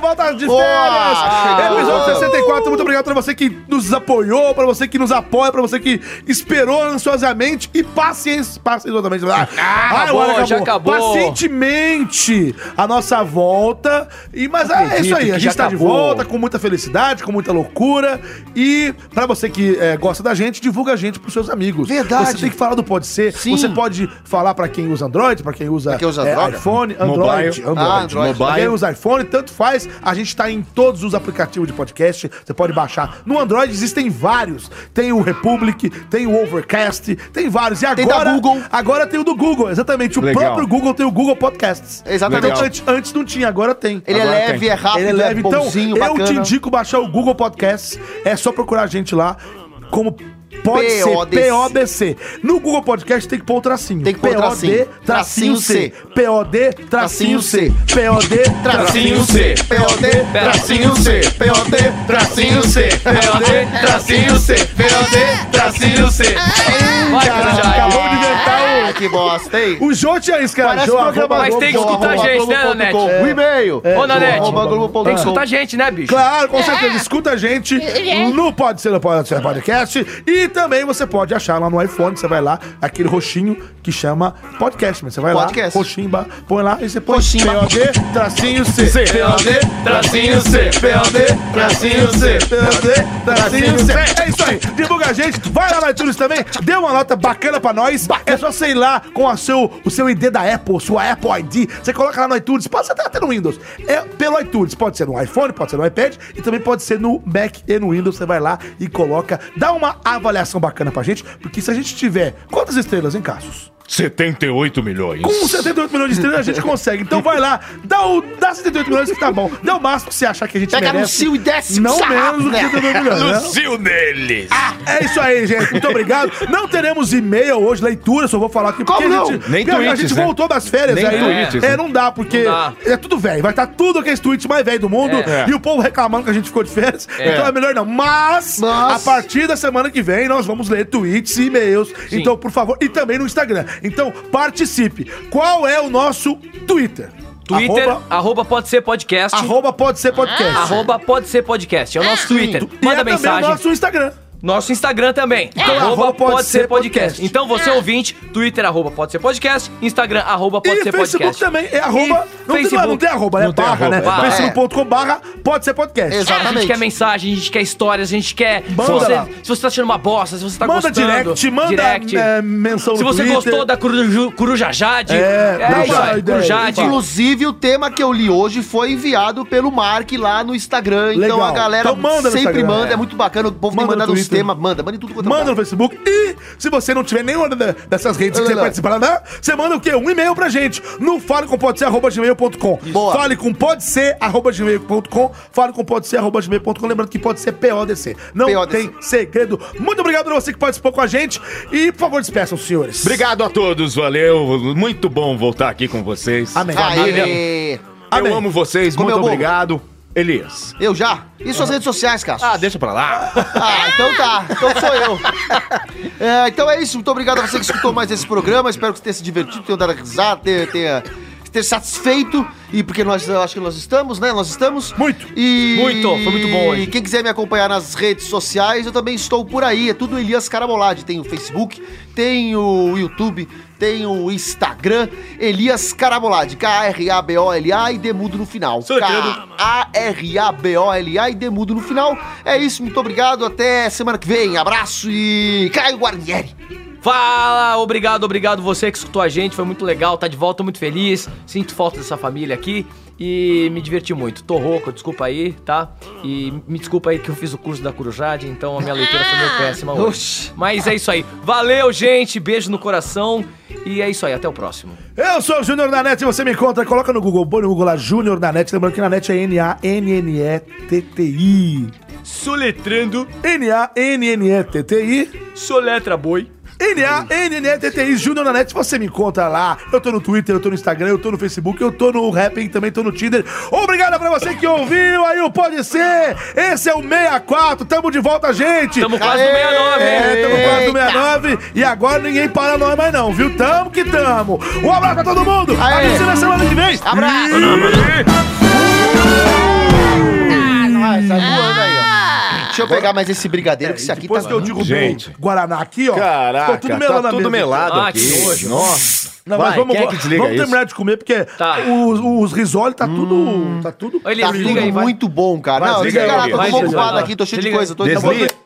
S4: Volta de
S6: Boa!
S4: férias!
S6: Chegou!
S4: Episódio 64. Muito obrigado pra você que nos apoiou, pra você que nos apoia, pra você que esperou ansiosamente e paciência. Pacientemente. Ah,
S5: acabou,
S4: agora
S5: já acabou.
S4: Pacientemente a nossa volta. E, mas é
S5: Acredito
S4: isso aí, a
S5: que
S4: gente
S5: já
S4: tá de
S5: acabou.
S4: volta com muita felicidade, com muita loucura. E pra você que é, gosta da gente, divulga a gente pros seus amigos.
S6: Verdade.
S4: Você tem que falar do Pode Ser.
S6: Sim.
S4: Você pode falar pra quem usa Android, pra quem usa,
S6: Pra quem usa
S4: é,
S6: droga?
S4: iPhone,
S6: Mobile.
S4: Android,
S6: Ah,
S4: Android.
S6: Android.
S4: Pra Quem usa iPhone, tanto faz. A gente tá em todos os aplicativos de podcast. Você pode baixar. No Android existem vários. Tem o Republic, tem o Overcast, tem vários. E
S6: Tem da
S4: agora, agora tem o do Google, exatamente. O
S6: Legal.
S4: próprio Google tem o Google Podcasts.
S6: Exatamente.
S4: Então, Antes, antes não tinha, agora tem.
S6: Ele é
S4: Agora
S6: leve, é rápido,
S4: Ele é leve.
S6: é
S4: Então,
S6: bonzinho,
S4: eu te
S6: bacana.
S4: indico baixar o Google Podcasts. É só procurar a gente lá como... Pode ser
S6: PODC.
S4: PODC. No Google Podcast tem que pôr o tracinho. Tem que
S6: pôr o tracinho.
S4: tracinho
S6: Tracinho
S4: C.
S6: C.
S4: POD tracinho C. POD tracinho C. POD tracinho C. POD tracinho C. POD tracinho C. POD tracinho C.
S6: É,
S4: Acabou de inventar o.
S6: Que bosta, hein?
S4: O Jô tinha isso, cara.
S6: Parece um
S4: Jô,
S6: programa
S4: arroba
S5: Mas tem que
S6: tá
S4: Globo,
S5: escutar a
S4: arroba
S5: gente, né,
S4: Globo
S5: Nanete?
S4: ponto com.
S5: É.
S6: O e-mail.
S5: Ô, Nanete,
S6: Arroba Globo.com.
S5: tem que escutar a gente, né, bicho?
S4: Claro, com certeza. Escuta a gente no Pode Ser, no Pode Ser Podcast. E também você pode achar lá no iPhone, você vai lá, aquele roxinho que chama podcast. Mas você vai
S6: Podcast.
S4: lá, roxinho, ba- põe lá e você põe
S6: Roxinho.
S4: POD, tracinho C.
S6: C.
S4: POD, tracinho C. POD, tracinho C. POD, tracinho C. É isso aí. Divulga a gente. Vai lá na iTunes também. Dê uma nota bacana pra nós. É só, sei lá, com a seu, o seu ID da Apple, sua Apple ID. Você coloca lá no iTunes. Pode ser até no Windows. É pelo iTunes. Pode ser no iPhone, pode ser no iPad e também pode ser no Mac e no Windows. Você vai lá e coloca. Dá uma avaliação bacana pra gente. Porque se a gente tiver... Quantas estrelas, hein, Cassius? Um
S11: 78 milhões.
S4: Com 78 milhões de estrelas a gente consegue. Então vai lá, dá, o, dá 78 milhões que tá bom. Dá o máximo que você achar que a gente
S6: Pega
S4: merece.
S6: Lucil e desce o
S4: Não
S6: sarrafo,
S4: menos do que
S6: né?
S4: 78 milhões. né?
S11: Lucil neles.
S4: É isso aí, gente. Muito obrigado. Não teremos e-mail hoje, leitura, só vou falar aqui.
S6: Como
S4: a
S6: não?
S4: gente,
S11: Nem
S4: porque a
S11: tweets,
S4: gente
S11: né?
S4: voltou das férias
S11: Nem
S4: aí.
S11: tweets,
S4: é,
S11: né?
S4: não dá, porque
S11: Não dá.
S4: é tudo velho. Vai estar tudo aqueles tweets mais velho do mundo.
S11: É.
S4: E o povo reclamando que a gente ficou de férias.
S11: É.
S4: Então é melhor não. Mas,
S6: Mas-
S4: a partir da semana que vem, nós vamos ler tweets e e-mails. Então, por favor, e também no Instagram. Então, participe. Qual é o nosso Twitter?
S5: Twitter,
S4: Arroba,
S5: arroba, pode ser podcast.
S4: arroba pode ser podcast.
S5: Arroba pode ser podcast. É o nosso Twitter.
S4: E
S5: Manda
S4: é também o
S5: mensagem.
S4: nosso Instagram.
S5: Nosso Instagram também.
S4: Então, arroba pode ser podcast. É.
S5: Então você ouvinte, Twitter arroba pode ser podcast, Instagram arroba pode
S4: E
S5: ser
S4: Facebook
S5: podcast.
S4: também é arroba.
S5: E
S4: Não tem,
S5: Facebook.
S4: não tem arroba, né?
S5: Não tem
S4: barra, né?
S5: arroba, é barra.
S4: Facebook.com barra pode ser podcast.
S5: A gente quer mensagem, a gente quer histórias, a gente quer.
S4: Manda
S5: se, você,
S4: lá.
S5: se você tá achando uma bosta, se você tá
S4: Manda
S5: gostando.
S4: direct, manda eh, menção
S5: Se
S4: no
S5: você
S4: Twitter.
S5: gostou da coruju- Coruja Jade,
S4: É, dá
S5: isso
S4: uma
S5: aí,
S4: ideia.
S5: Corujade.
S6: Inclusive, o tema que eu li hoje foi enviado pelo Mark lá no Instagram. Então
S4: Legal.
S6: a galera
S4: Então manda no
S6: sempre
S4: Instagram,
S6: manda.
S4: é.
S6: É muito bacana. O povo tem
S4: Manda no
S6: mandado uns
S4: Twitter.
S6: temas. Manda, manda em tudo quanto é
S4: Manda
S6: lugar.
S4: no Facebook. E se você não tiver nenhuma da- dessas redes que
S6: Não,
S4: você
S6: não.
S4: participar, né? você manda o quê? Um e-mail pra gente no falecompodser.gmail.com.
S6: Boa.
S4: Fale com pode ser, arroba gmail.com. Fale com pode ser, arroba gmail.com. Lembrando que pode ser PODC. Não
S6: PODC.
S4: tem segredo. Muito obrigado pra você que participou com a gente. E, por favor, despeçam, senhores.
S11: Obrigado a todos, valeu. Muito bom voltar aqui com vocês.
S4: Amém.
S11: Família,
S6: Aê.
S11: eu amo vocês,
S6: Comeu
S11: muito
S6: bolo?
S11: obrigado. Elias.
S6: Eu já? E suas redes sociais, Cássio?
S5: tá.
S11: Ah, deixa pra lá.
S6: Ah, então tá. Então sou eu. É, então é isso. Muito obrigado a você que escutou mais esse programa. Espero que você tenha se divertido, tenha dado risada, tenha, tenha, tenha satisfeito. E porque nós eu acho que nós estamos, né? Nós estamos.
S4: Muito.
S6: E...
S5: Muito. Foi muito bom hoje.
S6: E quem quiser me acompanhar nas redes sociais, eu também estou por aí. É tudo Elias Carabolade. Tem o Facebook, tem o YouTube, tem o Instagram. Elias Carabolade. K-A-R-A-B-O-L-A e demudo no final. K-A-R-A-B-O-L-A e demudo no final. É isso. Muito obrigado. Até semana que vem. Abraço e Caio Guarnieri.
S5: Fala, obrigado, obrigado você que escutou a gente, foi muito legal, tá de volta, tô muito feliz. Sinto falta dessa família aqui e me diverti muito. Tô rouco, desculpa aí, tá? E me desculpa aí que eu fiz o curso da Corujade, então a minha leitura foi meio péssima hoje. Mas é isso aí. Valeu, gente, beijo no coração e é isso aí, até o próximo.
S4: Eu sou o Júnior da NET, você me encontra, coloca no Google, põe no Google lá, Júnior da NET, lembrando que na NET é N-A-N-N-E-T-T-I.
S5: Soletrando,
S4: N-A-N-N-E-T-T-I.
S5: soletra boi.
S4: N-A-N-N-E-T-T-I Júnior na net, você me encontra lá. Eu tô no Twitter, eu tô no Instagram, eu tô no Facebook, eu tô no Rapping, também tô no Tinder. Obrigado pra você que ouviu aí o Pode Ser. Esse é o 64, tamo de volta, gente. Tamo
S5: quase no 69, hein?
S4: É, tamo quase no 69. E agora ninguém para nós mais não, viu? Tamo que tamo. Um abraço pra todo mundo. Aê. A na semana que vem. Abraço.
S6: Ah, nossa, voando aí, ó. Deixa eu pegar mais esse brigadeiro, que esse aqui
S4: É, Depois
S6: tá...
S4: que eu digo
S6: Gente.
S4: bom, Guaraná aqui, ó.
S6: Caraca,
S4: ficou
S6: tá
S4: na
S6: tudo
S4: mesa.
S6: melado
S5: Ah,
S6: aqui.
S4: Nossa. Não, mas
S6: Vai,
S4: vamos,
S6: quem é que desliga
S4: vamos
S6: isso?
S4: terminar de comer, porque os, os risole tá tudo. Tá tudo.
S6: tá tudo muito bom, cara.
S4: Vai,
S6: não,
S4: desliga
S6: desliga
S4: aí,
S6: lá,
S4: Gui.
S6: tô
S4: Vai,
S6: mó
S4: desliga.
S6: ocupado aqui, tô cheio de
S4: Desliga.
S6: coisa. Tô
S4: Desliga.